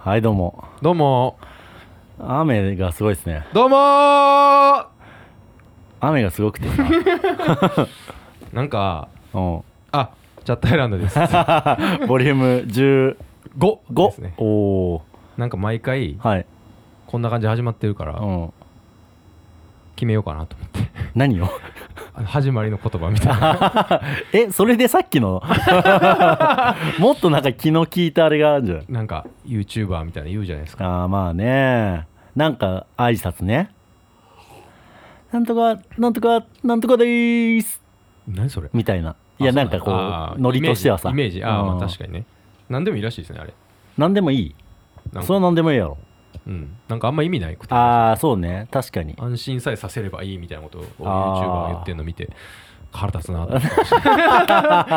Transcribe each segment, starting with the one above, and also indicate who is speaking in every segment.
Speaker 1: はいどうも
Speaker 2: どうも
Speaker 1: 雨がすごいですね
Speaker 2: どうもー
Speaker 1: 雨がすごくて今
Speaker 2: なんか
Speaker 1: うん
Speaker 2: あチャットアイランドです
Speaker 1: ボリューム15
Speaker 2: 5ですね
Speaker 1: おお
Speaker 2: なんか毎回
Speaker 1: ーはい、
Speaker 2: こんな感じで始まってるか
Speaker 1: う
Speaker 2: ら
Speaker 1: ん、
Speaker 2: 決めようかなと思って
Speaker 1: 何を
Speaker 2: あの 始まりの言葉みたいな
Speaker 1: えそれでさっきの もっとなんか気の利いたあれがあるんじゃない
Speaker 2: なんか YouTuber みたいな言うじゃないですか
Speaker 1: あーまあねなんか挨拶ねなんとかなんとかなんとかでーす
Speaker 2: 何それ
Speaker 1: みたいないや
Speaker 2: あ
Speaker 1: なんかこ
Speaker 2: そうあ
Speaker 1: う
Speaker 2: ー
Speaker 1: ノリとしてはさ
Speaker 2: イメージイメージあー
Speaker 1: うん
Speaker 2: まあ確かにね何でもいいらしいですねあれ
Speaker 1: なんでもいい
Speaker 2: なん
Speaker 1: それ
Speaker 2: か
Speaker 1: はなんでもいいやろ
Speaker 2: うんなんかあんま意味ないくて
Speaker 1: ああそうね確かに
Speaker 2: 安心さえさせればいいみたいなことを
Speaker 1: あー
Speaker 2: YouTuber が言ってるの見て腹立つなと思って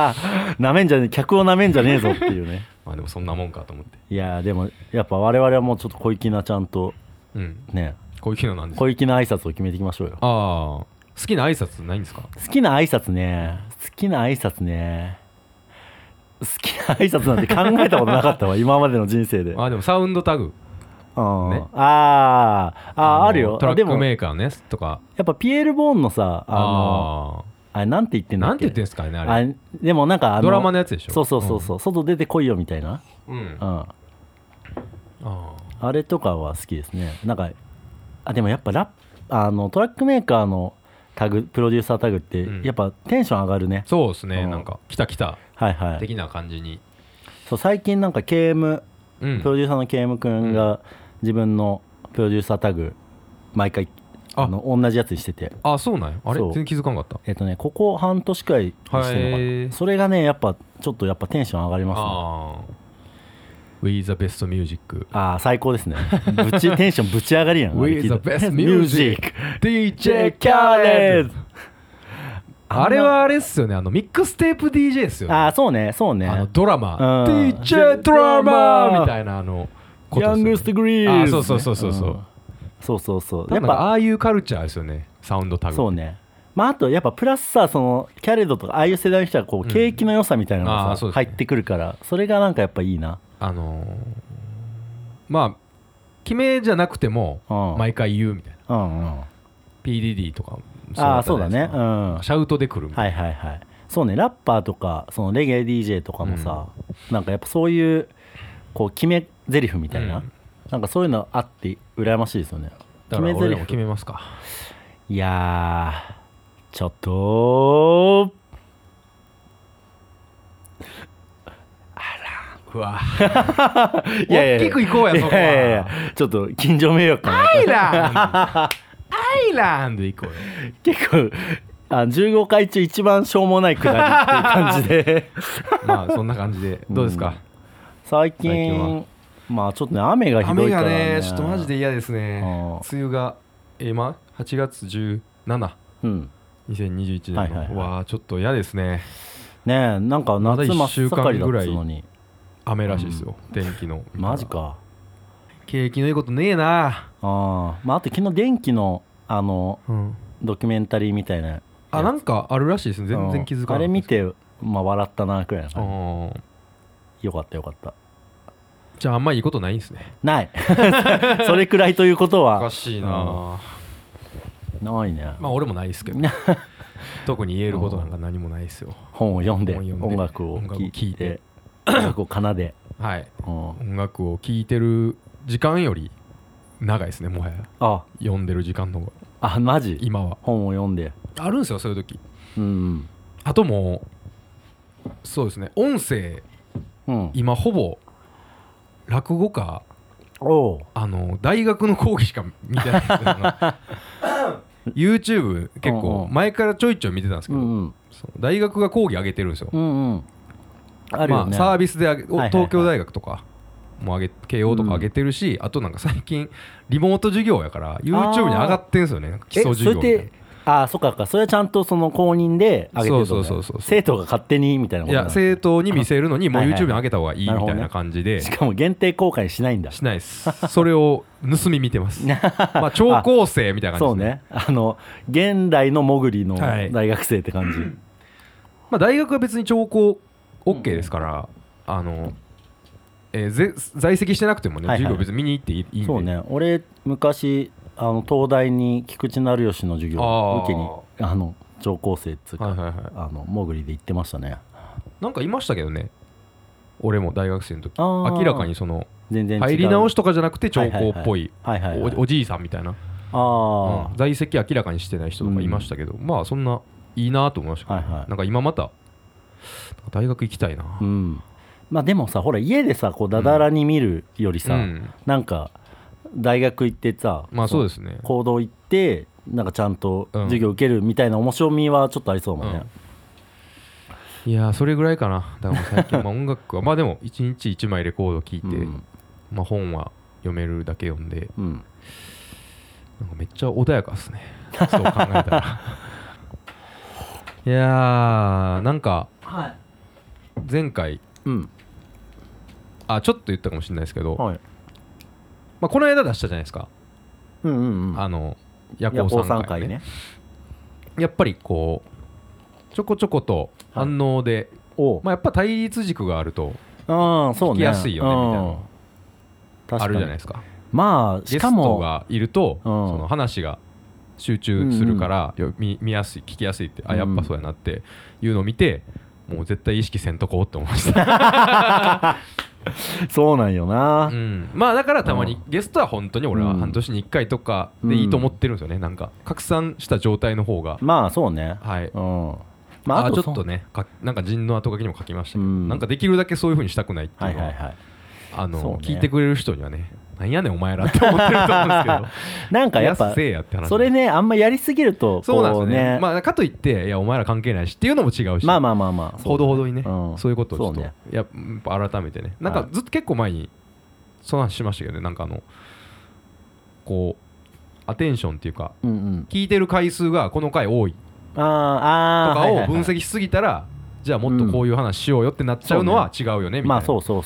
Speaker 1: なめんじゃねえ客をなめんじゃねえぞっていうね
Speaker 2: まあでもそんなもんかと思って
Speaker 1: いやーでもやっぱ我々はもうちょっと小粋なちゃんと
Speaker 2: うん
Speaker 1: ね
Speaker 2: こういうのなんです
Speaker 1: 小
Speaker 2: よ
Speaker 1: 粋な挨拶を決めていきましょうよ
Speaker 2: ああ好きな挨拶ないんですか
Speaker 1: 好きな挨拶ね好きな挨拶ね好きな挨拶なんて考えたことなか ったわ今までの人生で、うん
Speaker 2: あでもサウンドタグね
Speaker 1: あーあー
Speaker 2: の
Speaker 1: あるよ
Speaker 2: トラ
Speaker 1: で
Speaker 2: ック
Speaker 1: もや
Speaker 2: メーカーねとか
Speaker 1: っぱピエール・ボーンのさあの
Speaker 2: あ
Speaker 1: あれなんて言って
Speaker 2: あ
Speaker 1: んだ
Speaker 2: な
Speaker 1: っ
Speaker 2: んて
Speaker 1: け
Speaker 2: 言ってんですかねあ
Speaker 1: あ
Speaker 2: れ
Speaker 1: れでもなんかあの
Speaker 2: ドラマのやつでしょ
Speaker 1: そうそうそうそう、外出てこいよみたいな、
Speaker 2: うん、うん
Speaker 1: う
Speaker 2: あ
Speaker 1: ん、
Speaker 2: あ
Speaker 1: あれとかは好きですねなんかあでもやっぱラッあのトラックメーカーのタグプロデューサータグって
Speaker 2: うん
Speaker 1: やっぱテンション上がるね、
Speaker 2: そうですね、
Speaker 1: うん
Speaker 2: なんか来た来た
Speaker 1: はいはい
Speaker 2: 的な感じに、
Speaker 1: そう最近なんか KM
Speaker 2: うん
Speaker 1: プロデューサーの KM 君が自分のプロデューサータグ毎回
Speaker 2: あ
Speaker 1: あの同じやつにしてて
Speaker 2: あそうなんやあれ
Speaker 1: そう
Speaker 2: 全然気づかんかった
Speaker 1: えっ、とねここ半年くらいにしてるの
Speaker 2: へ
Speaker 1: かな
Speaker 2: ー
Speaker 1: それがねやっぱちょっとやっぱテンション上がりますね
Speaker 2: ああ We the best music
Speaker 1: ああ最高ですねぶ ちテンションぶち上がりやん
Speaker 2: We
Speaker 1: あれ聞いた
Speaker 2: the best music DJ
Speaker 1: キャ
Speaker 2: Khaled
Speaker 1: レーズ
Speaker 2: あれはあれっすよねあのミックステープ DJ ですよね
Speaker 1: ああそうねそうね
Speaker 2: あのドラマ
Speaker 1: うん
Speaker 2: DJ ドラマーみたいなあのことっす
Speaker 1: ヤン
Speaker 2: よね
Speaker 1: グステグリーン
Speaker 2: あそうそうそうそうそう
Speaker 1: そうそうそうや
Speaker 2: やっ
Speaker 1: っ
Speaker 2: ぱ
Speaker 1: ぱ
Speaker 2: ああいうカルチャーですよねサウンドタグ
Speaker 1: そうねまああとやっぱプラスさそのキャレドとかああいう世代の人はこ
Speaker 2: う
Speaker 1: うん景気の良さみたいなの
Speaker 2: あ
Speaker 1: が
Speaker 2: ー
Speaker 1: さ、
Speaker 2: そうです
Speaker 1: 入
Speaker 2: ね
Speaker 1: ってくるからそれがなんかやっぱいいな
Speaker 2: あのーまあ決めじゃなくても
Speaker 1: うん
Speaker 2: 毎回言うみたいな
Speaker 1: うんうん
Speaker 2: PDD とかも
Speaker 1: ああ
Speaker 2: った
Speaker 1: そ
Speaker 2: じ
Speaker 1: う
Speaker 2: ゃな
Speaker 1: だね
Speaker 2: いです
Speaker 1: う
Speaker 2: か
Speaker 1: んは
Speaker 2: シャウトで来るみた
Speaker 1: い
Speaker 2: い
Speaker 1: はいはいそうねラッパーとかそのレゲエ DJ とかもさ、なんかやっぱそういうこう決め台詞みたいな、
Speaker 2: うん
Speaker 1: なんかそういうのあって羨ましいですよね
Speaker 2: なだから俺ら
Speaker 1: 決
Speaker 2: も決
Speaker 1: め台詞
Speaker 2: めますか
Speaker 1: いやーちょっと
Speaker 2: う わ
Speaker 1: いやいや
Speaker 2: 大きく行こうやそこ
Speaker 1: いやいやいや
Speaker 2: は
Speaker 1: ちょっと近所迷惑かな
Speaker 2: アイランドアイランド行こうよ
Speaker 1: 結構あ15回中一番しょうもないくだりっていう感じで
Speaker 2: まあそんな感じでどうですか
Speaker 1: 最近
Speaker 2: 最近は
Speaker 1: まあちょっとね雨がひど
Speaker 2: 雨
Speaker 1: いか
Speaker 2: が
Speaker 1: ら、ね、
Speaker 2: ねちょっとマジで嫌ですね
Speaker 1: う
Speaker 2: 梅雨がえー今8月17
Speaker 1: うん
Speaker 2: 2021
Speaker 1: はいはいは
Speaker 2: 年
Speaker 1: い
Speaker 2: のわあちょっと嫌ですね
Speaker 1: ねえなんか
Speaker 2: まだ
Speaker 1: 夏
Speaker 2: 一
Speaker 1: 真っ盛
Speaker 2: 週間
Speaker 1: りだっ
Speaker 2: ぐら
Speaker 1: つ
Speaker 2: いう
Speaker 1: のに
Speaker 2: 雨らしいですよ、天気の
Speaker 1: マジか
Speaker 2: 景気のいいことねえな、
Speaker 1: あーまああと昨日電気のあのドキュメンタリーみたいな
Speaker 2: あなんかあるらしいですね全然気づかない
Speaker 1: あれ見てまあ笑ったなくらいの
Speaker 2: あ
Speaker 1: 感
Speaker 2: ー
Speaker 1: じよかったよかった
Speaker 2: じゃああんまいいことないんですね
Speaker 1: ない それくらいということ
Speaker 2: おか
Speaker 1: は
Speaker 2: しいな、
Speaker 1: うんないね
Speaker 2: まあ俺もないです けど特に言えることなんか何もないですよ
Speaker 1: 本を読んで
Speaker 2: 本を読んで
Speaker 1: 音楽を
Speaker 2: 音楽を
Speaker 1: 聴い
Speaker 2: 聴い
Speaker 1: て
Speaker 2: て
Speaker 1: 音楽を奏で、
Speaker 2: はい
Speaker 1: うん、
Speaker 2: 音楽を聴いてる時間より長いですねもはや
Speaker 1: あ
Speaker 2: 読んでる時間の方が
Speaker 1: あマジ
Speaker 2: 今は
Speaker 1: 本を読んで
Speaker 2: あるんですよそういう時
Speaker 1: うん
Speaker 2: あともうそうですね音声
Speaker 1: うん、うん、
Speaker 2: 今ほぼ落語か
Speaker 1: おう
Speaker 2: あの大学の講義しか見てないんですけ どあの YouTube 結
Speaker 1: うんう
Speaker 2: 構
Speaker 1: ん
Speaker 2: 前からちょいちょい見てたんですけ
Speaker 1: う
Speaker 2: ど、
Speaker 1: んうん
Speaker 2: その大学が講義上げてるんですよ。
Speaker 1: うんうんあるよね、
Speaker 2: まあ、サービスで上げ
Speaker 1: はいはい
Speaker 2: 東京大学とかも上げ慶応とか上げてるし、あとなんか最近リモート授業やから YouTube に上がってんすよねなんか基礎
Speaker 1: え
Speaker 2: 授業
Speaker 1: そ
Speaker 2: み
Speaker 1: れ
Speaker 2: た
Speaker 1: っ
Speaker 2: い
Speaker 1: てああそっかそっかそれはちゃんとその公認で上げてるってことね
Speaker 2: そうそうそうそう
Speaker 1: 生徒が勝手にみたいな
Speaker 2: な
Speaker 1: こと
Speaker 2: い
Speaker 1: な
Speaker 2: や
Speaker 1: の
Speaker 2: 生徒に見せるのにもう
Speaker 1: はいはい
Speaker 2: YouTube に上げた方がいい
Speaker 1: なる
Speaker 2: み
Speaker 1: ほど
Speaker 2: た
Speaker 1: ね
Speaker 2: いな感じで、
Speaker 1: しかも限定公開しないんだ
Speaker 2: しないですそれを盗み見てま すまあ超高生みたいな感
Speaker 1: そ
Speaker 2: じ
Speaker 1: う
Speaker 2: です
Speaker 1: ね
Speaker 2: ね
Speaker 1: あの現代のモグリの
Speaker 2: はい
Speaker 1: 大学生って感じ、
Speaker 2: まあ、大学は別に聴講 OK ですから、あのえーぜ在籍してなくてもね、
Speaker 1: はいはい
Speaker 2: 授業別に見に行っていいいいんで
Speaker 1: そうね俺昔あの東大に菊池成吉の授業
Speaker 2: あー
Speaker 1: を受けにあの上高生っつうか、
Speaker 2: はいはいはい
Speaker 1: あのモグリで行ってましたね
Speaker 2: なんかいましたけどね俺も大学生の時
Speaker 1: あー
Speaker 2: 明らかにその
Speaker 1: 全然違う
Speaker 2: 入り直しとかじゃなくて長考っぽい
Speaker 1: はいはい、はい、
Speaker 2: おおじいさんみたいな、
Speaker 1: ああ、
Speaker 2: うん在籍明らかにしてない人とかいましたけど、まあそんないいなと思いましたけどね、
Speaker 1: はいはい
Speaker 2: なんか今またなんか大学行きたいな、
Speaker 1: うん、まあでもさほら家でさこうだだらに見るよりさ、
Speaker 2: うん
Speaker 1: なんか大学行ってさ
Speaker 2: まあそうですすね
Speaker 1: 行動行ってなんかちゃんと
Speaker 2: うん
Speaker 1: 授業受けるみたいな面白みはちょっとありそうもんね、
Speaker 2: いやーそれぐらいかなだからもう最近 まあ音楽はまあでも一日一枚レコード聴いて、
Speaker 1: うん
Speaker 2: まあ、本は読めるだけ読んで
Speaker 1: うん
Speaker 2: なんかめっちゃ穏やかですねそう考えたら いやーなんか
Speaker 1: はい
Speaker 2: 前回
Speaker 1: うん
Speaker 2: あちょっと言ったかもしれないですけど、
Speaker 1: はい
Speaker 2: まあ、この間出したじゃないですか、
Speaker 1: うんうんうん
Speaker 2: あの夜
Speaker 1: 夜
Speaker 2: 行
Speaker 1: 行
Speaker 2: さ
Speaker 1: 3
Speaker 2: ん会
Speaker 1: 回
Speaker 2: ね
Speaker 1: ね
Speaker 2: やっぱりこうちょこちょこと反応で、
Speaker 1: おう
Speaker 2: まあ、やっぱ対立軸があると
Speaker 1: ああそうね
Speaker 2: 聞きやすいよねみたいな
Speaker 1: うん
Speaker 2: の
Speaker 1: 確か
Speaker 2: あ
Speaker 1: に
Speaker 2: るじゃないですか
Speaker 1: まあし
Speaker 2: ゲス
Speaker 1: か
Speaker 2: ト
Speaker 1: も
Speaker 2: がいる
Speaker 1: う
Speaker 2: と、
Speaker 1: ん
Speaker 2: その話が集中するから、よ見見やすい聞きやすいってあ
Speaker 1: うん
Speaker 2: やっぱそうやなっていうのを見てもう絶対意識せんとこうって思い ました、
Speaker 1: そうなんよな、
Speaker 2: うんまあだからたまに
Speaker 1: う
Speaker 2: ゲストは本当に俺は
Speaker 1: うん
Speaker 2: 半年に1回とかでいいと思ってるんですよねなんか拡散した状態の方が、
Speaker 1: まあそうね
Speaker 2: はい
Speaker 1: うん
Speaker 2: まあ、
Speaker 1: と
Speaker 2: ち
Speaker 1: そ
Speaker 2: ょっとねかなんか陣の後書きにも書きましたけど、
Speaker 1: うん
Speaker 2: なんかできるだけそういうふうにしたくないってい
Speaker 1: は
Speaker 2: う
Speaker 1: い
Speaker 2: のは,、
Speaker 1: はいはい
Speaker 2: あの
Speaker 1: そうね
Speaker 2: 聞いてくれる人にはねなんやねんお前らって思ってると思うんですけど
Speaker 1: なんかやっぱ
Speaker 2: せえやって話
Speaker 1: それねあんまやりすぎると
Speaker 2: そうなんです
Speaker 1: こ
Speaker 2: よ
Speaker 1: う
Speaker 2: ね
Speaker 1: ね
Speaker 2: まあかといっていやお前ら関係ないしっていうのも違うし
Speaker 1: まあまあまあまあ
Speaker 2: ほどほどにね、
Speaker 1: うん
Speaker 2: そういうことをちょっと、
Speaker 1: そうね
Speaker 2: やっぱ改めてねなん
Speaker 1: は
Speaker 2: か
Speaker 1: い
Speaker 2: ずっと結構前にその話しましたけどねなんかあのこうアテンションっていうか
Speaker 1: うんうん
Speaker 2: 聞いてる回数がこの回多いと
Speaker 1: ああああ
Speaker 2: かを分
Speaker 1: はいはいはい
Speaker 2: 析しすぎたら、じゃあもっとこういう話しようよってなっちゃうのは違うよねみ
Speaker 1: まあ
Speaker 2: たいな
Speaker 1: そ
Speaker 2: こ
Speaker 1: うそう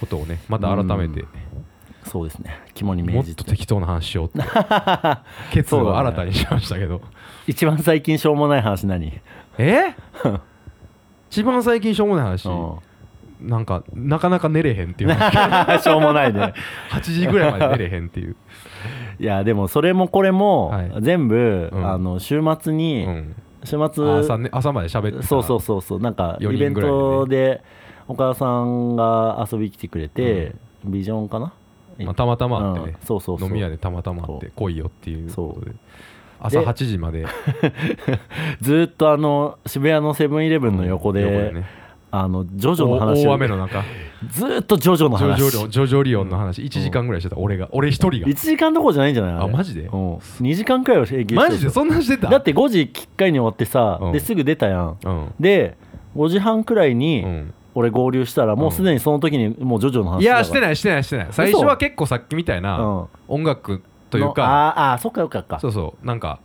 Speaker 1: そ
Speaker 2: とをねまた改めて、
Speaker 1: うそうですね肝に
Speaker 2: も
Speaker 1: 銘
Speaker 2: っ
Speaker 1: じ
Speaker 2: と
Speaker 1: て
Speaker 2: 適当な話しようって結論を新たにしましたけど、
Speaker 1: 一番最近しょうもない話 何
Speaker 2: え一番最近しょうもない話、
Speaker 1: うん
Speaker 2: なんかなかなか寝れへんっ ていう話
Speaker 1: しょうもないね
Speaker 2: 8時ぐらいまで寝れへんっていう、
Speaker 1: いやでもそれもこれも
Speaker 2: はい
Speaker 1: 全部
Speaker 2: うん
Speaker 1: あの週末
Speaker 2: う
Speaker 1: に
Speaker 2: ん、
Speaker 1: 週末
Speaker 2: 朝ね朝まで喋ってた
Speaker 1: そうそうそうそうなんかイ
Speaker 2: 四
Speaker 1: ベ
Speaker 2: 人
Speaker 1: ン
Speaker 2: ぐらいでね
Speaker 1: トで岡田さんが遊びに来てくれて、ビジョンかな、
Speaker 2: まあ、たまたまあってね
Speaker 1: うん、そうそうそう
Speaker 2: 飲み屋でたまたまあって
Speaker 1: そ
Speaker 2: 来いよっていうことで
Speaker 1: で
Speaker 2: 朝8時まで
Speaker 1: ずーっとあの渋谷のセブンイレブンの横で,、
Speaker 2: ね、
Speaker 1: あのジョジョの
Speaker 2: 大
Speaker 1: 話を
Speaker 2: 大雨の中
Speaker 1: ずーっとジョジョの
Speaker 2: ジョ
Speaker 1: 話
Speaker 2: ジョリオジョジョリオンの話1時間ぐらいしてた俺が俺一人が
Speaker 1: 1時間どころじゃないんじゃない
Speaker 2: あマジ
Speaker 1: う
Speaker 2: で
Speaker 1: ん、2時間くらいは平気
Speaker 2: マジでそんなんしてた
Speaker 1: だって5時きっかりに終わってさ、
Speaker 2: うん
Speaker 1: ですぐ出たやん
Speaker 2: うん、
Speaker 1: で5時半くらい
Speaker 2: うん
Speaker 1: に俺合流したら、もうすでにその時にもうジョジョの話
Speaker 2: いやして
Speaker 1: い、
Speaker 2: ないしてないしてない最初は結構さっきみたい
Speaker 1: うん、
Speaker 2: な
Speaker 1: の
Speaker 2: 音楽というか
Speaker 1: あーあーそっかよかっか
Speaker 2: そうそうなんか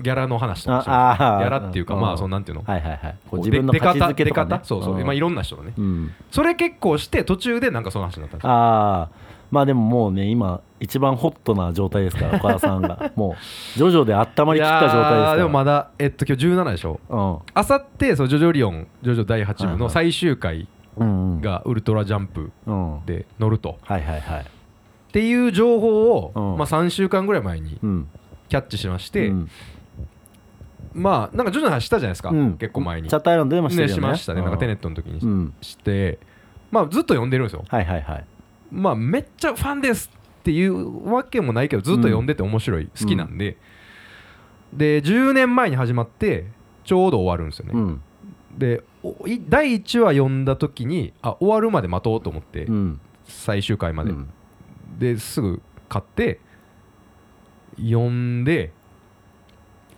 Speaker 2: ギャラの話とかして
Speaker 1: あ
Speaker 2: ました
Speaker 1: あー
Speaker 2: ギャラっていうか
Speaker 1: うん
Speaker 2: まあそのなんていうの
Speaker 1: はいはいはい。こう
Speaker 2: こう
Speaker 1: 自分の
Speaker 2: で出
Speaker 1: 価
Speaker 2: 方
Speaker 1: 値づけとか、
Speaker 2: 出
Speaker 1: ね
Speaker 2: 方、そうそう、
Speaker 1: ん
Speaker 2: まあいろんな人のね
Speaker 1: うん
Speaker 2: それ結構して途中でなんかその話になったんですよ
Speaker 1: ああ、まあでももうね、今、一番ホットな状態ですから、岡田さん が。もう、徐々で温まりきった状態ですか
Speaker 2: いや
Speaker 1: ら。
Speaker 2: ーでもまだえっと今日17でしょあさってそのジョジョリオンジョジョ第8部の最終回
Speaker 1: うん。うんうん。
Speaker 2: がウルトラジャンプ
Speaker 1: うん。はい
Speaker 2: で乗ると
Speaker 1: はいはい。
Speaker 2: っていう情報を、
Speaker 1: うん
Speaker 2: まあ、3週間ぐらい前に
Speaker 1: うん。
Speaker 2: キャッチしまして、
Speaker 1: うん、
Speaker 2: まあなんか徐々に話したじゃないですか、
Speaker 1: うん
Speaker 2: 結構前に
Speaker 1: チャットアイランドでもして
Speaker 2: ね
Speaker 1: るよ
Speaker 2: し
Speaker 1: ね。
Speaker 2: ましたね、なんかテネットの時にし,、
Speaker 1: うん。
Speaker 2: てまあずっと読んでるんですよ
Speaker 1: はいはいはい。
Speaker 2: まあめっちゃファンですっていうわけもないけどずっと読んでて面白い、好きなんで、で10年前に始まってちょうど終わるんですよね、
Speaker 1: うん。
Speaker 2: でおい第1話読んだ時にあ終わるまで待とうと思って、
Speaker 1: うん。
Speaker 2: 最終回まで、
Speaker 1: うん
Speaker 2: ですぐ買って読んで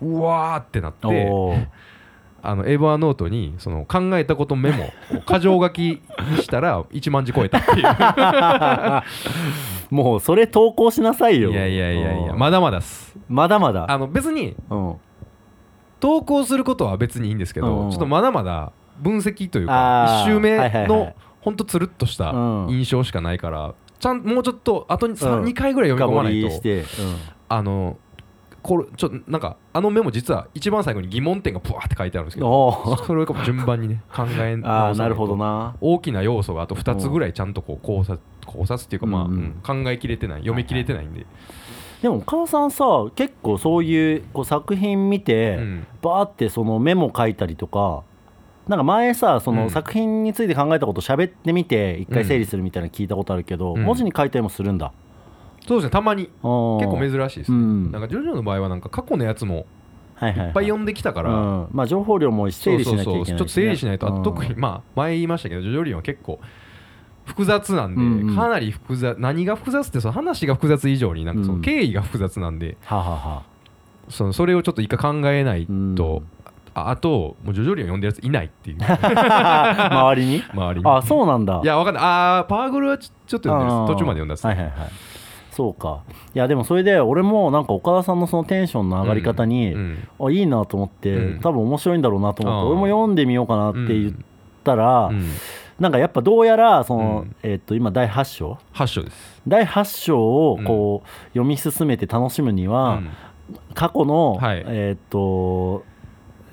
Speaker 2: うわーってなって
Speaker 1: おー
Speaker 2: あのエヴァーノートにその考えたことメモを過剰書きしたら1万字超えたってい う
Speaker 1: もうそれ投稿しなさいよ
Speaker 2: いやいやいやいや
Speaker 1: うん
Speaker 2: まだまだっす
Speaker 1: まだまだ
Speaker 2: あの別に
Speaker 1: うん
Speaker 2: 投稿することは別にいいんですけど、
Speaker 1: うん
Speaker 2: ちょっとまだまだ分析というか
Speaker 1: あー
Speaker 2: 1周目
Speaker 1: はいはいはい
Speaker 2: のほんとつるっとした
Speaker 1: うん
Speaker 2: 印象しかないからちゃんもうちょっとあと
Speaker 1: うん
Speaker 2: 2回ぐらい
Speaker 1: 深
Speaker 2: 読み込ま
Speaker 1: 掘
Speaker 2: ない
Speaker 1: り
Speaker 2: と、
Speaker 1: して、
Speaker 2: あのこれちょなんかあのメモ実は一番最後に疑問点がぶわって書いてあるんですけど
Speaker 1: おー
Speaker 2: それを順番 にね考え直
Speaker 1: ああ
Speaker 2: さいと
Speaker 1: なるほどな
Speaker 2: 大きな要素があと2つぐらいちゃんとこう考察考察っていうかまあ、
Speaker 1: うんうん
Speaker 2: うん考えきれてない読みきれてないんで、
Speaker 1: でも川さんさ結構そういうこう作品見て、
Speaker 2: うん
Speaker 1: バーってそのメモ書いたりとかなんか前さそうの
Speaker 2: ん
Speaker 1: 作品について考えたこと喋ってみて一回整理するみたいなの聞いたことあるけど、
Speaker 2: うん
Speaker 1: 文字に書いたりもするんだ、
Speaker 2: そうですねたまに
Speaker 1: あー
Speaker 2: 結構珍しいです
Speaker 1: う
Speaker 2: ね、
Speaker 1: ん
Speaker 2: なんかジョジョの場合はなんか過去のやつも
Speaker 1: はいはいい
Speaker 2: っぱ
Speaker 1: 読
Speaker 2: い読んできたか、
Speaker 1: からうんまあ、情報量も多いし整理しなきゃいけない
Speaker 2: ち
Speaker 1: しね
Speaker 2: ょっと整理しないと、あ
Speaker 1: うん
Speaker 2: 特にまあ前言いましたけどジョジョリンは結構複雑なんで、
Speaker 1: うんうん
Speaker 2: かなり複雑何が複雑ってその話が複雑以上になんかそうの
Speaker 1: ん
Speaker 2: 経緯が複雑なんで、
Speaker 1: はあはあはあ
Speaker 2: そのそれをちょっと一回考えないと、
Speaker 1: うん
Speaker 2: ああともうジョジョリンを呼んでるやついな いっていう
Speaker 1: 周りに
Speaker 2: 周りに
Speaker 1: あそうなんだ
Speaker 2: いやわかんないあーパワーグルはちょちょっと読んでる
Speaker 1: あ
Speaker 2: や
Speaker 1: ー
Speaker 2: つ途中まで読んだやつ、
Speaker 1: はいはいはいそうかいやでもそれで俺もなんか岡田さんのそのテンションの上がり方に、
Speaker 2: うん
Speaker 1: あいいなと思って、
Speaker 2: うん
Speaker 1: 多分面白いんだろうなと思っ
Speaker 2: あー
Speaker 1: て俺も読んでみようかなって言ったら、
Speaker 2: うん
Speaker 1: なんかやっぱどうやらその、
Speaker 2: うん
Speaker 1: えっと今第8章
Speaker 2: 発祥です、
Speaker 1: 第8章をこう、読み進めて楽しむには、
Speaker 2: うん
Speaker 1: 過去の、
Speaker 2: はい
Speaker 1: えっと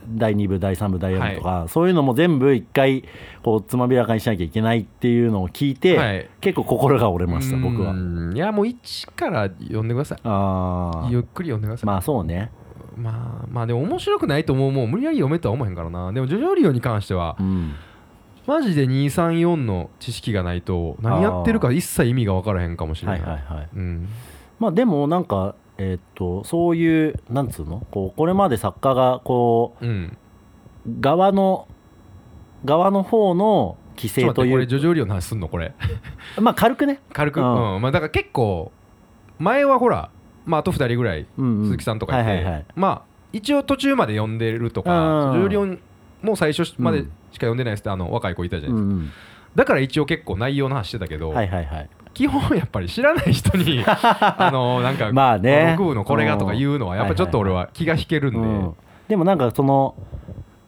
Speaker 1: 第2部第3部第4部とか、そういうのも全部一回こうつまびらかにしなきゃいけないっていうのを聞いて、
Speaker 2: はい
Speaker 1: 結構心が折れました僕は
Speaker 2: うんいやもう1から読んでください
Speaker 1: あ
Speaker 2: ゆっくり読んでくださ
Speaker 1: あ
Speaker 2: い
Speaker 1: まあそうね
Speaker 2: まあまあでも面白くないと思うもう無理やり読めとは思えへんからなでもジョジョリオに関しては
Speaker 1: うん
Speaker 2: マジで234の知識がないと何やってるか一切意味が分からへんかもしれ
Speaker 1: は
Speaker 2: ないい、
Speaker 1: はいはい
Speaker 2: うん
Speaker 1: まあでもなんかえーっとそういうなんつうのこうこれまで作家がこ
Speaker 2: うん、
Speaker 1: う側の側の方の規
Speaker 2: ちょ
Speaker 1: 制
Speaker 2: っと
Speaker 1: と
Speaker 2: 待って
Speaker 1: い
Speaker 2: これ
Speaker 1: う
Speaker 2: ジョジョリオの話すんのこれ
Speaker 1: まあ軽くね、
Speaker 2: 軽く、う
Speaker 1: うん
Speaker 2: んまあ、だから結構前はほら、まあ、あと2人ぐらい
Speaker 1: うんうん
Speaker 2: 鈴木さんとかいて、
Speaker 1: はいはいはい
Speaker 2: まあ一応途中まで読んでると
Speaker 1: う
Speaker 2: か
Speaker 1: ん
Speaker 2: ジョジョリオも最初ま
Speaker 1: う
Speaker 2: でし
Speaker 1: ん
Speaker 2: か読んでないですってあの若い子いたじゃ
Speaker 1: う
Speaker 2: ないで
Speaker 1: ん
Speaker 2: すか、だから一応結構内容の話してたけ
Speaker 1: う
Speaker 2: ど、
Speaker 1: ん、はいはいはい
Speaker 2: 基本やっぱり知らない人 にあのなんか
Speaker 1: まあね
Speaker 2: 北部のこれがとか言うのはやっぱちょっと俺は気が引けるんで、
Speaker 1: うんでもなんかその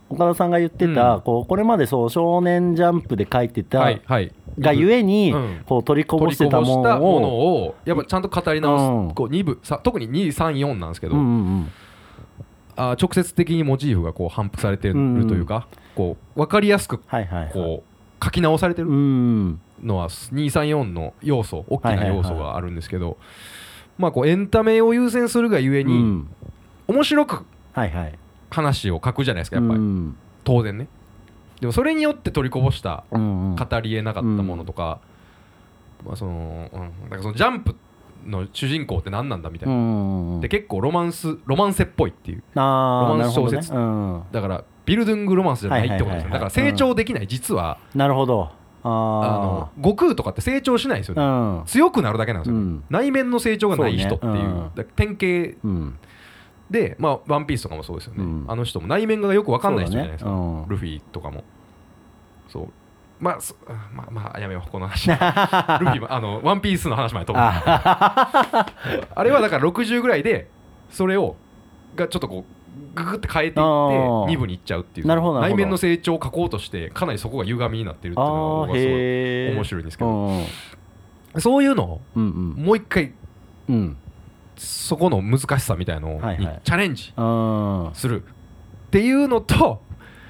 Speaker 1: 岡田さんが言ってた、
Speaker 2: うん
Speaker 1: こうこれまでそう「少年ジャンプ」で書いてた、
Speaker 2: はいはい
Speaker 1: がゆえに、
Speaker 2: うん
Speaker 1: こう取りこぼ
Speaker 2: 取り
Speaker 1: して
Speaker 2: こ
Speaker 1: た
Speaker 2: ぼ
Speaker 1: も
Speaker 2: したもの
Speaker 1: のを
Speaker 2: をやっぱちゃんと語り直す、
Speaker 1: うん
Speaker 2: こう2部さ特に234なんですけど、
Speaker 1: うんうん
Speaker 2: あー直接的にモチーフがこう反復されてるというか、こう分かりやすく
Speaker 1: はいはいはい
Speaker 2: こう書き直されて
Speaker 1: う
Speaker 2: る
Speaker 1: ん
Speaker 2: のは234の要素大き
Speaker 1: はい
Speaker 2: な
Speaker 1: はいはい
Speaker 2: 要素があるんですけど、まあこうエンタメを優先するがゆえ
Speaker 1: う
Speaker 2: に、
Speaker 1: ん
Speaker 2: 面白く
Speaker 1: はいはい
Speaker 2: 話を書くじゃないですかやっぱり。
Speaker 1: うん
Speaker 2: 当然ねでもそれによって取りこぼした
Speaker 1: うんうん
Speaker 2: 語りえなかったものとか、まあその、うん、だからそのジャンプの主人公って何なんだみたいうな、
Speaker 1: んうん
Speaker 2: で結構ロマンスロマンセっぽいっていう
Speaker 1: あ
Speaker 2: ロマ
Speaker 1: あ
Speaker 2: ン
Speaker 1: な
Speaker 2: ス
Speaker 1: るほど、
Speaker 2: 小
Speaker 1: ね
Speaker 2: 説
Speaker 1: うん、
Speaker 2: だからビルドゥングロマンスじゃないってことですよ、
Speaker 1: はいはいはいはい
Speaker 2: だから成長できない、実は
Speaker 1: なるほど
Speaker 2: あ
Speaker 1: あ
Speaker 2: の悟空とかって成長しないんですよね、
Speaker 1: あ
Speaker 2: 強くなるだけなんですよ、
Speaker 1: う
Speaker 2: ね
Speaker 1: ん
Speaker 2: 内面の成長がない人って
Speaker 1: そ
Speaker 2: いう
Speaker 1: うねうん
Speaker 2: だから典型
Speaker 1: うんうん
Speaker 2: で、まあ、ワンピースとかもそうですよね、
Speaker 1: うん
Speaker 2: あの人も内面がよく分かんない人じゃないですか、
Speaker 1: そうだねうん
Speaker 2: ルフィとかもそうまあそあまあまあやめようこの話ルフィもあのワンピースの話まで飛ぶあ
Speaker 1: あ
Speaker 2: れはだから60ぐらいでそれをがちょっとこうググって変えていって
Speaker 1: あー
Speaker 2: 2部に行っちゃうっていう
Speaker 1: なるほどなるほど
Speaker 2: 内面の成長を書こうとしてかなりそこが歪みになってるっていうの
Speaker 1: あー
Speaker 2: がすご
Speaker 1: へ
Speaker 2: い
Speaker 1: え
Speaker 2: 面白いんですけ
Speaker 1: う
Speaker 2: ど
Speaker 1: ん
Speaker 2: そういうのを
Speaker 1: うん
Speaker 2: もう一回
Speaker 1: うんうん
Speaker 2: そこの難しさみたいのを
Speaker 1: はい
Speaker 2: に
Speaker 1: はい
Speaker 2: チャレンジ
Speaker 1: あ
Speaker 2: するっていうのと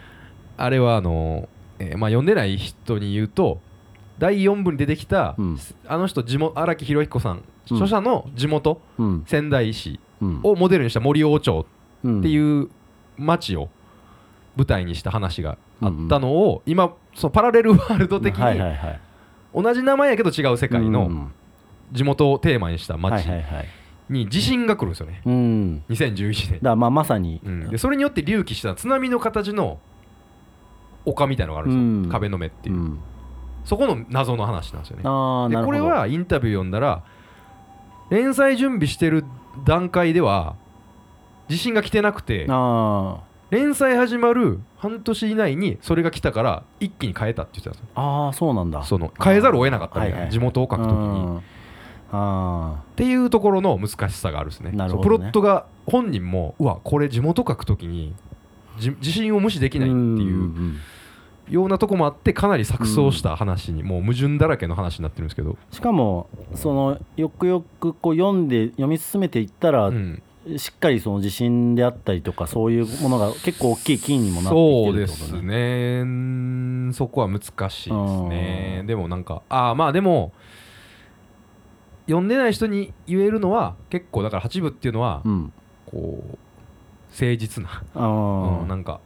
Speaker 2: あれはあの、えーまあ、読んでない人に言うと第4部に出てきた、
Speaker 1: うん
Speaker 2: あの人地元荒木宏彦さ
Speaker 1: う
Speaker 2: ん、
Speaker 1: ん
Speaker 2: 著者の地元
Speaker 1: ーうん
Speaker 2: 仙台市
Speaker 1: うん
Speaker 2: をモデルにした森王町
Speaker 1: うん
Speaker 2: っていうう町を舞台にした話があったのを、今そのパラレルワールド的
Speaker 1: はい
Speaker 2: に
Speaker 1: はいはい
Speaker 2: 同じ名前やけど違う世界
Speaker 1: う
Speaker 2: の
Speaker 1: ん
Speaker 2: 地元をテーマにした
Speaker 1: はい
Speaker 2: 町
Speaker 1: はいはい
Speaker 2: に地震が来るんですよね
Speaker 1: うんだか
Speaker 2: 2011年
Speaker 1: らまあまさに
Speaker 2: うんでそれによって隆起した津波の形の丘みたいのがあるんですよ、
Speaker 1: うん
Speaker 2: 壁の目っていうう、
Speaker 1: ん
Speaker 2: そこの謎の話なんですよね
Speaker 1: ああ
Speaker 2: で
Speaker 1: なる
Speaker 2: こ
Speaker 1: ほど
Speaker 2: れはインタビュー読んだら連載準備してる段階では地震が来てなくて
Speaker 1: あ
Speaker 2: 連載始まる半年以内にそれが来たから一気に変えたって言ってたんですよ
Speaker 1: ーあーそうなんだ
Speaker 2: その変えざるを得なかったみたいな、
Speaker 1: はいはい
Speaker 2: 地元を書くときに、っ
Speaker 1: うんあ
Speaker 2: ていうところの難しさがあるんですね
Speaker 1: なるほどね
Speaker 2: そうプロットが本人もうわこれ地元書くときにじ地震を無視で
Speaker 1: で
Speaker 2: きないっていうようなとこもあってかなり錯綜した話に、もう矛盾だらけの話になってるんですけど、
Speaker 1: しかもそのよくよくこう読んで読み進めていったら、
Speaker 2: うん
Speaker 1: しっかりその自信であったりとかそういうものが結構大きいキーにもなってき
Speaker 2: そ
Speaker 1: て
Speaker 2: う
Speaker 1: る
Speaker 2: で
Speaker 1: ってこと
Speaker 2: す
Speaker 1: ね。
Speaker 2: ねうんそこは難しいですね
Speaker 1: うん
Speaker 2: でもなんかああまあでも読んでない人に言えるのは結構だから八部っていうのは
Speaker 1: うん。
Speaker 2: こう誠実な、
Speaker 1: あー
Speaker 2: うんなんか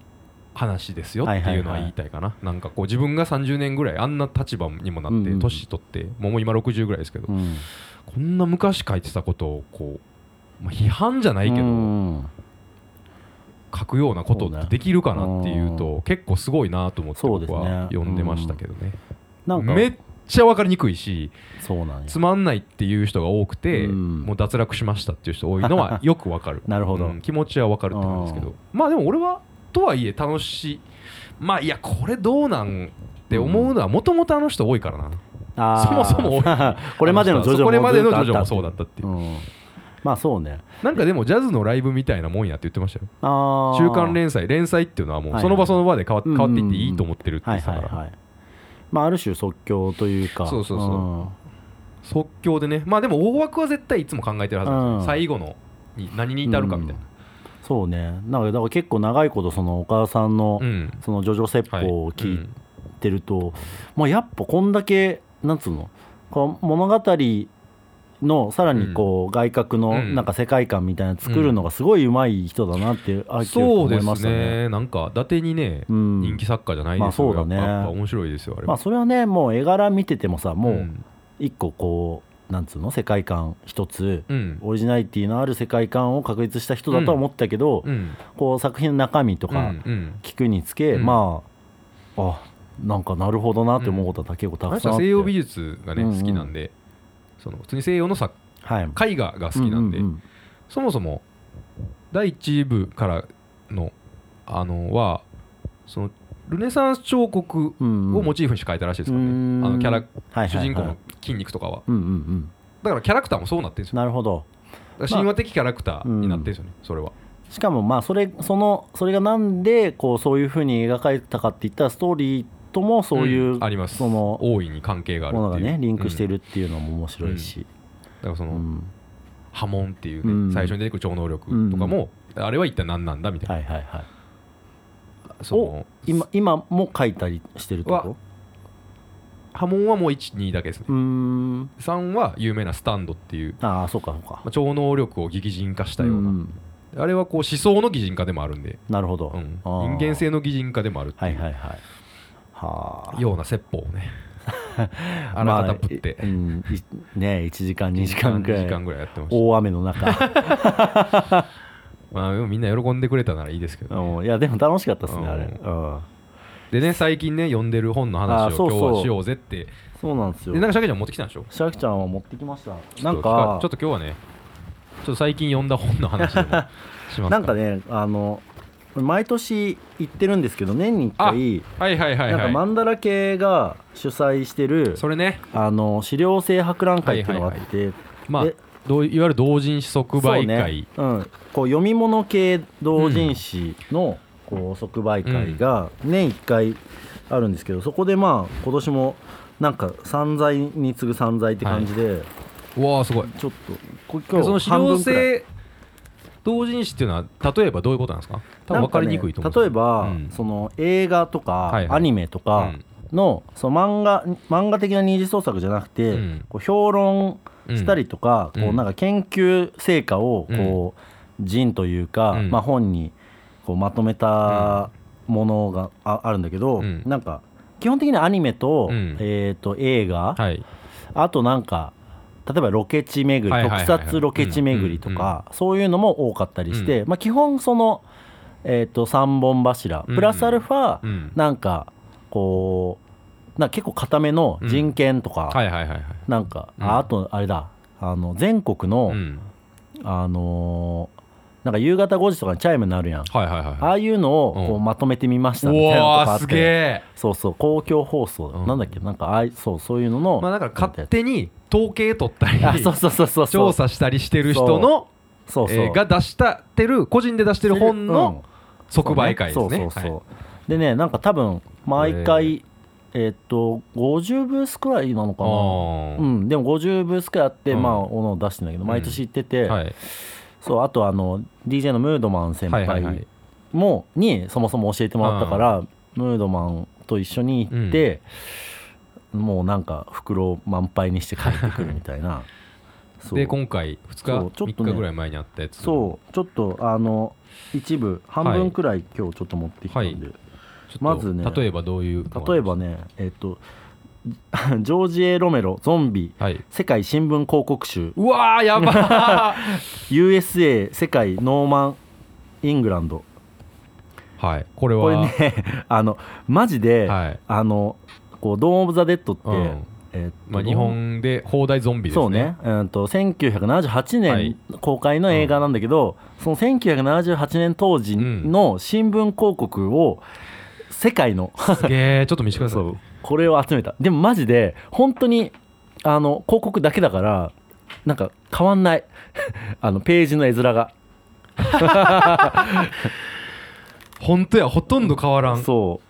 Speaker 2: 話ですよっ
Speaker 1: は
Speaker 2: て
Speaker 1: いはいはい
Speaker 2: いうのは言いたいかな、なんかこう自分が30年ぐらいあんな立場にもな
Speaker 1: うん
Speaker 2: っ
Speaker 1: う
Speaker 2: て
Speaker 1: んうん
Speaker 2: 年取ってもうもう今60ぐらいですけど
Speaker 1: うん。
Speaker 2: こんな昔書いてたことをこう、まあ、批判じゃないけど、
Speaker 1: うん
Speaker 2: 書くようなことってできるかなっていう
Speaker 1: そう
Speaker 2: と結構すごいなと思って
Speaker 1: そうで
Speaker 2: 僕
Speaker 1: すね
Speaker 2: は読んでましたけどね
Speaker 1: なんか
Speaker 2: めっちゃ分かりにくいし
Speaker 1: そうなんや
Speaker 2: つまんないっていう人が多くて
Speaker 1: うん
Speaker 2: もう脱落しましたっていう人多いのはよく分かる
Speaker 1: なるほど
Speaker 2: うん気持ちは分かるって感じですけ
Speaker 1: う
Speaker 2: どまあでも俺はとはいえ楽しいまあいやこれどうなんって思うのはもともとあの人多いからな
Speaker 1: あー
Speaker 2: そもそも
Speaker 1: これまでのジョジョ
Speaker 2: そうこれまでのジ
Speaker 1: ず
Speaker 2: ョ
Speaker 1: っ
Speaker 2: ジ
Speaker 1: と
Speaker 2: ョ
Speaker 1: あ
Speaker 2: も
Speaker 1: っ
Speaker 2: そうだったっていう
Speaker 1: うんまあそうね
Speaker 2: なんかでもジャズのライブみたいなもんやって言ってましたよ
Speaker 1: あー
Speaker 2: 週刊連載連載っていうのはも
Speaker 1: は
Speaker 2: う
Speaker 1: い
Speaker 2: その場その場で変わっ
Speaker 1: うん
Speaker 2: 変わっていっていいと思ってるって言
Speaker 1: はい
Speaker 2: ってた
Speaker 1: はい
Speaker 2: から
Speaker 1: はいまあある種即興というか
Speaker 2: そうそうそうん即興でねまあでも大枠は絶対いつも考えてるはずなんですよ、
Speaker 1: うん
Speaker 2: 最後のに何に至るかみたいな
Speaker 1: そうねなんかだから結構長いことその岡田さんの
Speaker 2: うん、
Speaker 1: そのジョジョ説
Speaker 2: はい
Speaker 1: 法を聞い
Speaker 2: うん
Speaker 1: ってると、まあ、やっぱこんだけなんつうのこう物語のさらにこう外角
Speaker 2: う
Speaker 1: の
Speaker 2: ん
Speaker 1: なんか世界観みたいなの作るのがすごいうまい人だなってあき
Speaker 2: そう
Speaker 1: 思
Speaker 2: で
Speaker 1: いますしたね。
Speaker 2: ねなんか伊達にね、
Speaker 1: うん
Speaker 2: 人気作家じゃない
Speaker 1: ま
Speaker 2: で
Speaker 1: あ
Speaker 2: す
Speaker 1: そ
Speaker 2: よ
Speaker 1: うだね
Speaker 2: やっぱやっぱ面白いですよあれ
Speaker 1: まあそれはねもう絵柄見ててもさも
Speaker 2: う、
Speaker 1: うん一個こうなんつうの世界観一つ
Speaker 2: うん
Speaker 1: オリジナリティのある世界観を確立した人だとは思ったけど、
Speaker 2: うん
Speaker 1: こう作品の中身と
Speaker 2: うんう
Speaker 1: か
Speaker 2: ん
Speaker 1: 聞くにつけ、
Speaker 2: うん
Speaker 1: まああなんかなるほどなって思うことは結構
Speaker 2: あ
Speaker 1: た
Speaker 2: の
Speaker 1: く
Speaker 2: 人
Speaker 1: さんあ
Speaker 2: は
Speaker 1: って、
Speaker 2: 西洋美術がね
Speaker 1: うんうん
Speaker 2: 好きなんで、その普通に西洋の作
Speaker 1: はい、
Speaker 2: 絵画が好きなんで、
Speaker 1: うう
Speaker 2: そもそも第一部からのあのはそのルネサンス彫刻
Speaker 1: うんうん
Speaker 2: をモチーフにして描いたらしいですからね、
Speaker 1: うん
Speaker 2: あのキャラ
Speaker 1: はいはいはい
Speaker 2: 主人公の筋肉とかは
Speaker 1: うんうんうん
Speaker 2: だからキャラクターもそうなってるんですよ
Speaker 1: なるほど
Speaker 2: だから神話的キャラクターになってるんですよね、それは
Speaker 1: しかもまあそれそのそれがなんでこうそういうふうに描かれたかって言ったらストーリーともそういう、
Speaker 2: んあります
Speaker 1: その
Speaker 2: 大いに関係がある
Speaker 1: もの
Speaker 2: っ
Speaker 1: が
Speaker 2: ていう
Speaker 1: ねリンクして
Speaker 2: うん
Speaker 1: るっていうのも面白いし、
Speaker 2: だからその、
Speaker 1: うん
Speaker 2: 波紋っていうね、
Speaker 1: うん
Speaker 2: 最初に出てくる超能力とかも、あれは一体何なんだみたいな、
Speaker 1: はいはいはい
Speaker 2: その
Speaker 1: 今今も描いたりしてるってこ
Speaker 2: は波紋はもう12だけですね
Speaker 1: とうーん
Speaker 2: 3は有名なスタンドっていう、
Speaker 1: ああそうかそうか
Speaker 2: まあ、超能力を擬人化したような、
Speaker 1: ん
Speaker 2: あれはこう思想の擬人化でもあるんで、
Speaker 1: なるほど、
Speaker 2: うん
Speaker 1: あー
Speaker 2: 人間性の擬人化でもあるって
Speaker 1: はいいうはいはいはあ
Speaker 2: ような説法を ねあらかたぶって、
Speaker 1: まあいうん、いね1時間2時間くら
Speaker 2: 2時間
Speaker 1: い
Speaker 2: ぐらいやってました
Speaker 1: 大雨の 中
Speaker 2: まあでもみんな喜んでくれたならいいですけどね、
Speaker 1: うんいやでも楽しかったですね
Speaker 2: うん
Speaker 1: あれ、うん、
Speaker 2: でね最近ね読んでる本の話
Speaker 1: あ
Speaker 2: を
Speaker 1: ーそうそう
Speaker 2: 今日はしようぜって
Speaker 1: そうなんですよ
Speaker 2: でなんかシャケちゃん持ってきたんでしょ
Speaker 1: シャキちゃんは持ってきました
Speaker 2: ち
Speaker 1: な
Speaker 2: ょっ
Speaker 1: ん
Speaker 2: と
Speaker 1: か
Speaker 2: ちょっと今日はねちょっと最近読んだ本の話 でもしますら
Speaker 1: なんかねあの毎年行ってるんですけど年に1回
Speaker 2: はいはいはい
Speaker 1: な
Speaker 2: は
Speaker 1: ん
Speaker 2: い、
Speaker 1: かマンダラ系が主催してる
Speaker 2: それね
Speaker 1: あの資料性博覧会っていうのがあって、
Speaker 2: まあ
Speaker 1: で
Speaker 2: どういわゆる同人誌即売
Speaker 1: そう
Speaker 2: 会
Speaker 1: ねうん、こう読み物系同人誌のこう即売会が年1回あるんですけど、そこでまあ今年もなんか散財に次ぐ散財って感じで、
Speaker 2: うわあすごい
Speaker 1: ちょっとこ今
Speaker 2: でその
Speaker 1: 日
Speaker 2: 資
Speaker 1: 半
Speaker 2: 料
Speaker 1: 分くらい
Speaker 2: 性同人誌っていうのは例えばどういうことなんですか多分分かりにくいと思
Speaker 1: なんかね例
Speaker 2: う
Speaker 1: え
Speaker 2: んです
Speaker 1: ば、
Speaker 2: うん
Speaker 1: その映画と
Speaker 2: はい
Speaker 1: か
Speaker 2: はい
Speaker 1: アニメとかの,、その漫画漫画的な二次創作じゃなくて、
Speaker 2: うん
Speaker 1: こう評論
Speaker 2: うん
Speaker 1: したりとか、
Speaker 2: うん
Speaker 1: こ
Speaker 2: う
Speaker 1: うんなんか研究成果をこう人、というか、
Speaker 2: うん
Speaker 1: まあ、本にこうまとめたものがああるんだけど、
Speaker 2: うん
Speaker 1: なんか基本的にアニメと,、
Speaker 2: うん
Speaker 1: えー、と映画、
Speaker 2: はい
Speaker 1: あとなんか例えばロケ地巡り、
Speaker 2: はいはいはいはい
Speaker 1: 特撮ロケ地巡りとか、そういうのも多かったりして、まあ、基本その、えー、と3本柱
Speaker 2: うん
Speaker 1: プラスアルファ、
Speaker 2: うん
Speaker 1: なんかこうなんか結構固めの人権とか、
Speaker 2: はいはいはいはい
Speaker 1: なんか、
Speaker 2: うん
Speaker 1: ああとあれだあの全国の、
Speaker 2: うん
Speaker 1: あのーなんか夕方5時とかにチャイム鳴るやん
Speaker 2: はいはいはい
Speaker 1: ああいうのをこう
Speaker 2: うん
Speaker 1: まとめてみましたみ
Speaker 2: う
Speaker 1: たいなのとかあ
Speaker 2: わー
Speaker 1: っ
Speaker 2: す
Speaker 1: て、
Speaker 2: げえ
Speaker 1: そうそう公共放送、
Speaker 2: うん
Speaker 1: なんだっけなんかああいそうそういうのの、
Speaker 2: まあだから勝手に統計取ったり
Speaker 1: あそうそうそうそうそう
Speaker 2: 調査したりしてる人の
Speaker 1: そうそう、
Speaker 2: えーが出したてる個人で出してる本の即売会です
Speaker 1: そうそ
Speaker 2: ね
Speaker 1: うそう、
Speaker 2: はい
Speaker 1: でねなんか多分毎回えーっと50ブースくらいなのか
Speaker 2: あ
Speaker 1: な
Speaker 2: ー
Speaker 1: うん、でも50ブースくらいあって、
Speaker 2: うん
Speaker 1: まあおのおの出してんだけど毎年行ってて、
Speaker 2: はい
Speaker 1: そうあとあの DJ のムードマン先
Speaker 2: はいはいは
Speaker 1: 輩
Speaker 2: い
Speaker 1: もにそもそも教えてもらったから、ムードマンと一緒に行って、もうなんか袋を満杯にして帰ってくるみたい なそう
Speaker 2: で今回
Speaker 1: そう
Speaker 2: 2
Speaker 1: ち
Speaker 2: 日、
Speaker 1: ょっと
Speaker 2: 3
Speaker 1: ね
Speaker 2: 日ぐらい前にあったやつ
Speaker 1: そうちょっとあの一部半分くらい今日ちょっと持ってきたんで、
Speaker 2: ちょっと
Speaker 1: まずね
Speaker 2: 例えばどういうのがある
Speaker 1: 例えばねえっと ジョージ・ A ・ロメロ「ゾンビ
Speaker 2: はい」
Speaker 1: 世界新聞広告集
Speaker 2: うわー やば
Speaker 1: USA 世界ノーマン・イングランド
Speaker 2: ーはいこれは
Speaker 1: これね あのマジで、
Speaker 2: はい
Speaker 1: あのこうドーン・オブ・ザ・デッドって、
Speaker 2: うん
Speaker 1: えっと
Speaker 2: まあ、日本で放題ゾンビですね
Speaker 1: そうね、うん、と1978
Speaker 2: はい
Speaker 1: 年公開の映画なんだけど、その1978年当時の新聞広告を世界の、
Speaker 2: すげえちょっと見せてくださ
Speaker 1: そ
Speaker 2: いう
Speaker 1: これを集めたでもマジで本当にあの広告だけだからなんか変わんない あのページの絵面が
Speaker 2: 本当やほとんど変わらん
Speaker 1: そう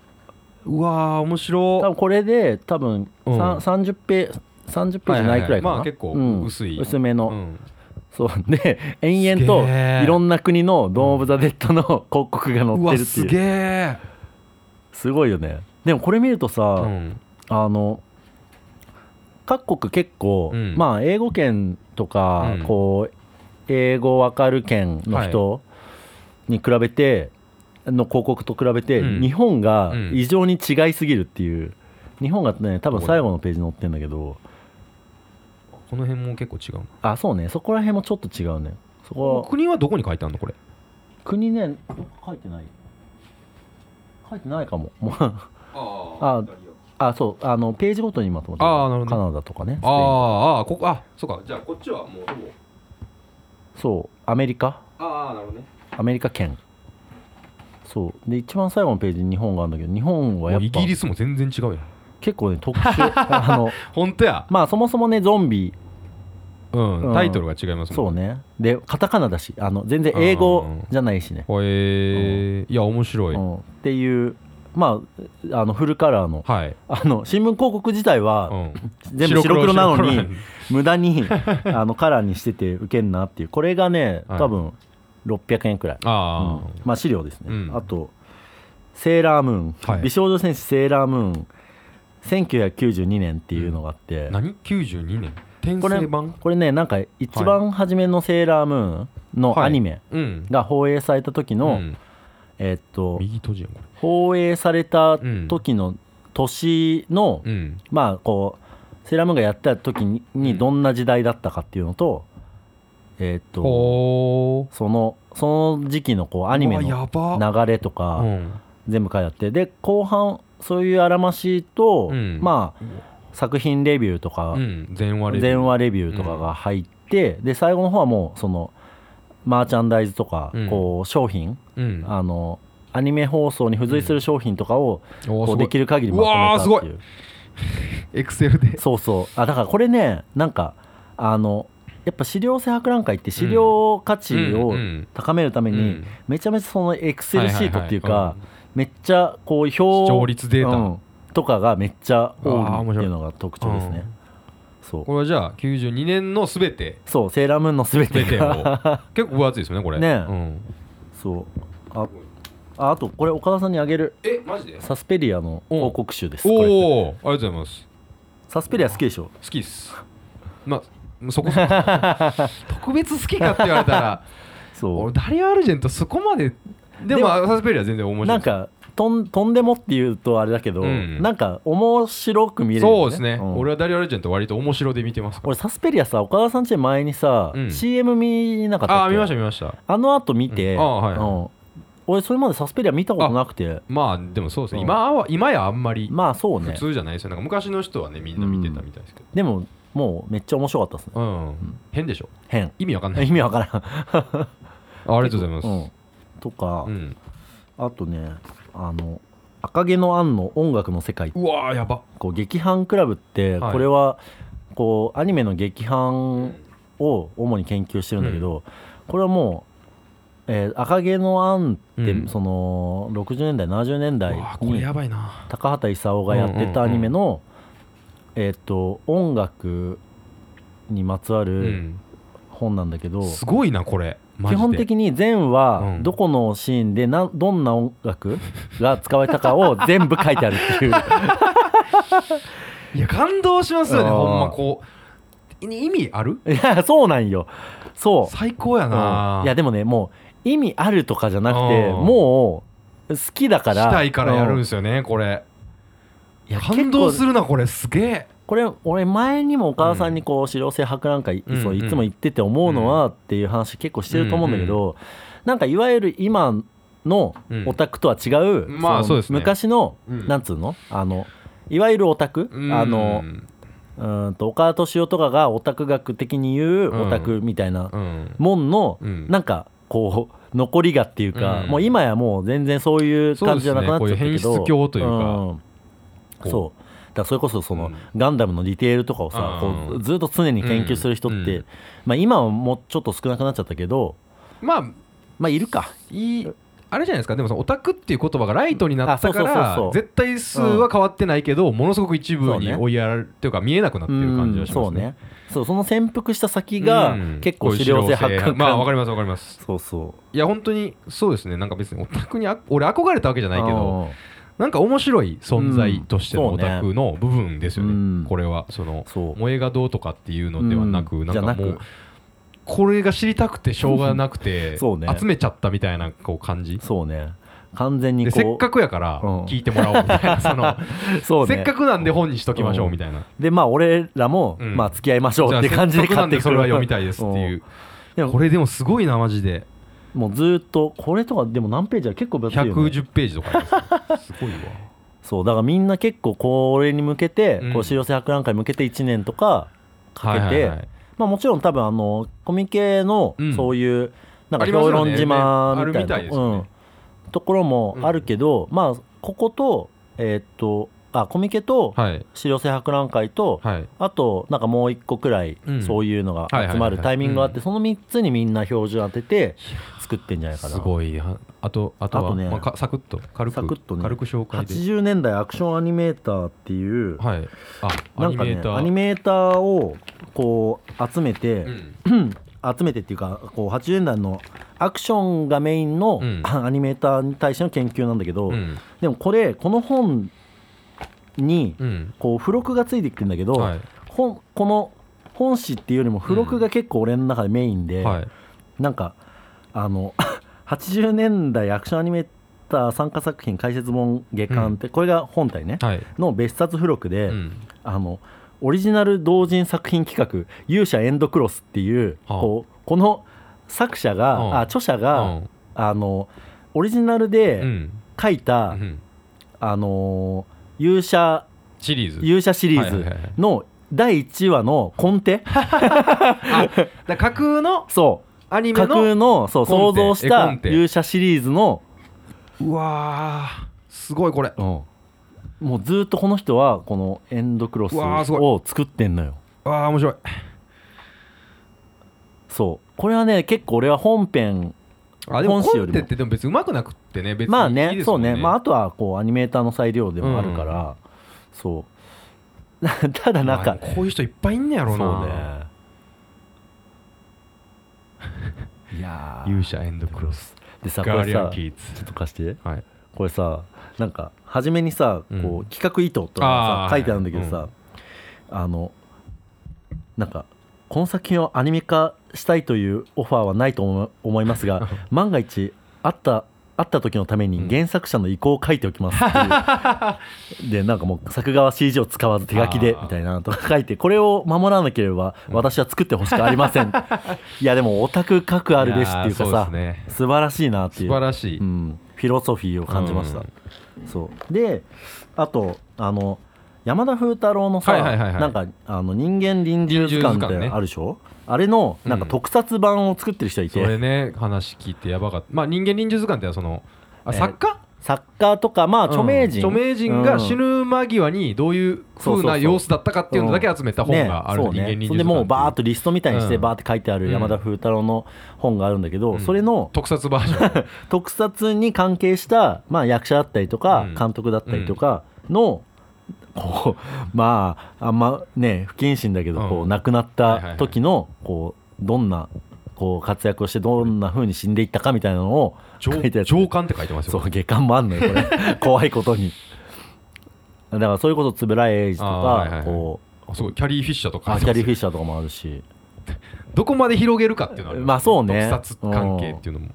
Speaker 2: うわー面
Speaker 1: 多
Speaker 2: 白
Speaker 1: 分これで多分
Speaker 2: うん
Speaker 1: さん30ペ30ページないくらいかな、
Speaker 2: はいはいはいまあ結構
Speaker 1: うん
Speaker 2: 薄い
Speaker 1: 薄め
Speaker 2: う
Speaker 1: の、
Speaker 2: ん、
Speaker 1: そうで延々
Speaker 2: すげえ
Speaker 1: といろんな国の「ドーン・オブ・ザ・デッド」の広告が載
Speaker 2: う
Speaker 1: って
Speaker 2: わ
Speaker 1: るって
Speaker 2: す
Speaker 1: いう
Speaker 2: げえ、
Speaker 1: すごいよねでもこれ見るとさ、
Speaker 2: うん、
Speaker 1: あの各国結構、
Speaker 2: うん
Speaker 1: まあ英語圏とか、
Speaker 2: うん
Speaker 1: こう英語わかる圏の人に比べて、の広告と比べて、
Speaker 2: うん
Speaker 1: 日本が
Speaker 2: うん
Speaker 1: 異常に違いすぎるっていう、日本がね多分最後のページに載ってんだけど
Speaker 2: この辺も結構違う
Speaker 1: あそうねそこら辺もちょっと違うねそこ
Speaker 2: な
Speaker 1: は
Speaker 2: 国はどこに書いてあるのこれ
Speaker 1: 国ね書いてない書いてないかももう
Speaker 2: あ
Speaker 1: ああそうあのページごとに今と思って
Speaker 2: あーなるほど
Speaker 1: カナダとかねスペイン
Speaker 2: ああここあそうかじゃあこっちはもうほぼ
Speaker 1: そうアメリカ
Speaker 2: ああなるほどね
Speaker 1: アメリカ圏そうで一番最後のページに日本があるんだけど日本はやっ
Speaker 2: イ
Speaker 1: ぱ
Speaker 2: ギリスも全然違うやん
Speaker 1: 結構ね特殊 あの
Speaker 2: 本当や
Speaker 1: まあそもそもねゾンビ
Speaker 2: う
Speaker 1: うんん
Speaker 2: タイトルが違います
Speaker 1: そ
Speaker 2: も
Speaker 1: うん
Speaker 2: ね
Speaker 1: ねでカタカナだしあの全然英語じゃないしね、
Speaker 2: そうねへえいや面白
Speaker 1: う
Speaker 2: い
Speaker 1: ん、っていうまああのフルカラーの
Speaker 2: はい
Speaker 1: あの新聞広告自体
Speaker 2: う
Speaker 1: は
Speaker 2: ん
Speaker 1: 全部白黒なの
Speaker 2: 白
Speaker 1: に
Speaker 2: 黒
Speaker 1: 無駄にあのカラーにしててウケんなっていうこれがね
Speaker 2: はい
Speaker 1: 多分600円くらい
Speaker 2: あ
Speaker 1: うんまあ資料ですね、
Speaker 2: うん
Speaker 1: あと「セーラームーン」
Speaker 2: はい
Speaker 1: 美少女戦士セーラームーン」1992年っていうのがあって、
Speaker 2: あ何92年転
Speaker 1: こ
Speaker 2: 生
Speaker 1: れ
Speaker 2: 版
Speaker 1: これねなんか一番初めの「セーラームーン」の
Speaker 2: はい
Speaker 1: アニメ
Speaker 2: うん
Speaker 1: が放映された時の、
Speaker 2: うん
Speaker 1: えーっと
Speaker 2: 右閉じやんこれ
Speaker 1: 放映された時の年の、
Speaker 2: うん
Speaker 1: まあこう「セーラームーン」がやった時ににどんな時代だったかっていうのと、えーっと
Speaker 2: ほー
Speaker 1: そのその時期のこうアニメ
Speaker 2: うわ
Speaker 1: の
Speaker 2: やば
Speaker 1: 流れとか、
Speaker 2: うん
Speaker 1: 全部書いてあってで後半そういうあらましと、
Speaker 2: うん
Speaker 1: まあ作品レビューとか
Speaker 2: うん全割れ
Speaker 1: 全話レビューとかが入って、で最後の方はもうそのマーチャンダイズとか、
Speaker 2: うん
Speaker 1: こう商品
Speaker 2: うん
Speaker 1: あのアニメ放送に付随する商品とかを
Speaker 2: おー
Speaker 1: こう
Speaker 2: すごい
Speaker 1: できる限りまとめたっていう
Speaker 2: エクセルで
Speaker 1: そうそうあだからこれねなんかあのやっぱ資料性博覧会って資料価値を
Speaker 2: うんうん
Speaker 1: 高めるために、
Speaker 2: うん
Speaker 1: めちゃめちゃそのエクセルシートっていうか、
Speaker 2: はいはいはいうん
Speaker 1: めっちゃこう表
Speaker 2: 視聴率データ
Speaker 1: うんとかがめっちゃ
Speaker 2: あー
Speaker 1: 多い
Speaker 2: 面
Speaker 1: って
Speaker 2: 白い
Speaker 1: いうのが特徴ですね。そう
Speaker 2: これはじゃあ92年のすべて
Speaker 1: そうセーラームーンのすべ
Speaker 2: すべ
Speaker 1: て
Speaker 2: て
Speaker 1: が
Speaker 2: を結構分厚いですよねこれ
Speaker 1: ねえ
Speaker 2: うん
Speaker 1: そうあああとこれ岡田さんにあげる
Speaker 2: えマジで
Speaker 1: サスペリアの報告集です
Speaker 2: お
Speaker 1: これ
Speaker 2: おありがとうございます
Speaker 1: サスペリア好きでしょ
Speaker 2: 好きっすまあそこ そこ特別好きかって言われたら
Speaker 1: そ
Speaker 2: 俺ダリオ・アルジェントそこまででも
Speaker 1: で
Speaker 2: サスペリアは全然面白
Speaker 1: う
Speaker 2: い
Speaker 1: なんかとんとんでもっていうとあれだけど、
Speaker 2: うん
Speaker 1: なんか面白く見れる
Speaker 2: そうですね、
Speaker 1: ん
Speaker 2: 俺はダリオ・アルジェント割と面白で見てますから
Speaker 1: 俺サスペリアさ岡田さんち前にさ、
Speaker 2: うん
Speaker 1: CM 見なかったっけ
Speaker 2: ああー見ました見ました
Speaker 1: あの後見て、
Speaker 2: うんあーは
Speaker 1: うん俺それまでサスペリア見たことなくて
Speaker 2: まあでもそうですね、
Speaker 1: うん
Speaker 2: 今は今やあんまり
Speaker 1: まあそう
Speaker 2: 普
Speaker 1: ね
Speaker 2: 通じゃないですよなんか昔の人はねみんな見てたみたいですけど
Speaker 1: でももうめっちゃ面白かったですね
Speaker 2: うん、変でしょ
Speaker 1: 変
Speaker 2: 意味わかんない
Speaker 1: 意味わから
Speaker 2: あありがとうございます
Speaker 1: ん、うん、とか、
Speaker 2: うん
Speaker 1: あとねあの「赤毛のアンの音楽の世界
Speaker 2: うわーやば」
Speaker 1: こう劇伴クラブって
Speaker 2: はい
Speaker 1: これはこうアニメの劇伴を主に研究してるんだけど、これはもう、えー赤毛のアンって、
Speaker 2: うん
Speaker 1: その60年代70年
Speaker 2: う
Speaker 1: 代
Speaker 2: わーこれ
Speaker 1: に
Speaker 2: やばいな
Speaker 1: 高畑勲がやってたアニメの、えっ、と音楽にまつわ
Speaker 2: う
Speaker 1: る
Speaker 2: ん
Speaker 1: 本なんだけど
Speaker 2: すごいなこれマジ
Speaker 1: 基
Speaker 2: で
Speaker 1: 本的に全
Speaker 2: う
Speaker 1: は
Speaker 2: ん
Speaker 1: どこのシーンでなどんな音楽が使われたかを 全部書いてあるっていう
Speaker 2: いや感動しますよね
Speaker 1: あー
Speaker 2: ほんまこうい意味ある
Speaker 1: いやそうなんよそう
Speaker 2: 最高やな、
Speaker 1: いやでもねもう意味あるとかじゃなくて
Speaker 2: うん
Speaker 1: もう好きだから
Speaker 2: したいからやるん
Speaker 1: うん
Speaker 2: ですよね、これ
Speaker 1: いや
Speaker 2: 感動
Speaker 1: 結
Speaker 2: す
Speaker 1: 構
Speaker 2: るなこれすげえ
Speaker 1: これ俺前にもお母さんにこう資料性博覧会、
Speaker 2: うん
Speaker 1: そう
Speaker 2: うん
Speaker 1: いつも行ってて思うのはっていう話結構してると思うんだけど、なんかいわゆる今の
Speaker 2: うん
Speaker 1: オタクとは違う、
Speaker 2: まあ
Speaker 1: の
Speaker 2: そうですね
Speaker 1: 昔の、
Speaker 2: うん
Speaker 1: なんつうのあのいわゆるオタク、あのうーんと岡田敏夫とかがオタク学的に言うオタクみたいな
Speaker 2: うん
Speaker 1: もんの、
Speaker 2: うん
Speaker 1: なんかこう残りがっていうか、
Speaker 2: うん
Speaker 1: もう今やもう全然そういう感じじゃなくなっちゃったけど
Speaker 2: そうですねこういう変質教というか
Speaker 1: んそうだからそれこそその、
Speaker 2: うん
Speaker 1: ガンダムのディテールとかをさ、
Speaker 2: うん
Speaker 1: こうずっと常に研究する人って、
Speaker 2: うんうん
Speaker 1: まあ、今はもうちょっと少なくなっちゃったけど
Speaker 2: まあ
Speaker 1: まあいるか
Speaker 2: いいあれじゃないですかでもさオタクっていう言葉がライトになったか
Speaker 1: あ
Speaker 2: ら
Speaker 1: そうそうそうそう
Speaker 2: 絶対数は変わってないけど、ものすごく一
Speaker 1: そ
Speaker 2: 部
Speaker 1: う
Speaker 2: に
Speaker 1: ね
Speaker 2: 追いやられっていうか見えなくなってる感じがしま
Speaker 1: うんそ
Speaker 2: すね。
Speaker 1: うねそうその潜伏した先が
Speaker 2: うん
Speaker 1: 結構資料性発
Speaker 2: こういう資料性
Speaker 1: 覚
Speaker 2: まあわかりますわかります。
Speaker 1: そうそう
Speaker 2: いや本当にそうですねなんか別にオタクにあ俺憧れたわけじゃないけど
Speaker 1: うん
Speaker 2: なんか面白い存在としての
Speaker 1: うん
Speaker 2: オタクの部分ですよね、
Speaker 1: うん
Speaker 2: これはその
Speaker 1: そう
Speaker 2: 萌えがどうとかっていうのではなく、
Speaker 1: うん
Speaker 2: なんかも
Speaker 1: じゃ
Speaker 2: う
Speaker 1: なく
Speaker 2: これが知りたくてしょうがなくて
Speaker 1: そうね
Speaker 2: 集めちゃったみたいなこう感じ
Speaker 1: そうね完全に
Speaker 2: で
Speaker 1: こう
Speaker 2: せっかくやから
Speaker 1: うん
Speaker 2: 聞いてもらおうみたいなその
Speaker 1: そうね
Speaker 2: せっかくなんで本にしときましょうみたいな
Speaker 1: でまあ俺らも、
Speaker 2: うん
Speaker 1: まあ付き合いましょう
Speaker 2: じゃ
Speaker 1: っ
Speaker 2: あ
Speaker 1: て感じで
Speaker 2: せっかくな
Speaker 1: 買っ
Speaker 2: ん
Speaker 1: て
Speaker 2: で
Speaker 1: く
Speaker 2: そ
Speaker 1: る
Speaker 2: れは読みたいですっていう
Speaker 1: でも
Speaker 2: これでもすごいなマジで
Speaker 1: もうずーっとこれとかでも何ページは結構分厚いよ、ね、
Speaker 2: 110ページとかありますよすごいわ
Speaker 1: そうだからみんな結構これに向けて、
Speaker 2: うん
Speaker 1: こう資料性博覧会に向けて1年とかかけて、
Speaker 2: はいはいはい
Speaker 1: まあ、もちろん多分あのコミケの
Speaker 2: うん
Speaker 1: そういうなんか
Speaker 2: あります
Speaker 1: 評
Speaker 2: よね
Speaker 1: 論島みたい
Speaker 2: ねあ
Speaker 1: な、
Speaker 2: るみたいですよね
Speaker 1: うん、ところもあるけど、まあこことえーっとあコミケと
Speaker 2: はい
Speaker 1: 資料性博覧会と、
Speaker 2: はい
Speaker 1: あとなんかもう一個くらい
Speaker 2: うん
Speaker 1: そういうのが集まるタイミングがあってその3つにみんな標準当てて作ってんじゃないか
Speaker 2: す
Speaker 1: な
Speaker 2: ごいはあとあとは
Speaker 1: あとね
Speaker 2: まあかサクッと軽く
Speaker 1: サクッとね
Speaker 2: 軽く紹介で
Speaker 1: 80年代アクションアニメーターっていう
Speaker 2: はいあア
Speaker 1: なん
Speaker 2: ニ
Speaker 1: か
Speaker 2: メ
Speaker 1: ね
Speaker 2: ーター
Speaker 1: アニメーターをこう集め
Speaker 2: う
Speaker 1: て
Speaker 2: ん
Speaker 1: 集めてっていうかこう80年代のアクションがメインの
Speaker 2: うん
Speaker 1: アニメーターに対しての研究なんだけど
Speaker 2: うん
Speaker 1: でもこれこの本に
Speaker 2: うん
Speaker 1: こう付録がついてきてるんだけど
Speaker 2: は
Speaker 1: 本この本誌っていうよりも付録が結構俺の中でメインで、
Speaker 2: いはい
Speaker 1: なんかあの 80年代アクションアニメーター参加作品解説本月刊って、これが本体ね、
Speaker 2: はい
Speaker 1: の別冊付録で、
Speaker 2: うん
Speaker 1: あのオリジナル同人作品企画「勇者エンドクロス」っていう,、
Speaker 2: はあ
Speaker 1: こうこの作者が、
Speaker 2: うん
Speaker 1: あ著者
Speaker 2: う
Speaker 1: が、
Speaker 2: ん
Speaker 1: あのオリジナル
Speaker 2: う
Speaker 1: で
Speaker 2: ん
Speaker 1: 書いた、
Speaker 2: うん
Speaker 1: あのー勇者
Speaker 2: シリーズ
Speaker 1: 勇者シリー
Speaker 2: はいはい
Speaker 1: ズ
Speaker 2: はい
Speaker 1: の第1話のコンテ
Speaker 2: だから架空の
Speaker 1: そう
Speaker 2: アニメ
Speaker 1: 架空
Speaker 2: の
Speaker 1: のそう想
Speaker 2: コンテ
Speaker 1: 像し
Speaker 2: 絵コ
Speaker 1: た
Speaker 2: ンテ
Speaker 1: 勇者シリーズの、
Speaker 2: うわーすごいこれ
Speaker 1: もうずーっとこの人はこのエンドクロス
Speaker 2: うわーすごい
Speaker 1: を作ってんのよ
Speaker 2: ああ面白い
Speaker 1: そうこれはね結構俺は本編
Speaker 2: あでも
Speaker 1: 本誌
Speaker 2: コ
Speaker 1: よりも
Speaker 2: ンテってでも別にうまくなくってね別に
Speaker 1: まあね
Speaker 2: いいです
Speaker 1: そ
Speaker 2: も
Speaker 1: うん
Speaker 2: ね
Speaker 1: ね、まあ、あとはこうアニメーターの裁量でもあるから、そうただなん
Speaker 2: ま
Speaker 1: か
Speaker 2: あ、こういう人いっぱいいんねやろう
Speaker 1: そう
Speaker 2: な
Speaker 1: ね いやー
Speaker 2: 勇者エンドクロス
Speaker 1: でさこ
Speaker 2: ガ
Speaker 1: れ
Speaker 2: ーリア
Speaker 1: さ
Speaker 2: ンキ
Speaker 1: ちょ
Speaker 2: ーズ
Speaker 1: っと貸して
Speaker 2: はい
Speaker 1: これさなんか初めにさ、
Speaker 2: うん
Speaker 1: こう企画意図とか
Speaker 2: あー
Speaker 1: さ書いてあるんだけどさ、
Speaker 2: は
Speaker 1: あのなんかこの作品をアニメ化したいというオファーはないと思思います が万が一あったあった時のため
Speaker 2: うん
Speaker 1: に原作者の意向を書いておきます っていうでなんかもう作画は CG を使わず手書きで
Speaker 2: あー
Speaker 1: みたいなのとか書いてこれを守らなければ私は作ってほしくありませ んいやでもオタク書くあるべしっていうか
Speaker 2: やー
Speaker 1: さ
Speaker 2: そうですね
Speaker 1: 素晴らしいなってい
Speaker 2: 素
Speaker 1: う
Speaker 2: 晴らしい、
Speaker 1: うん、フィロソフィーを感じました、
Speaker 2: う
Speaker 1: そうであとあの山田風太郎のさ、
Speaker 2: はいはいはいはい
Speaker 1: なんかあの人間臨終図鑑っ
Speaker 2: 臨終図鑑
Speaker 1: て
Speaker 2: ね
Speaker 1: あるでしょ、あれのなんか
Speaker 2: うん
Speaker 1: 特撮版を作ってる人がい
Speaker 2: そ
Speaker 1: て、
Speaker 2: れね話聞いてやばかったまあ人間臨終図鑑ってのはそのあ
Speaker 1: えー
Speaker 2: 作家、
Speaker 1: 作家とかまあ著名人、
Speaker 2: うん著名人が死
Speaker 1: っ
Speaker 2: ぬ間際にどういう
Speaker 1: そうそう
Speaker 2: 風
Speaker 1: そ
Speaker 2: な
Speaker 1: う
Speaker 2: 様子だったかっていうのだけ集めた本がある人間臨
Speaker 1: そ
Speaker 2: 終
Speaker 1: んで
Speaker 2: 図
Speaker 1: もうバー
Speaker 2: 鑑
Speaker 1: っとリストみたいにして
Speaker 2: うん
Speaker 1: バーって書いてある山田風太郎の本があるんだけど、
Speaker 2: うん
Speaker 1: それの
Speaker 2: 特撮バージ ョン
Speaker 1: 特撮に関係した、まあ、役者だったりとか
Speaker 2: うん
Speaker 1: 監督だったりとかの、 こうまああんまね不謹慎だけど、
Speaker 2: うん
Speaker 1: こう亡くなっ
Speaker 2: はいはいは
Speaker 1: た
Speaker 2: い
Speaker 1: 時のこうどんなこう活躍をしてどんな風に死んでいったかみたいなのを書いたやつ
Speaker 2: 上官って書いてます
Speaker 1: そ
Speaker 2: よ
Speaker 1: う下巻もあんのよこ れ怖いことにだからそれこそ円谷英二とか、
Speaker 2: あーはいはいはい
Speaker 1: こう
Speaker 2: あそうキャリー・フィッシャーとか書
Speaker 1: ア
Speaker 2: い
Speaker 1: キ
Speaker 2: て
Speaker 1: ャ
Speaker 2: ます
Speaker 1: リー・
Speaker 2: よ
Speaker 1: フィッシャーとかもあるし
Speaker 2: どこまで広げるかっていうのはる
Speaker 1: まあそうね
Speaker 2: 特撮関係っていうのも、はい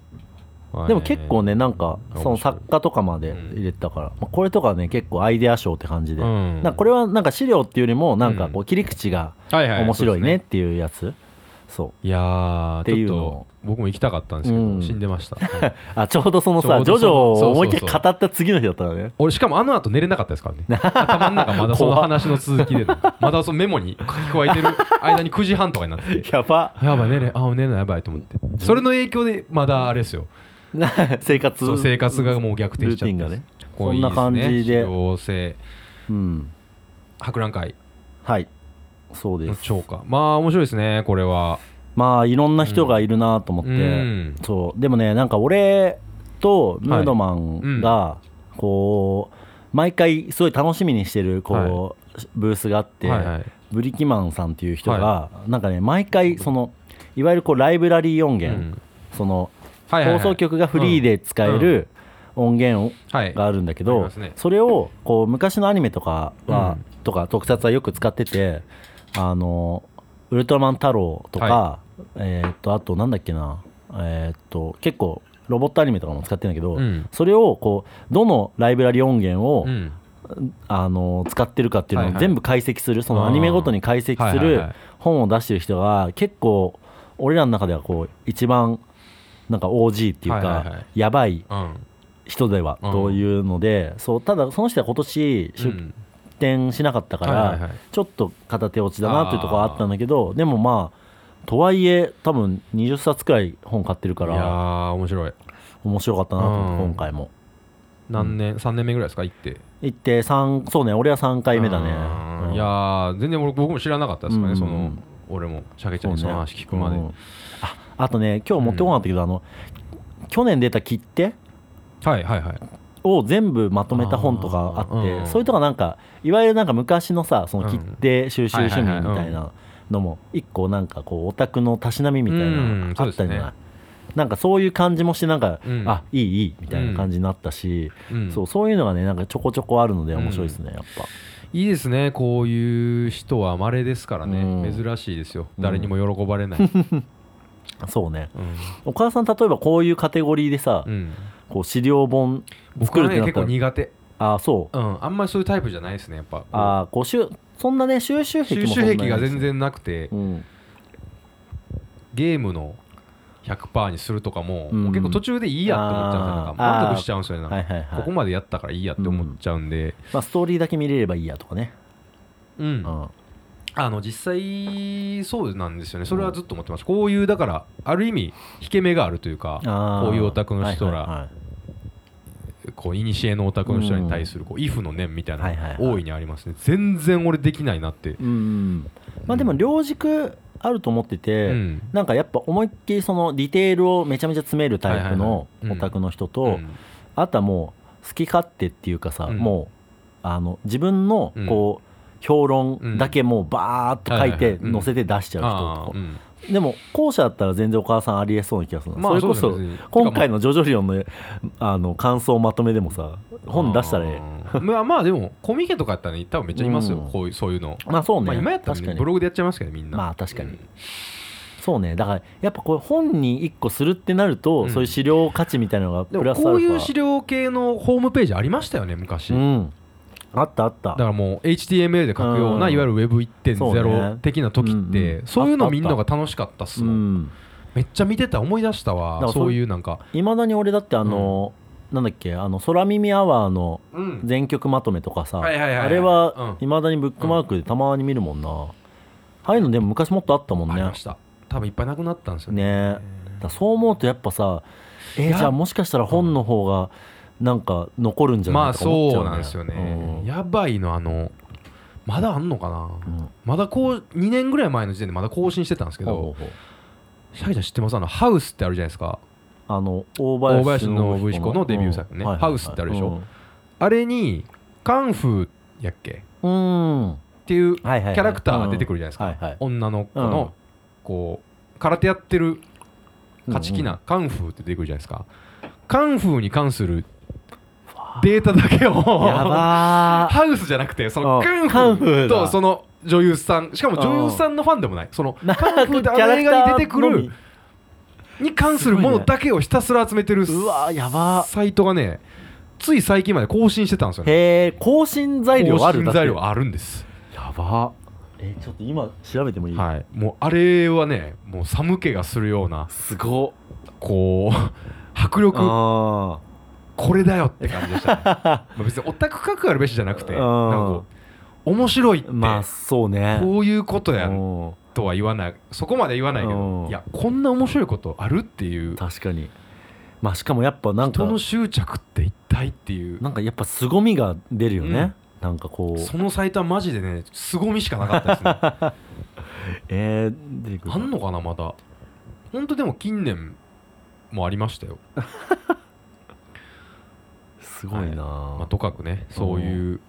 Speaker 1: でも結構ねなんか
Speaker 2: 面白い
Speaker 1: その作家とかまで入れてたから、まあ、これとかね結構アイデア賞って感じで、
Speaker 2: うん
Speaker 1: なんかこれはなんか資料っていうよりもなんかこう切り口が
Speaker 2: はいはい
Speaker 1: 面白いねっ
Speaker 2: そうです
Speaker 1: ていうやつ、そう
Speaker 2: いやー
Speaker 1: ていう
Speaker 2: ち
Speaker 1: の
Speaker 2: ょ
Speaker 1: を
Speaker 2: っと僕も行きたかったんですけど、
Speaker 1: うん
Speaker 2: 死んでました
Speaker 1: あちょうどその
Speaker 2: ちょ
Speaker 1: さ
Speaker 2: う
Speaker 1: ジョ
Speaker 2: ど
Speaker 1: ジ
Speaker 2: そ
Speaker 1: ョ
Speaker 2: の
Speaker 1: を思いっきり
Speaker 2: そう
Speaker 1: 語
Speaker 2: そうそう
Speaker 1: った次の日だったからね
Speaker 2: 俺しかもあの後寝れなかったですからね 頭の中まだその話の続きでまだそのメモに書き加えてる間に9時半とかになってて
Speaker 1: やば
Speaker 2: やばい寝れあ寝れないやばいと思ってそれの影響でまだあれですよ
Speaker 1: 生活
Speaker 2: そう生活がもう逆転しちゃって
Speaker 1: ルーティンがね
Speaker 2: こういいです
Speaker 1: そんな感じで
Speaker 2: 主要性
Speaker 1: うん
Speaker 2: 博覧会
Speaker 1: はいそうで
Speaker 2: の
Speaker 1: す
Speaker 2: 超過まあ面白いですねこれは
Speaker 1: まあいろんな人がいるなと思って、
Speaker 2: うん
Speaker 1: そうでもねなんか俺とムードマンが、こう毎回すごい楽しみにしてるこう、
Speaker 2: は
Speaker 1: ブースがあって、
Speaker 2: はいはい
Speaker 1: ブリキマンさんっていう人が、
Speaker 2: は
Speaker 1: なんかね毎回そのいわゆるこうライブラリー音
Speaker 2: う
Speaker 1: 源、
Speaker 2: ん
Speaker 1: その
Speaker 2: はいはいは
Speaker 1: 放
Speaker 2: い
Speaker 1: 送局がフリーで使える音源を
Speaker 2: はい
Speaker 1: があるんだけ
Speaker 2: あり
Speaker 1: ど、
Speaker 2: ますね
Speaker 1: それをこう昔のアニメとかは、
Speaker 2: うん
Speaker 1: とか特撮はよく使っててあのウルトラマン太郎とか、
Speaker 2: は
Speaker 1: えーっとあとなんだっけなえーっと結構ロボットアニメとかも使ってるんだけど、
Speaker 2: うん
Speaker 1: それをこうどのライブラリ音源を、
Speaker 2: うん
Speaker 1: あの使ってるかっていうの
Speaker 2: はい
Speaker 1: を
Speaker 2: はい
Speaker 1: 全部解析する、そのアニメごとに解析す
Speaker 2: はいはいは
Speaker 1: る
Speaker 2: い
Speaker 1: 本を出してる人が結構俺らの中ではこう一番なんか OG っていうか、
Speaker 2: はいはいは
Speaker 1: やばい
Speaker 2: うん
Speaker 1: 人では
Speaker 2: うん
Speaker 1: というので、そうただその人は今年
Speaker 2: う
Speaker 1: 出
Speaker 2: ん
Speaker 1: 店しなかったから、
Speaker 2: はいはいはい
Speaker 1: ちょっと片手落ちだなっていうところはあったんだけどでもまあとはいえ多分20冊くらい本買ってるか
Speaker 2: いや
Speaker 1: ら
Speaker 2: ー面白い
Speaker 1: 面白かったなと思って、
Speaker 2: うん
Speaker 1: 今回も
Speaker 2: 何年3年目ぐらいですか行って
Speaker 1: 行って三そうね俺は3回目だね
Speaker 2: うん
Speaker 1: うん
Speaker 2: いやー全然俺僕も知らなかったですから
Speaker 1: うん
Speaker 2: ねその俺もシャケちゃんにその話聞くまで
Speaker 1: そうねうんああとね今日持ってこなかったけど、あの去年出た切手
Speaker 2: はいはいはい
Speaker 1: を全部まとめた本とかあって
Speaker 2: あーうん
Speaker 1: それとかなんかいわゆるなんか昔のさその
Speaker 2: うん
Speaker 1: 切手収集趣味み
Speaker 2: はい
Speaker 1: た
Speaker 2: はいいは
Speaker 1: なのも一個なんかこうオタクのたしなみみたいな
Speaker 2: うん
Speaker 1: のあった
Speaker 2: そう
Speaker 1: じ
Speaker 2: で
Speaker 1: ゃ
Speaker 2: す
Speaker 1: ない
Speaker 2: ね
Speaker 1: なんかそういう感じもしてなんか、
Speaker 2: うん
Speaker 1: あいいいいみたいな感じになったし、
Speaker 2: うん
Speaker 1: そうそういうのがねなんかちょこちょこあるので面白いですねやっぱ、
Speaker 2: いいですねこういう人は稀ですからね
Speaker 1: うん
Speaker 2: 珍しいですよ
Speaker 1: うん
Speaker 2: 誰にも喜ばれないうん
Speaker 1: そうねお母さん例えばこういうカテゴリーでさ、
Speaker 2: うん
Speaker 1: こう資料本
Speaker 2: 僕
Speaker 1: 作る
Speaker 2: は
Speaker 1: って
Speaker 2: ね
Speaker 1: なっ
Speaker 2: 結
Speaker 1: た
Speaker 2: 構
Speaker 1: ら、
Speaker 2: 苦手
Speaker 1: ああそう
Speaker 2: うんあんまりそういうタイプじゃないですねやっぱ
Speaker 1: ああこうしゅそんなね収集癖
Speaker 2: 収
Speaker 1: もそん
Speaker 2: 集
Speaker 1: なに
Speaker 2: 癖が全然なくて
Speaker 1: うん
Speaker 2: ゲームの100%にするとかも
Speaker 1: うん
Speaker 2: もう結構途中でいいやって思っちゃうんですよなん
Speaker 1: あー
Speaker 2: か満足しちゃうんですよね
Speaker 1: は
Speaker 2: ないんか
Speaker 1: はいはい
Speaker 2: ここまでやったからいいやって思っちゃうんで
Speaker 1: まあ、ストーリーだけ見れればいいやとかね、
Speaker 2: うん
Speaker 1: うん
Speaker 2: あの実際そうなんですよねそれはずっと思ってますこういうだからある意味引け目があるというか
Speaker 1: あー
Speaker 2: こういうオタクの人
Speaker 1: はい
Speaker 2: ら
Speaker 1: はい
Speaker 2: こういにしえのオタクの人らに対するこうイフの念みたいな
Speaker 1: はいはいは
Speaker 2: の
Speaker 1: い
Speaker 2: 大いにありますね全然俺できないなって
Speaker 1: うんうんまあでも両軸あると思って
Speaker 2: う
Speaker 1: て、
Speaker 2: ん
Speaker 1: なんかやっぱ思いっきりそのディテールをめちゃめちゃ詰めるタイプの
Speaker 2: はいはいはいうん
Speaker 1: オタクの人と、
Speaker 2: うん
Speaker 1: あとはもう好き勝手っていうかさ、
Speaker 2: うん
Speaker 1: もうあの自分のこう、評論だけもうバーっと書い
Speaker 2: はいはいは
Speaker 1: て
Speaker 2: いうん
Speaker 1: 載せて出しちゃう人とか、
Speaker 2: あーうん
Speaker 1: でも後者だったら全然お母さんありえそうな気がするな、
Speaker 2: まあ
Speaker 1: それこそ
Speaker 2: そうですね
Speaker 1: 今回の「ジョジョリオンの」あの感想まとめでもさ本出したらえ
Speaker 2: あーまあまあでもコミケとかやったらね多分めっちゃいます
Speaker 1: う
Speaker 2: よ
Speaker 1: ん
Speaker 2: こういうそういうの
Speaker 1: えまあそうね、
Speaker 2: まあ今やったら
Speaker 1: 確
Speaker 2: ね
Speaker 1: かに
Speaker 2: ブログでやっちゃいますけどみんな
Speaker 1: まあ確かに
Speaker 2: うん
Speaker 1: そうねだからやっぱこれ本に1個するってなると、
Speaker 2: うん
Speaker 1: そういう資料価値みたいなのが
Speaker 2: で
Speaker 1: プ
Speaker 2: も
Speaker 1: ラスアルファ
Speaker 2: こういう資料系のホームページありましたよね昔
Speaker 1: うんあったあった
Speaker 2: だからもう HTML で書くよう
Speaker 1: う
Speaker 2: なんいわゆる
Speaker 1: そう
Speaker 2: Web1.0
Speaker 1: ね
Speaker 2: 的な時っ
Speaker 1: うんう
Speaker 2: て
Speaker 1: ん
Speaker 2: そういう
Speaker 1: あ
Speaker 2: の
Speaker 1: った
Speaker 2: みんなが楽しかったっす
Speaker 1: う
Speaker 2: もん
Speaker 1: ん
Speaker 2: めっちゃ見てた思い出した
Speaker 1: だか
Speaker 2: わ
Speaker 1: らそれ
Speaker 2: そういうなんか
Speaker 1: いまだに俺だってあの、なんだっけあの空耳アワーの
Speaker 2: うん
Speaker 1: 全曲まとめとかさ、
Speaker 2: はいはいはいはい
Speaker 1: あれは
Speaker 2: う
Speaker 1: いまだにブックマークでたまに見るもんな、ああいうのでも昔もっとあったもん
Speaker 2: あり
Speaker 1: ね
Speaker 2: ました多分いっぱいなくなったんですよね
Speaker 1: ねだからそう思うとやっぱさえ
Speaker 2: い
Speaker 1: ー、
Speaker 2: や
Speaker 1: じゃあもしかしたら本の方がなんか残るんじゃ
Speaker 2: ま
Speaker 1: ない
Speaker 2: あ
Speaker 1: かと思っちゃ、
Speaker 2: そうう
Speaker 1: ね
Speaker 2: なんですよね
Speaker 1: うん
Speaker 2: やばいのあのまだあんのかな
Speaker 1: うん
Speaker 2: まだこう2年ぐらい前の時点でまだ更新してたんですけ
Speaker 1: ほう
Speaker 2: ど
Speaker 1: ほうほう
Speaker 2: シャイちゃん知ってますあのハウスってあるじゃないですか
Speaker 1: あの大
Speaker 2: 大
Speaker 1: 林
Speaker 2: 林
Speaker 1: 信
Speaker 2: 信彦のデビュー作ねハウスってあるでしょあれにカンフーやっけ
Speaker 1: うん、うん
Speaker 2: っていう
Speaker 1: はいはいはい
Speaker 2: キャラクターが出てくるじゃないですか、
Speaker 1: うんはいはい
Speaker 2: 女の子のこう空手やってる勝ち気なカンフーって出てくるじゃないですかカンフーに関するデータだけを
Speaker 1: やば
Speaker 2: ハウスじゃなくてその
Speaker 1: あ
Speaker 2: カン
Speaker 1: カンフ
Speaker 2: フー
Speaker 1: ーだ
Speaker 2: とその女優さんしかも女優さんのファンでもないその
Speaker 1: ー
Speaker 2: カンフーってあの映画に出て
Speaker 1: キ
Speaker 2: く
Speaker 1: ャラクターのみ
Speaker 2: るに関するものだけをひたすら集めてる
Speaker 1: うわやば
Speaker 2: サイトがねつい最近まで更新してたんですよね
Speaker 1: へえ更新材料ある
Speaker 2: 更新材料あるんで
Speaker 1: だっ
Speaker 2: す
Speaker 1: てやばえちょっと今調べてもいい、
Speaker 2: はいもうあれはねもう寒気がするような
Speaker 1: すご
Speaker 2: こう 迫
Speaker 1: っ
Speaker 2: 力
Speaker 1: あ
Speaker 2: これだよって感じでした、 ね、まあ別にオタク格があるべしじゃなくて
Speaker 1: あ
Speaker 2: な
Speaker 1: ー
Speaker 2: んかこう面白いって、
Speaker 1: ーまあそうね
Speaker 2: こういうことやん
Speaker 1: うん
Speaker 2: とは言わないそこまで言わないけ
Speaker 1: うん
Speaker 2: どいやこんな面白いことあるっていう
Speaker 1: 確かにまあしかもやっぱなんか
Speaker 2: 人の執着って一体っていう
Speaker 1: なんかやっぱ凄みが出るよね、なんかこう
Speaker 2: そのサイトはマジでね凄みしかなかっ たですね
Speaker 1: えー、出てくる
Speaker 2: あんのかなまだほんとでも近年もありましたよ、
Speaker 1: すごいな、
Speaker 2: まあ、とかくねそういう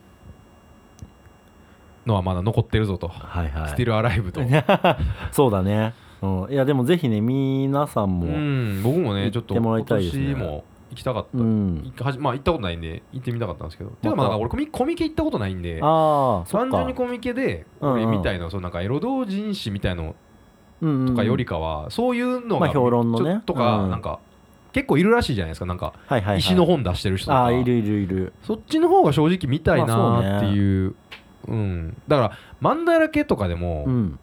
Speaker 2: のはまだ残ってるぞと、
Speaker 1: はいはい
Speaker 2: スティルアライブと、
Speaker 1: そうだね、うん、いやでもぜひね皆さん
Speaker 2: う
Speaker 1: も、
Speaker 2: ん、僕もねちょ
Speaker 1: 行っ
Speaker 2: っと
Speaker 1: てもら
Speaker 2: 今
Speaker 1: いたいですね
Speaker 2: 年も行きたかった、
Speaker 1: うん
Speaker 2: 行かはじまあ行ったことないんで行ってみたかったんですけど、てかまあ
Speaker 1: また
Speaker 2: 俺コミコミケ行ったことないんで
Speaker 1: ああそっ
Speaker 2: 単
Speaker 1: か
Speaker 2: 純にコミケで
Speaker 1: うんうん
Speaker 2: 俺みたいな,、そのなんかエロ同人誌みたいの
Speaker 1: うんうん
Speaker 2: とかよりかは、そういうのが、
Speaker 1: まあ評論のね
Speaker 2: ちょとか、
Speaker 1: うん
Speaker 2: なんか結構いるらしいじゃないですかなんか
Speaker 1: はいはいはい、
Speaker 2: 石の本出してる人とか、
Speaker 1: ああいるいるいる
Speaker 2: そっちの方が正直見たい
Speaker 1: まあそう
Speaker 2: な
Speaker 1: ね
Speaker 2: っていう,、うんだからマンダラケとかでも、
Speaker 1: うん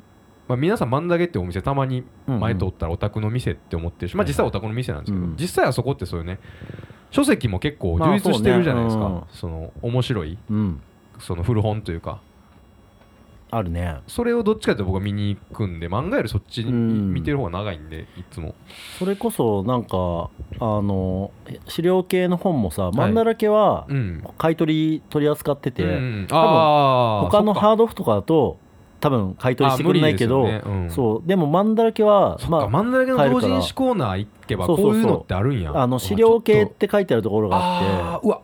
Speaker 2: まあ、皆さんマンダラケってお店たまに
Speaker 1: うん
Speaker 2: 前通ったらオタクの店って思ってるし、まあ、実際はオタクの店なんですけど、
Speaker 1: うん
Speaker 2: 実際はそこってそういうね書籍も結構充実してるじゃないですか、
Speaker 1: まあそうね
Speaker 2: その面白い
Speaker 1: うん
Speaker 2: その古本というか
Speaker 1: あるね
Speaker 2: それをどっちかというと僕は見に行くんで漫画よりそっちに
Speaker 1: うん
Speaker 2: 見てる方が長いんでいつも
Speaker 1: それこそなんかあの資料系の本もさ
Speaker 2: い
Speaker 1: 漫画だけは
Speaker 2: うん
Speaker 1: 買い取り取り扱ってて、
Speaker 2: うんうんあー
Speaker 1: 他の
Speaker 2: そっか
Speaker 1: ハードオフとかだと多分買い取りしてくれないけど、
Speaker 2: あー無理ですよねうん
Speaker 1: そうでも漫画だけは
Speaker 2: そっ
Speaker 1: ま
Speaker 2: か、
Speaker 1: あ
Speaker 2: 真ん中
Speaker 1: 入る
Speaker 2: の同
Speaker 1: から
Speaker 2: 人誌コーナー行けば、
Speaker 1: そうそうそ
Speaker 2: こ
Speaker 1: う
Speaker 2: ういうのってあるんや。
Speaker 1: あの資料系っ
Speaker 2: ちょっと
Speaker 1: て書いてあるところがあ
Speaker 2: あ
Speaker 1: って
Speaker 2: ーうわ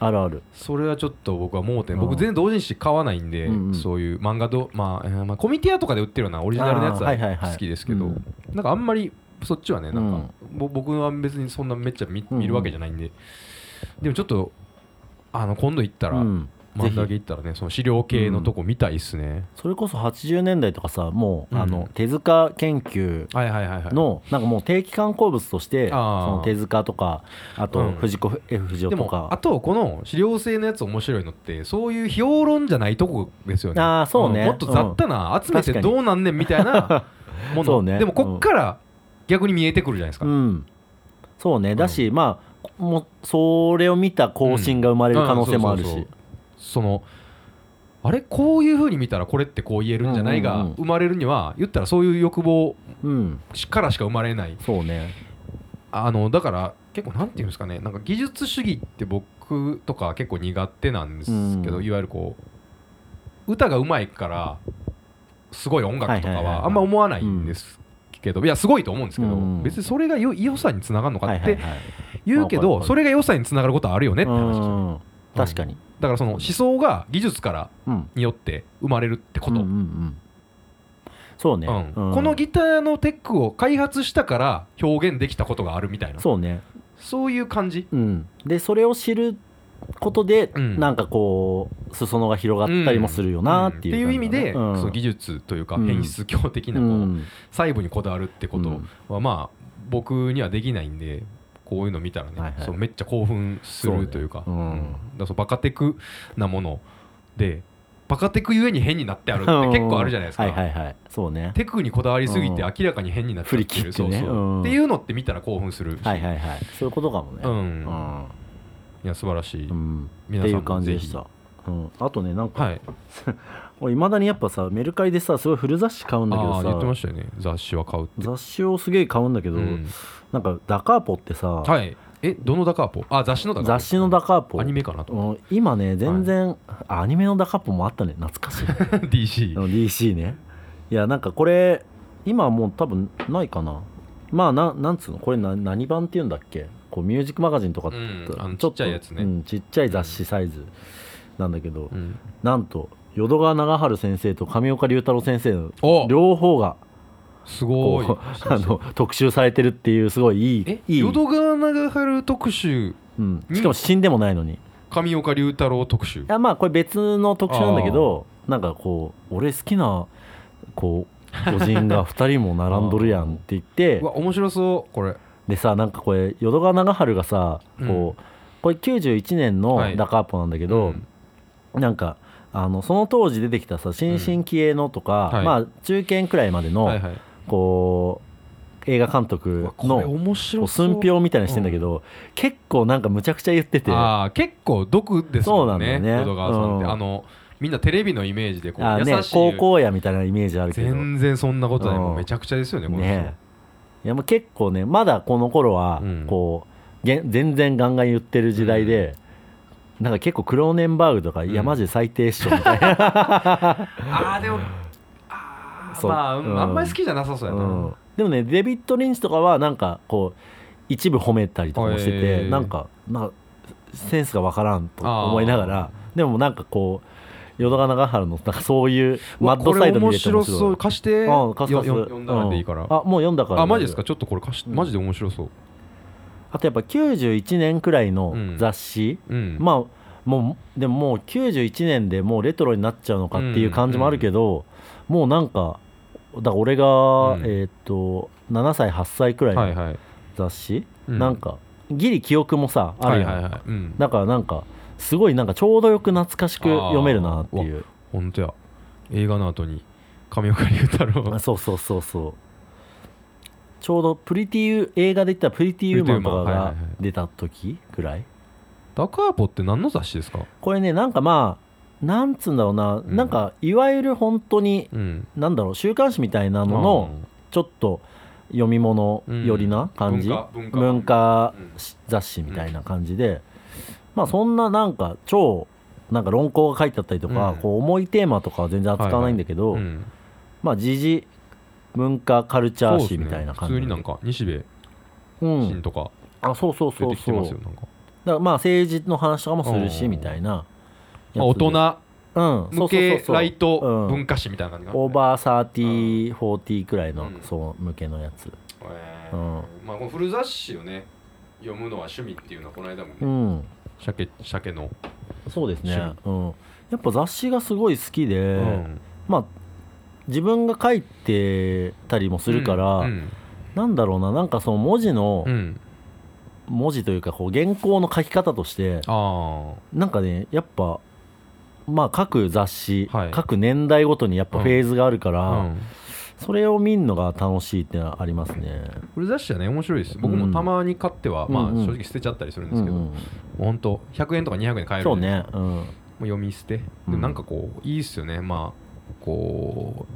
Speaker 1: あるある
Speaker 2: それはちょっと僕は盲点、
Speaker 1: うん
Speaker 2: 僕全然同人誌買わないんで、
Speaker 1: うんうん
Speaker 2: そういう漫画と、まあえーまあ、コミティアとかで売ってるようなオリジナルのやつ
Speaker 1: あーはいはいは
Speaker 2: はい好きですけど、
Speaker 1: うん
Speaker 2: なんかあんまりそっちはね、なんか、ぼ僕は別にそんなめっちゃ見,、
Speaker 1: うんうん
Speaker 2: るわけじゃないんで、でもちょっと、あの今度行ったら、
Speaker 1: うん
Speaker 2: 真ん中行ったらね、その資料系のとこ見たいっすね。
Speaker 1: それこそ80年代とかさもう、
Speaker 2: うん
Speaker 1: あの手塚研究
Speaker 2: はいはいはいはい。
Speaker 1: のなんかもう定期刊行物としてそ
Speaker 2: あー
Speaker 1: の手塚とかあ
Speaker 2: う
Speaker 1: と
Speaker 2: ん
Speaker 1: 藤子 F 不二雄
Speaker 2: で
Speaker 1: と
Speaker 2: もあ
Speaker 1: か、
Speaker 2: とこの資料性のやつ面白いのってそういう評論じゃないとこですよね
Speaker 1: あーそうね
Speaker 2: んもっと雑多な、集め
Speaker 1: 確か
Speaker 2: て
Speaker 1: に
Speaker 2: どうなんねんみたいなも
Speaker 1: そ
Speaker 2: の、
Speaker 1: うね
Speaker 2: でもこっから逆に見えてくるじゃないですか、
Speaker 1: うんそうねだし、まあもうそれを見た更新が生まれる可能性もある
Speaker 2: うんそ
Speaker 1: し
Speaker 2: うそうそうそのあれこういうふうに見たらこれってこう言えるんじゃないが、
Speaker 1: うんうんうん
Speaker 2: 生まれるには言ったらそういう欲望
Speaker 1: うん
Speaker 2: からしか生まれない
Speaker 1: そうね
Speaker 2: あのだから結構なんていうんですかねなんか技術主義って僕とか結構苦手なんですけど、
Speaker 1: うん
Speaker 2: いわゆるこう歌がうまいからすごい音楽とか
Speaker 1: はいはいはいはい
Speaker 2: はあんま思わないんですけど、いやすごいと思うんですけど、
Speaker 1: うん
Speaker 2: 別にそれがよ良さにつながるのか
Speaker 1: はい
Speaker 2: っ
Speaker 1: はい
Speaker 2: て
Speaker 1: はい
Speaker 2: 言うけ
Speaker 1: わかるわ
Speaker 2: ど
Speaker 1: かる
Speaker 2: それが良さにつながることはあるよねって話だ
Speaker 1: うん確かに、
Speaker 2: からその思想が技術から
Speaker 1: うん、
Speaker 2: によって生まれるって
Speaker 1: う
Speaker 2: こ
Speaker 1: ん
Speaker 2: と、
Speaker 1: うんうんそうね、
Speaker 2: うん
Speaker 1: うん
Speaker 2: このギターのテックを開発したから表現できたことがあるみたいな
Speaker 1: そうね
Speaker 2: そういう感じ
Speaker 1: うんでそれを知ることで、
Speaker 2: うん
Speaker 1: なんかこう裾野が広がったりもするよなっていうう感
Speaker 2: ん
Speaker 1: じ
Speaker 2: っ
Speaker 1: だね、
Speaker 2: ていう意味で、
Speaker 1: うん
Speaker 2: その技術というか
Speaker 1: うん
Speaker 2: 変質教的なこう、
Speaker 1: うん
Speaker 2: 細部にこだわるってこ
Speaker 1: う
Speaker 2: と
Speaker 1: ん
Speaker 2: はまあ僕にはできないんでこういうの見たらね、
Speaker 1: はいはい
Speaker 2: そうめっちゃ興奮す
Speaker 1: そうね
Speaker 2: るというか
Speaker 1: うん
Speaker 2: だからそうバカテクなものでバカテクゆえに変になってあるって結構あるじゃないですか。
Speaker 1: はいはいはいそうね
Speaker 2: テクにこだわりすぎて
Speaker 1: うん
Speaker 2: 明らかに変になっちゃっ
Speaker 1: 振
Speaker 2: て
Speaker 1: り切
Speaker 2: る
Speaker 1: って
Speaker 2: そう
Speaker 1: ね
Speaker 2: そう
Speaker 1: うん
Speaker 2: っていうのって見たら興奮するし、
Speaker 1: はいはいはいそういうことかもね
Speaker 2: うん
Speaker 1: うん
Speaker 2: いや素晴らしい、
Speaker 1: うんっ
Speaker 2: 皆
Speaker 1: てい
Speaker 2: さ
Speaker 1: うん
Speaker 2: も
Speaker 1: 感じ
Speaker 2: ぜ
Speaker 1: で
Speaker 2: ひ
Speaker 1: した、うん、あとねなんか
Speaker 2: はい
Speaker 1: いまだにやっぱさメルカリでさすごい古雑誌買うんだけ
Speaker 2: ああ言って
Speaker 1: ど
Speaker 2: ま
Speaker 1: さ
Speaker 2: したよね雑誌は買うって、
Speaker 1: 雑誌をすげえ買うんだけど、
Speaker 2: うん
Speaker 1: なんかダカーポってさ、
Speaker 2: はい。え、どのダカーポあ、雑誌のダカーポ
Speaker 1: 雑誌のダカーポ
Speaker 2: アニメかなと。
Speaker 1: うん今ね全然、あアニメのダカップもあったね懐 かしい
Speaker 2: DC
Speaker 1: あ。の DC ねいやなんかこれ今はもう多分ないかなまあななんつうのこれな何版っていうんだっけこうミュージックマガジンとかって
Speaker 2: うん
Speaker 1: と
Speaker 2: あの
Speaker 1: ょと
Speaker 2: ちっちゃいやつね
Speaker 1: うんちっちゃい雑誌サイズなんだけど、
Speaker 2: うん
Speaker 1: なんと淀川長春先生と上岡龍太郎先生の
Speaker 2: お
Speaker 1: 両方が
Speaker 2: す
Speaker 1: こ
Speaker 2: ご
Speaker 1: う
Speaker 2: い
Speaker 1: あの特集されてるっていうすごいいい
Speaker 2: え
Speaker 1: いい、
Speaker 2: 淀川長春特集
Speaker 1: うん、しかも死んでもないのに
Speaker 2: 上岡龍太郎特集
Speaker 1: いやまあこれ別の特集なんだけどなんかこう俺好きなこう巨人 が2人も並んどるやんって言って
Speaker 2: うわ面白そうこれ
Speaker 1: でさなんかこれ淀川長春がさこう、これ91年
Speaker 2: は
Speaker 1: の
Speaker 2: い
Speaker 1: ダカーポなんだけど、
Speaker 2: うん
Speaker 1: なんかあのその当時出てきたさ新進気鋭のとか、
Speaker 2: うんはい
Speaker 1: まあ中堅くらいまでの、
Speaker 2: はいはい
Speaker 1: こう映画監
Speaker 2: う
Speaker 1: 督
Speaker 2: わこれ
Speaker 1: の
Speaker 2: 面白
Speaker 1: こう
Speaker 2: そう
Speaker 1: 寸評みたいにしてんだけど、結構なんかむちゃくちゃ言ってて
Speaker 2: ああ結構毒ですもん
Speaker 1: そうな
Speaker 2: ね
Speaker 1: んだよね
Speaker 2: 淀川さんって、
Speaker 1: うん
Speaker 2: あのみんなテレビのイメージでこう
Speaker 1: あ、
Speaker 2: 優しい、
Speaker 1: ね、高校やみたいなイメージあるけど
Speaker 2: 全然そんなことない、
Speaker 1: うん
Speaker 2: もうめちゃくちゃですよねこの人
Speaker 1: ねいやもう結構ねまだこの頃は
Speaker 2: うん
Speaker 1: こう、げん全然ガンガン言ってる時代で、なんか結構クローネンバーグとか、
Speaker 2: ん
Speaker 1: いやマジで最低っしょみたいな、
Speaker 2: ああでもあー
Speaker 1: そう
Speaker 2: まあ、うん
Speaker 1: うん
Speaker 2: あんまり好きじゃなさそうやな、
Speaker 1: うんでもねデビッド・リンチとかはなんかこう一部褒めたりとかもしてて、
Speaker 2: へー
Speaker 1: なんかなんかセンスがわからんと
Speaker 2: あー
Speaker 1: 思いながらでもなんかこう淀川長春のなんかそういう
Speaker 2: う
Speaker 1: マ
Speaker 2: わ
Speaker 1: ッドサイド
Speaker 2: こ
Speaker 1: 見れ
Speaker 2: れ面
Speaker 1: て面
Speaker 2: 白
Speaker 1: 白い
Speaker 2: そう貸して
Speaker 1: うんカスカス
Speaker 2: よよ読んだらでいいから、
Speaker 1: うんあもう読んだから
Speaker 2: あマジですかちょっとこれ貸し
Speaker 1: うん
Speaker 2: マジで面白そう、
Speaker 1: あとやっぱ91年くらいの雑誌、
Speaker 2: うん
Speaker 1: まあもうでももう91年でもうレトロになっちゃうのかっていう感じもあるけど、もうなんかだから俺が、
Speaker 2: ん
Speaker 1: えーっと7歳8歳くらい
Speaker 2: はい
Speaker 1: の
Speaker 2: はい、
Speaker 1: 雑誌、
Speaker 2: うん
Speaker 1: なんかギリ記憶もさあるやん、
Speaker 2: はいはいはい、うん、
Speaker 1: だからなんかすごいなんかちょうどよく懐かしく読めるなっていう
Speaker 2: 本当や映画の後に上岡龍太
Speaker 1: あ
Speaker 2: 郎
Speaker 1: そうそうそうそうちょうどプリティユ映画で言ったらプリティユーマンとか
Speaker 2: プリテ
Speaker 1: が
Speaker 2: ィユーマンはいはいはい
Speaker 1: 出た時くらい
Speaker 2: ダカーポって何の雑誌ですか
Speaker 1: これねなんかまあなんつうんだろうな、
Speaker 2: うん
Speaker 1: なんかいわゆる本当に
Speaker 2: うん
Speaker 1: なんだろう週刊誌みたいなののちょっと読み物寄りな感じ、
Speaker 2: うん文化
Speaker 1: 文化
Speaker 2: うん
Speaker 1: し雑誌みたいな感じで、まあそんななんか超なんか論考が書いてあったりとか、
Speaker 2: うん
Speaker 1: こう重いテーマとかは全然扱わないんだけど、
Speaker 2: うん
Speaker 1: まあ時事文化カルチャー誌みたいな感じ
Speaker 2: そうっすね普通になんか西部
Speaker 1: うん
Speaker 2: 新とか
Speaker 1: あそうそう
Speaker 2: 出
Speaker 1: そ
Speaker 2: て
Speaker 1: う
Speaker 2: き
Speaker 1: そ
Speaker 2: て
Speaker 1: う
Speaker 2: ますよなん
Speaker 1: だ
Speaker 2: か
Speaker 1: からまあ政治の話とかもするし
Speaker 2: うん
Speaker 1: みたいな
Speaker 2: まあ大人
Speaker 1: 人
Speaker 2: 向けライト
Speaker 1: うん
Speaker 2: 文化誌みたいな感じかな
Speaker 1: オーバーサーティー40くらいの、
Speaker 2: うん
Speaker 1: そう向けのやつ
Speaker 3: え
Speaker 1: うん、
Speaker 3: ーまあこの古雑誌をね読むのは趣味っていうのはこの間もね
Speaker 1: うん、
Speaker 2: 鮭鮭の
Speaker 1: そうですね、
Speaker 2: 趣
Speaker 1: うん、やっぱ雑誌がすごい好きで、
Speaker 2: うん
Speaker 1: まあ自分が書いてたりもするから、
Speaker 2: うん
Speaker 1: なんだろうななんかその文字の、
Speaker 2: うん
Speaker 1: 文字というかこう原稿の書き方として
Speaker 2: あ
Speaker 1: なんかねやっぱまあ各雑誌、
Speaker 2: はい
Speaker 1: 各年代ごとにやっぱ
Speaker 2: うん
Speaker 1: フェーズがあるか
Speaker 2: あ
Speaker 1: ら、
Speaker 2: うん
Speaker 1: それを見るのが楽しいってのはありますね。
Speaker 2: 古雑誌はね面白いです僕もたまに買っては
Speaker 1: うん
Speaker 2: まあ
Speaker 1: うんうん
Speaker 2: 正直捨てちゃったりするんですけ
Speaker 1: う
Speaker 2: ど
Speaker 1: ん
Speaker 2: 本当100円とか200円で
Speaker 1: うん
Speaker 2: 買え
Speaker 1: そう
Speaker 2: るんで
Speaker 1: ね、うん、
Speaker 2: もう読み捨て、で
Speaker 1: うん
Speaker 2: なんかこういいっすよねまあこ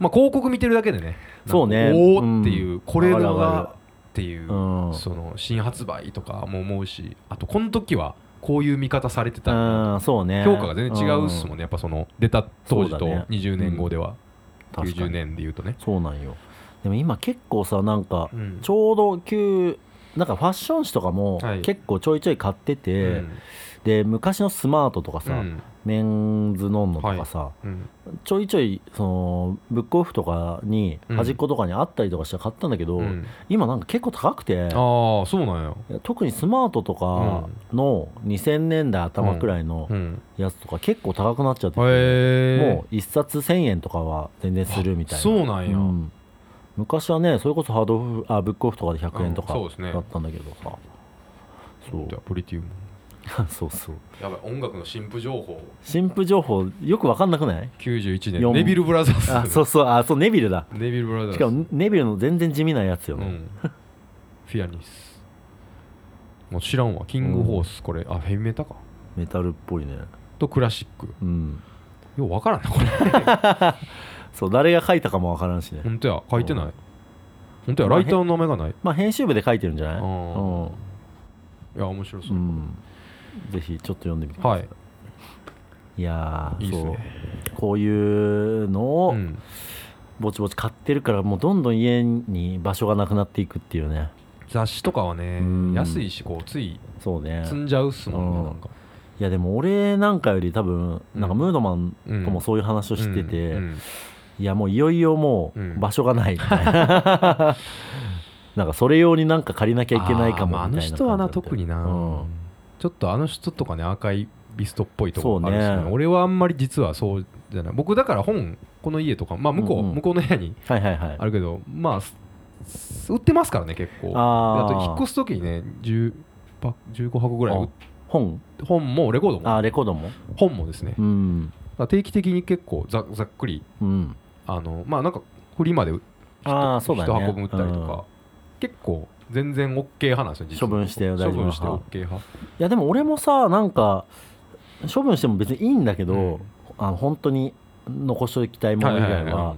Speaker 2: うまあ広告見てるだけでね
Speaker 1: そうね
Speaker 2: なんかおおっていう、
Speaker 1: うん
Speaker 2: これの
Speaker 1: わかるわ
Speaker 2: が
Speaker 1: か
Speaker 2: っていう、
Speaker 1: うん
Speaker 2: その新発売とかも思うしあとこの時はこういう見方されてた
Speaker 1: あーそうね
Speaker 2: 評価が全然違うっすもんね、やっぱその出た当時
Speaker 1: そ
Speaker 2: と
Speaker 1: うだね
Speaker 2: 20年後では、
Speaker 1: うん確か
Speaker 2: 90
Speaker 1: に
Speaker 2: 年で言うとね、
Speaker 1: そうなんよでも今結構さなんか
Speaker 2: うん
Speaker 1: ちょうど旧なんかファッション誌とかも
Speaker 2: はい
Speaker 1: 結構ちょいちょい買ってて、
Speaker 2: うん
Speaker 1: で昔のスマートとかさ、
Speaker 2: うん
Speaker 1: メンズノンノとかさ、
Speaker 2: うん
Speaker 1: ちょいちょいそのブックオフとかに
Speaker 2: うん
Speaker 1: 端っことかにあったりとかして買ったんだけど、
Speaker 2: うん
Speaker 1: 今なんか結構高くて
Speaker 2: ああそうなんや、
Speaker 1: 特にスマートとかの2000年代頭くらいの
Speaker 2: うん、
Speaker 1: やつとか結構高くなっちゃってて、
Speaker 2: へえ
Speaker 1: もう1冊1000円とかは全然するみたいな
Speaker 2: そうなんや、
Speaker 1: うん昔はねそれこそハードオフあブックオフとかで100円とか
Speaker 2: うんそうですね
Speaker 1: だったんだけどさ、そう
Speaker 2: じゃあプリティウム
Speaker 1: そうそう
Speaker 2: やばい音楽の新婦情報
Speaker 1: 新婦情報よくわかんなくない
Speaker 2: 91
Speaker 1: 四
Speaker 2: 年ネビルブラザーズ
Speaker 1: あそうそうあそうネビルだ
Speaker 2: ネビルブラザーズ
Speaker 1: しかもネビルの全然地味なやつよ
Speaker 2: う
Speaker 1: ね、
Speaker 2: ん、フィアニスもう知らんわキングホースこれ、あフェミメタか
Speaker 1: メタルっぽいね
Speaker 2: とクラシック
Speaker 1: うん
Speaker 2: よう分からんなこれ
Speaker 1: そう誰が書いたかもわからんしね、
Speaker 2: 本当や書いてない本当やライターの名前がない
Speaker 1: まあ編集部で書いてるんじゃない
Speaker 2: あ
Speaker 1: うん
Speaker 2: ー、いや面白そうう、
Speaker 1: ん、ぜひちょっと読んでみてくださ、
Speaker 2: はいい
Speaker 1: い、やー
Speaker 2: いいですね
Speaker 1: そうこういうのを
Speaker 2: うん
Speaker 1: ぼちぼち買ってるからもうどんどん家に場所がなくなっていくっていうね
Speaker 2: 雑誌とかはね
Speaker 1: うん
Speaker 2: 安いしこうつい
Speaker 1: そうね
Speaker 2: 積んじゃうっすもんね
Speaker 1: うん
Speaker 2: なんか
Speaker 1: いやでも俺なんかより多分なんかムードマンともそういう話をしてて、
Speaker 2: うんうん
Speaker 1: いやもういよいよも
Speaker 2: う
Speaker 1: うん場所がないみたいな なんかそれ用になんか借りなきゃいけないかもみたいな
Speaker 2: あーまああの人はな特にな、
Speaker 1: うん
Speaker 2: ちょっとあの人とかねアーカイビストっぽいとこ
Speaker 1: そう
Speaker 2: ろ
Speaker 1: ね
Speaker 2: あるしね俺はあんまり実はそうじゃない僕だから本この家とかまあ向こう、
Speaker 1: うんうん
Speaker 2: 向こうの部屋に
Speaker 1: はいはいはい
Speaker 2: あるけどまあすす売ってますからね結構
Speaker 1: あ
Speaker 2: あ
Speaker 1: ー
Speaker 2: と引っ越す時にね10パ15箱ぐらい売っ
Speaker 1: 本
Speaker 2: 本もレコードも
Speaker 1: あーレコードも
Speaker 2: 本もです
Speaker 1: う
Speaker 2: ね、だか
Speaker 1: ん
Speaker 2: ら定期的に結構ざざっくり
Speaker 1: うん
Speaker 2: あのまあなんかフリマで
Speaker 1: ああそうだね
Speaker 2: 1箱分売ったりとか、
Speaker 1: うん
Speaker 2: 結構全然 OK 派なんですよ実は
Speaker 1: 処分してよ大丈
Speaker 2: 処
Speaker 1: 夫
Speaker 2: 分して
Speaker 1: 派
Speaker 2: OK 派
Speaker 1: いやでも俺もさなんか処分しても別にいいんだけど、
Speaker 2: うん
Speaker 1: あの本当に残しておきたいもの以
Speaker 2: は
Speaker 1: 外
Speaker 2: いはいはい
Speaker 1: は
Speaker 2: は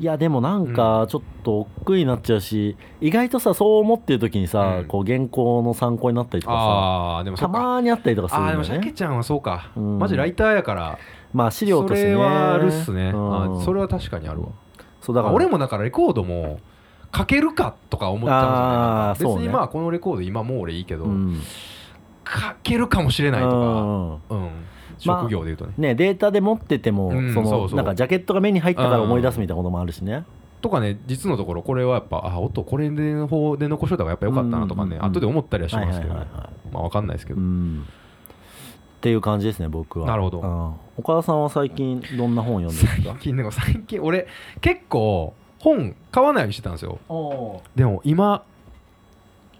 Speaker 2: い
Speaker 1: やでもなんかちょっと億劫になっちゃうし、意外とさそう思ってる時にさ、
Speaker 2: うん
Speaker 1: こう原稿の参考になったりとか
Speaker 2: ああーでも
Speaker 1: さ
Speaker 2: そ
Speaker 1: た
Speaker 2: っか
Speaker 1: まにあったりとかす
Speaker 2: あーで
Speaker 1: る
Speaker 2: も
Speaker 1: んだ
Speaker 2: シ
Speaker 1: よ
Speaker 2: ャケ
Speaker 1: ね
Speaker 2: ちゃんはそうか、
Speaker 1: うん
Speaker 2: マジライターやから
Speaker 1: まあ資料
Speaker 2: そ
Speaker 1: としてね
Speaker 2: れはあるっすね、
Speaker 1: うん
Speaker 2: あそれは確かにあるわ
Speaker 1: そうだから
Speaker 2: 俺もだからレコードもかけるかとか思っちゃうじゃ
Speaker 1: あー
Speaker 2: ない
Speaker 1: そう
Speaker 2: 別
Speaker 1: ね
Speaker 2: にまあこのレコード今もう俺いいけど、
Speaker 1: うん
Speaker 2: かけるかもしれないとか、
Speaker 1: うん
Speaker 2: うん職業で言うとね、
Speaker 1: ね、データで持ってても、
Speaker 2: うん
Speaker 1: その
Speaker 2: そうそう
Speaker 1: なんかジャケットが目に入ったから思い出すみたいなこともあるしね、
Speaker 2: とかね実のところこれはやっぱあ音これでの方で残しといた方がやっぱ良かったなとか
Speaker 1: う
Speaker 2: ね、
Speaker 1: んうんうん
Speaker 2: 後で思ったりはし
Speaker 1: はい
Speaker 2: ま
Speaker 1: はいは
Speaker 2: すけ
Speaker 1: い
Speaker 2: ど、
Speaker 1: はい
Speaker 2: まあわかんないですけど、
Speaker 1: うんっていう感じですね僕は
Speaker 2: なるほど
Speaker 1: うん岡田さんは最近どんな本を読んでるんです
Speaker 2: 最
Speaker 1: か
Speaker 2: 近でも最近俺結構本買わないようにしてたんですよ
Speaker 1: おー
Speaker 2: でも今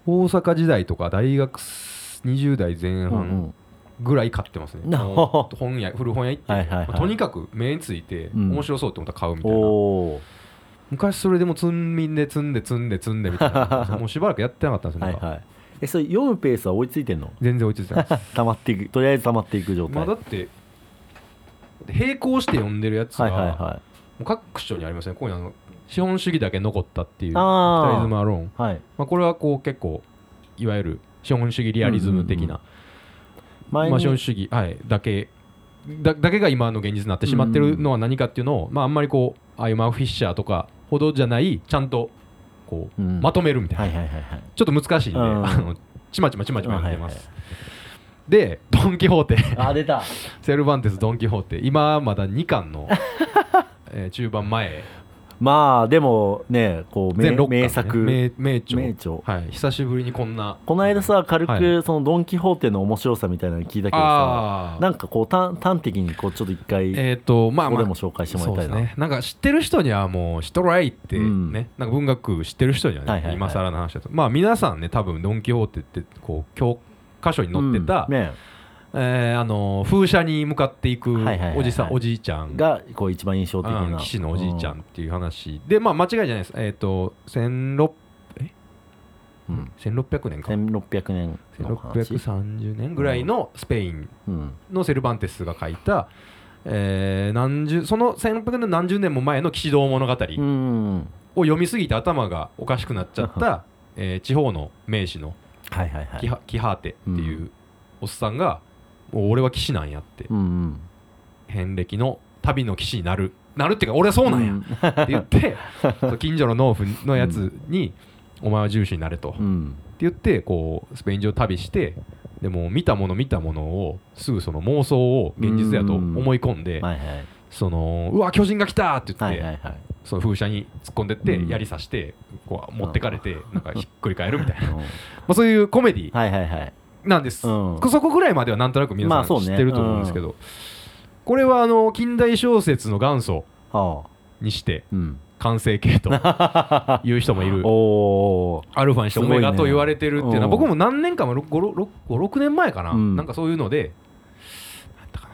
Speaker 2: 大阪時代とか大学20代前
Speaker 1: うんう
Speaker 2: 半
Speaker 1: ん
Speaker 2: ぐらい買ってますね、
Speaker 1: なるほど
Speaker 2: 本屋古本屋行って、
Speaker 1: はいはいはい
Speaker 2: まあとにかく目について
Speaker 1: うん
Speaker 2: 面白そうと思ったら買うみたいな、
Speaker 1: おー
Speaker 2: 昔それでも積んで積んで積んで積んでみた いなもうしばらくやってなかったんですよ
Speaker 1: は
Speaker 2: なん
Speaker 1: い
Speaker 2: か
Speaker 1: はいえそれ読むペースは追いついてんの
Speaker 2: 全然追いついてないです
Speaker 1: 溜まっていくとりあえず溜まっていく状態、
Speaker 2: まあだって並行して読んでるやつが、
Speaker 1: はいはいは
Speaker 2: もう各所にありますね今夜の資本主義だけ残ったっていう「
Speaker 1: あー
Speaker 2: 二人妻アローン」
Speaker 1: いはい
Speaker 2: まあ、これはこう結構いわゆる資本主義リアリズム的な、
Speaker 1: 前に、
Speaker 2: まあ、資本主義、はい、だけだだけが今の現実になってしまってるのは何かっていうのを、まあ、あんまりこうああいうマウフィッシャーとかほどじゃないちゃんとこう、
Speaker 1: うん
Speaker 2: まとめるみたいな、
Speaker 1: はいはいはいはい
Speaker 2: ちょっと難しいんで、
Speaker 1: うん
Speaker 2: あのちまちまちまちまやってます、
Speaker 1: うん
Speaker 2: で「ドン・キホーテ」
Speaker 1: あ出た
Speaker 2: セルバンテス・ドン・キホーテ今まだ2 巻の、えー中盤前
Speaker 1: まあでもねこう名
Speaker 2: 全6巻、ね、
Speaker 1: 名作
Speaker 2: 名名著
Speaker 1: 名著
Speaker 2: はい、久しぶりにこんな
Speaker 1: この間さ軽
Speaker 2: は
Speaker 1: くそのドン・キホーテの面白さみたいなの聞いたけどさ
Speaker 2: あー
Speaker 1: なんかこう端端的にこうちょっと一回
Speaker 2: えっ、とまあ、
Speaker 1: ここ
Speaker 2: まあ
Speaker 1: でも紹介しても
Speaker 2: そう
Speaker 1: ら
Speaker 2: で
Speaker 1: い
Speaker 2: す
Speaker 1: たいな
Speaker 2: ね、なんか知ってる人にはもう「シトライ」ってね、
Speaker 1: うん
Speaker 2: なんか文学知ってる人にはね、
Speaker 1: はいはいはい
Speaker 2: 今更の話だとまあ皆さんね多分「ドン・キホーテ」ってこう教科書に載ってた、
Speaker 1: うんね
Speaker 2: えーあの風車に向かっていく
Speaker 1: はいはいはいはい
Speaker 2: おじさん、おじいちゃん
Speaker 1: がこう一番印象的
Speaker 2: うん
Speaker 1: な
Speaker 2: 騎士のおじいちゃんっていう話、でまあ間違いじゃないですえっ、と16え
Speaker 1: うんうん
Speaker 2: 1600年か
Speaker 1: 1600年の話
Speaker 2: 1630年ぐらいのスペイン
Speaker 1: うん
Speaker 2: のセルバンテスが書いた、えー何十その1600年何十年も前の騎士道物語、
Speaker 1: うん
Speaker 2: を読みすぎて頭がおかしくなっちゃった、えー地方の名士の
Speaker 1: はいはいは
Speaker 2: キ
Speaker 1: い
Speaker 2: ハ,、キハーテっていうおっさんが、もう俺は騎士なんやって、
Speaker 1: うんうん
Speaker 2: 遍歴の旅の騎士になるなるっていうか俺はそうなんや
Speaker 1: や
Speaker 2: って 言って、そう近所の農夫のやつに、お前は重視になれ
Speaker 1: う
Speaker 2: と、って
Speaker 1: ん
Speaker 2: 言ってこうスペイン上旅してでもう見たもの見たものをすぐその妄想を現実やと思い込んで、
Speaker 1: はいはい
Speaker 2: そのうわ巨人が来たって言って、
Speaker 1: はいはいはい
Speaker 2: その風車に突っ込んでって、
Speaker 1: うん
Speaker 2: 槍刺してこう持ってかれてなんかひっくり返るみたいな、
Speaker 1: うん
Speaker 2: まあ、そういうコメディ
Speaker 1: はいはいはい
Speaker 2: なんです、
Speaker 1: うん
Speaker 2: そこぐらいまではなんとなく皆
Speaker 1: ま
Speaker 2: さ
Speaker 1: あ
Speaker 2: ん
Speaker 1: そう
Speaker 2: 知
Speaker 1: ね
Speaker 2: ってると思うんですけど、これはあの近代小説の元祖
Speaker 1: はあ
Speaker 2: にして
Speaker 1: うん
Speaker 2: 完成 形という 人もいる
Speaker 1: おお
Speaker 2: アルファにしてオメガ
Speaker 1: すごいね
Speaker 2: と言われてるっていうのは、
Speaker 1: うん
Speaker 2: 僕も何年かも56年前かな、
Speaker 1: うん
Speaker 2: なんかそういうのでなんだかな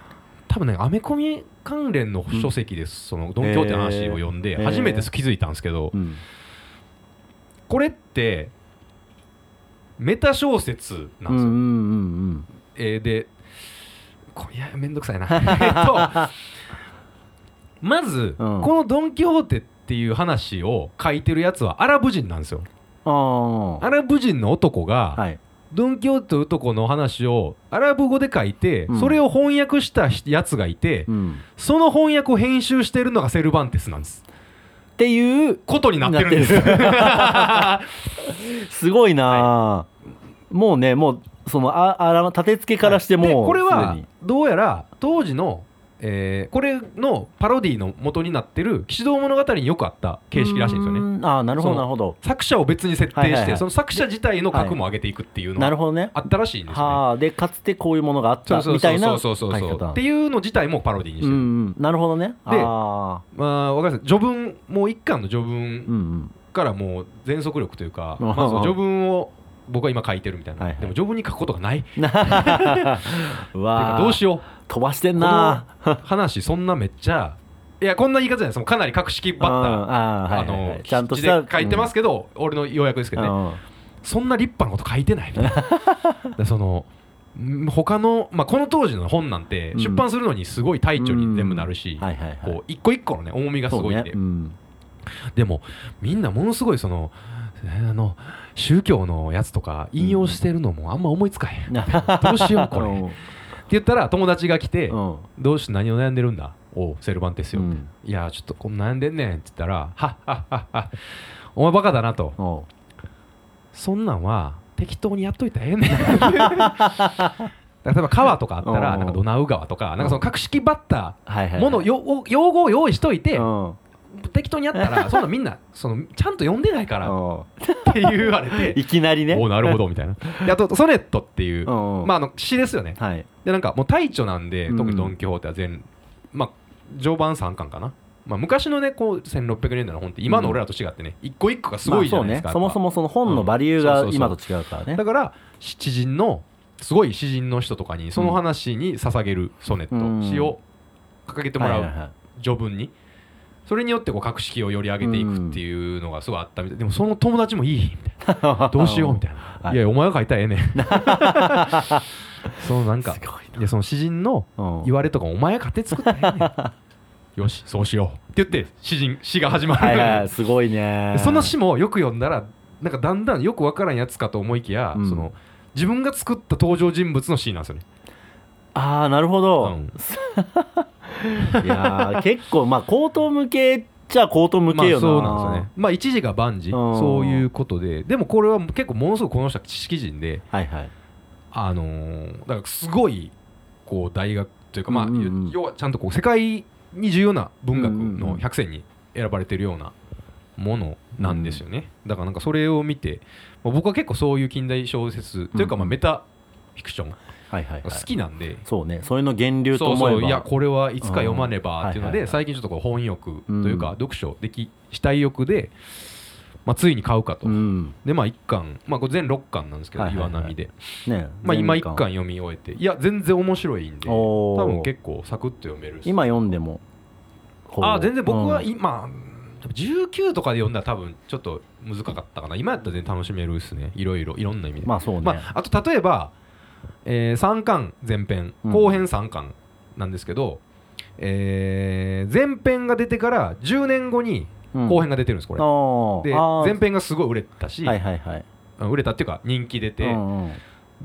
Speaker 2: 多分ねアメコミ関連の書籍です、そのドン・キョーテの話を読ん
Speaker 1: へ
Speaker 2: で
Speaker 1: ー
Speaker 2: 初めて気づいたんですけど、
Speaker 1: うん
Speaker 2: これってメタ小説な
Speaker 1: うんんう
Speaker 2: ですよ、
Speaker 1: んうん
Speaker 2: えーでこいやめんどく さいなえっとまず、
Speaker 1: うん
Speaker 2: この「ドン・キホーテ」っていう話を書いてるやつはアラブ人なんですよ
Speaker 1: ああ
Speaker 2: アラブ人の男が、
Speaker 1: はい
Speaker 2: ドン・キホーテという男の話をアラブ語で書いて、
Speaker 1: うん
Speaker 2: それを翻訳したやつがいて、
Speaker 1: うん
Speaker 2: その翻訳を編集してるのがセルバンテスなんです
Speaker 1: っていう
Speaker 2: ことになってるんです
Speaker 1: なっ すごいなあ、もうねもうそのああら立て付けからしてもう
Speaker 2: でこれ
Speaker 1: す
Speaker 2: は
Speaker 1: でに
Speaker 2: どうやら当時のえーこれのパロディの元になってる「騎士道物語」によくあった形式らしいんですよね。
Speaker 1: ねああなるほ
Speaker 2: そ
Speaker 1: ど
Speaker 2: の
Speaker 1: なるほど
Speaker 2: 作者を別に設定し
Speaker 1: は
Speaker 2: て、
Speaker 1: いはいはい
Speaker 2: その作者自体の格も上げていくっていうの
Speaker 1: なる
Speaker 2: が
Speaker 1: ほどね
Speaker 2: あったらしいんですよね。
Speaker 1: はあでかつてこういうものがあっ
Speaker 2: そ
Speaker 1: た
Speaker 2: うそう
Speaker 1: み
Speaker 2: そ
Speaker 1: た
Speaker 2: う
Speaker 1: い
Speaker 2: そ
Speaker 1: な
Speaker 2: うそうそう
Speaker 1: 書き方
Speaker 2: っていうの自体もパロディにし
Speaker 1: う
Speaker 2: て
Speaker 1: ん
Speaker 2: る、
Speaker 1: うんなるほどねああ
Speaker 2: まあわかります序文もう一巻の序文
Speaker 1: うんうん
Speaker 2: からもう全速力とい うか、
Speaker 1: うん
Speaker 2: まあ、その序文を僕は今書いてるみたいな、
Speaker 1: はいはい
Speaker 2: でも序文に書くことがないっていう
Speaker 1: う
Speaker 2: か
Speaker 1: わ
Speaker 2: どう
Speaker 1: ー
Speaker 2: しよ
Speaker 1: 飛ばして
Speaker 2: うん
Speaker 1: な
Speaker 2: この話そんなめっちゃいやこんな言い方じゃないですもうかなり格式バッタ
Speaker 1: あー
Speaker 2: ーあ
Speaker 1: あーはいはいはい
Speaker 2: の
Speaker 1: ちゃんとし
Speaker 2: 筆
Speaker 1: た
Speaker 2: で書いてますけど、俺の要約ですけどね、
Speaker 1: うん
Speaker 2: そんな立派なこと書いてないみたいなだ からそのん他の、まあ、この当時の本なんて
Speaker 1: うん
Speaker 2: 出版するのにすごい
Speaker 1: う
Speaker 2: 体
Speaker 1: ん
Speaker 2: 調に全部なるし、
Speaker 1: はいはいはい
Speaker 2: こう一個一個のね重みがすごい
Speaker 1: そ
Speaker 2: んで、
Speaker 1: うねうん
Speaker 2: でもみんなものすごいそのえーあの宗教のやつとか引用してるのもあんま思いつかへん、どうしようこれ、
Speaker 1: う
Speaker 2: っ
Speaker 1: ん
Speaker 2: て言ったら友達が来て 「
Speaker 1: うん
Speaker 2: どうして何を悩んでるんだおうセルバンテスよ」
Speaker 1: うん
Speaker 2: いやちょっとこう悩んでんねん」って言ったら「はっはっはっはお前バカだな」と
Speaker 1: おう
Speaker 2: 「そんなんは適当にやっといたらええねん」 例えば川とかあった
Speaker 1: う
Speaker 2: ら
Speaker 1: ん
Speaker 2: なんかドナウ川とかなんかその格式バッタ
Speaker 1: はいは
Speaker 2: ー
Speaker 1: い
Speaker 2: ものをよを用語を用意しといて
Speaker 1: うん
Speaker 2: 適当にやっ たらそんなんみんなそのちゃんと読んでないから
Speaker 1: うん
Speaker 2: って言われて
Speaker 1: いきなりね
Speaker 2: おおなるほどみたいな であとソネットっていう、
Speaker 1: うんうん
Speaker 2: まあ、あの詩ですよね
Speaker 1: はい
Speaker 2: でなんかもう大著なんで
Speaker 1: うん
Speaker 2: 特にドン・キホーテは全、まあ序盤3巻かな、まあ、昔のねこう1600年代の本って今の俺らと違ってね一個一個がすごいじゃないですか、
Speaker 1: まあそうね、そもそ
Speaker 2: も
Speaker 1: もその本のバリューが
Speaker 2: うん
Speaker 1: 今と違うからね
Speaker 2: だから詩人のすごい詩人の人とかにその話に捧げるソネット、
Speaker 1: うん
Speaker 2: 詩を掲げてもら
Speaker 1: はいはいうはい
Speaker 2: 序文にそれによってこう格式をより上げていくっていうのがすごいあったみたいでもその友達もいいみたいなどうしようみたい
Speaker 1: は
Speaker 2: な。
Speaker 1: い
Speaker 2: い、やいやお前が書いたらええねん。 そのなんか
Speaker 1: すごい
Speaker 2: いやその詩人の
Speaker 1: うん
Speaker 2: 言われとかお前が勝手に作ったらえ えねん。よしそうしようって言って詩人詩が始ま
Speaker 1: はいはいは
Speaker 2: る
Speaker 1: い。すごいね
Speaker 2: でその詩もよく読んだらなんかだんだんよくわからんやつかと思いきや、
Speaker 1: うん
Speaker 2: その自分が作った登場人物の詩なんですよね。
Speaker 1: ああなるほど、
Speaker 2: うん
Speaker 1: いやー結構まあ口頭向けっちゃ口頭向
Speaker 2: ま
Speaker 1: けよな、
Speaker 2: あそうなんですよね。まあ一時が万事
Speaker 1: うん
Speaker 2: そういうことででもこれは結構ものすごくこの人は知識人で。
Speaker 1: はいはい
Speaker 2: あのーだからすごいこう大学というか、まあ
Speaker 1: うんうんうん
Speaker 2: 要はちゃんとこう世界に重要な文学
Speaker 1: うんうんう
Speaker 2: の
Speaker 1: ん
Speaker 2: 100選に選ばれてるようなものなんですよね、だからなんかそれを見て、まあ、僕は結構そういう近代小説というか
Speaker 1: うん
Speaker 2: ま
Speaker 1: う
Speaker 2: あ
Speaker 1: ん
Speaker 2: メタフィクションが
Speaker 1: はいはい、はい、
Speaker 2: 好きなんで、
Speaker 1: そうねそれの源流と
Speaker 2: そう
Speaker 1: 思え
Speaker 2: そ
Speaker 1: ば
Speaker 2: ういやこれはいつか読まね
Speaker 1: うん
Speaker 2: ばっていうの
Speaker 1: はいはいは
Speaker 2: で
Speaker 1: い
Speaker 2: 最近ちょっとこう本欲という
Speaker 1: うん
Speaker 2: か読書できしたい欲で、まあ、ついに買うかと、
Speaker 1: うん
Speaker 2: でまあ1巻、まあ、これ全6巻なんですけど、
Speaker 1: はいはいはい
Speaker 2: 岩波で
Speaker 1: ね
Speaker 2: まあ、今
Speaker 1: 前
Speaker 2: 一
Speaker 1: 回
Speaker 2: 巻読み終えていや全然面白いんで
Speaker 1: お
Speaker 2: 多
Speaker 1: ー
Speaker 2: 分結構サクッと読める
Speaker 1: 今読んでもこう
Speaker 2: あ全然僕は
Speaker 1: うん
Speaker 2: 今、うん多分19とかで読んだら多分ちょっと難かったかな今やったら全然楽しめるですねいろいろいろんな意味で、ま
Speaker 1: まあそうね、
Speaker 2: ああと例えば、え3巻前編
Speaker 1: うん
Speaker 2: 後編3巻なんですけど、えー前編が出てから10年後に
Speaker 1: うん
Speaker 2: 後編が出てるんですこれ、
Speaker 1: あ
Speaker 2: で
Speaker 1: あ
Speaker 2: 前編がすごい売れたし、
Speaker 1: はいはいはい
Speaker 2: うん売れたっていうか人気出て
Speaker 1: うんうん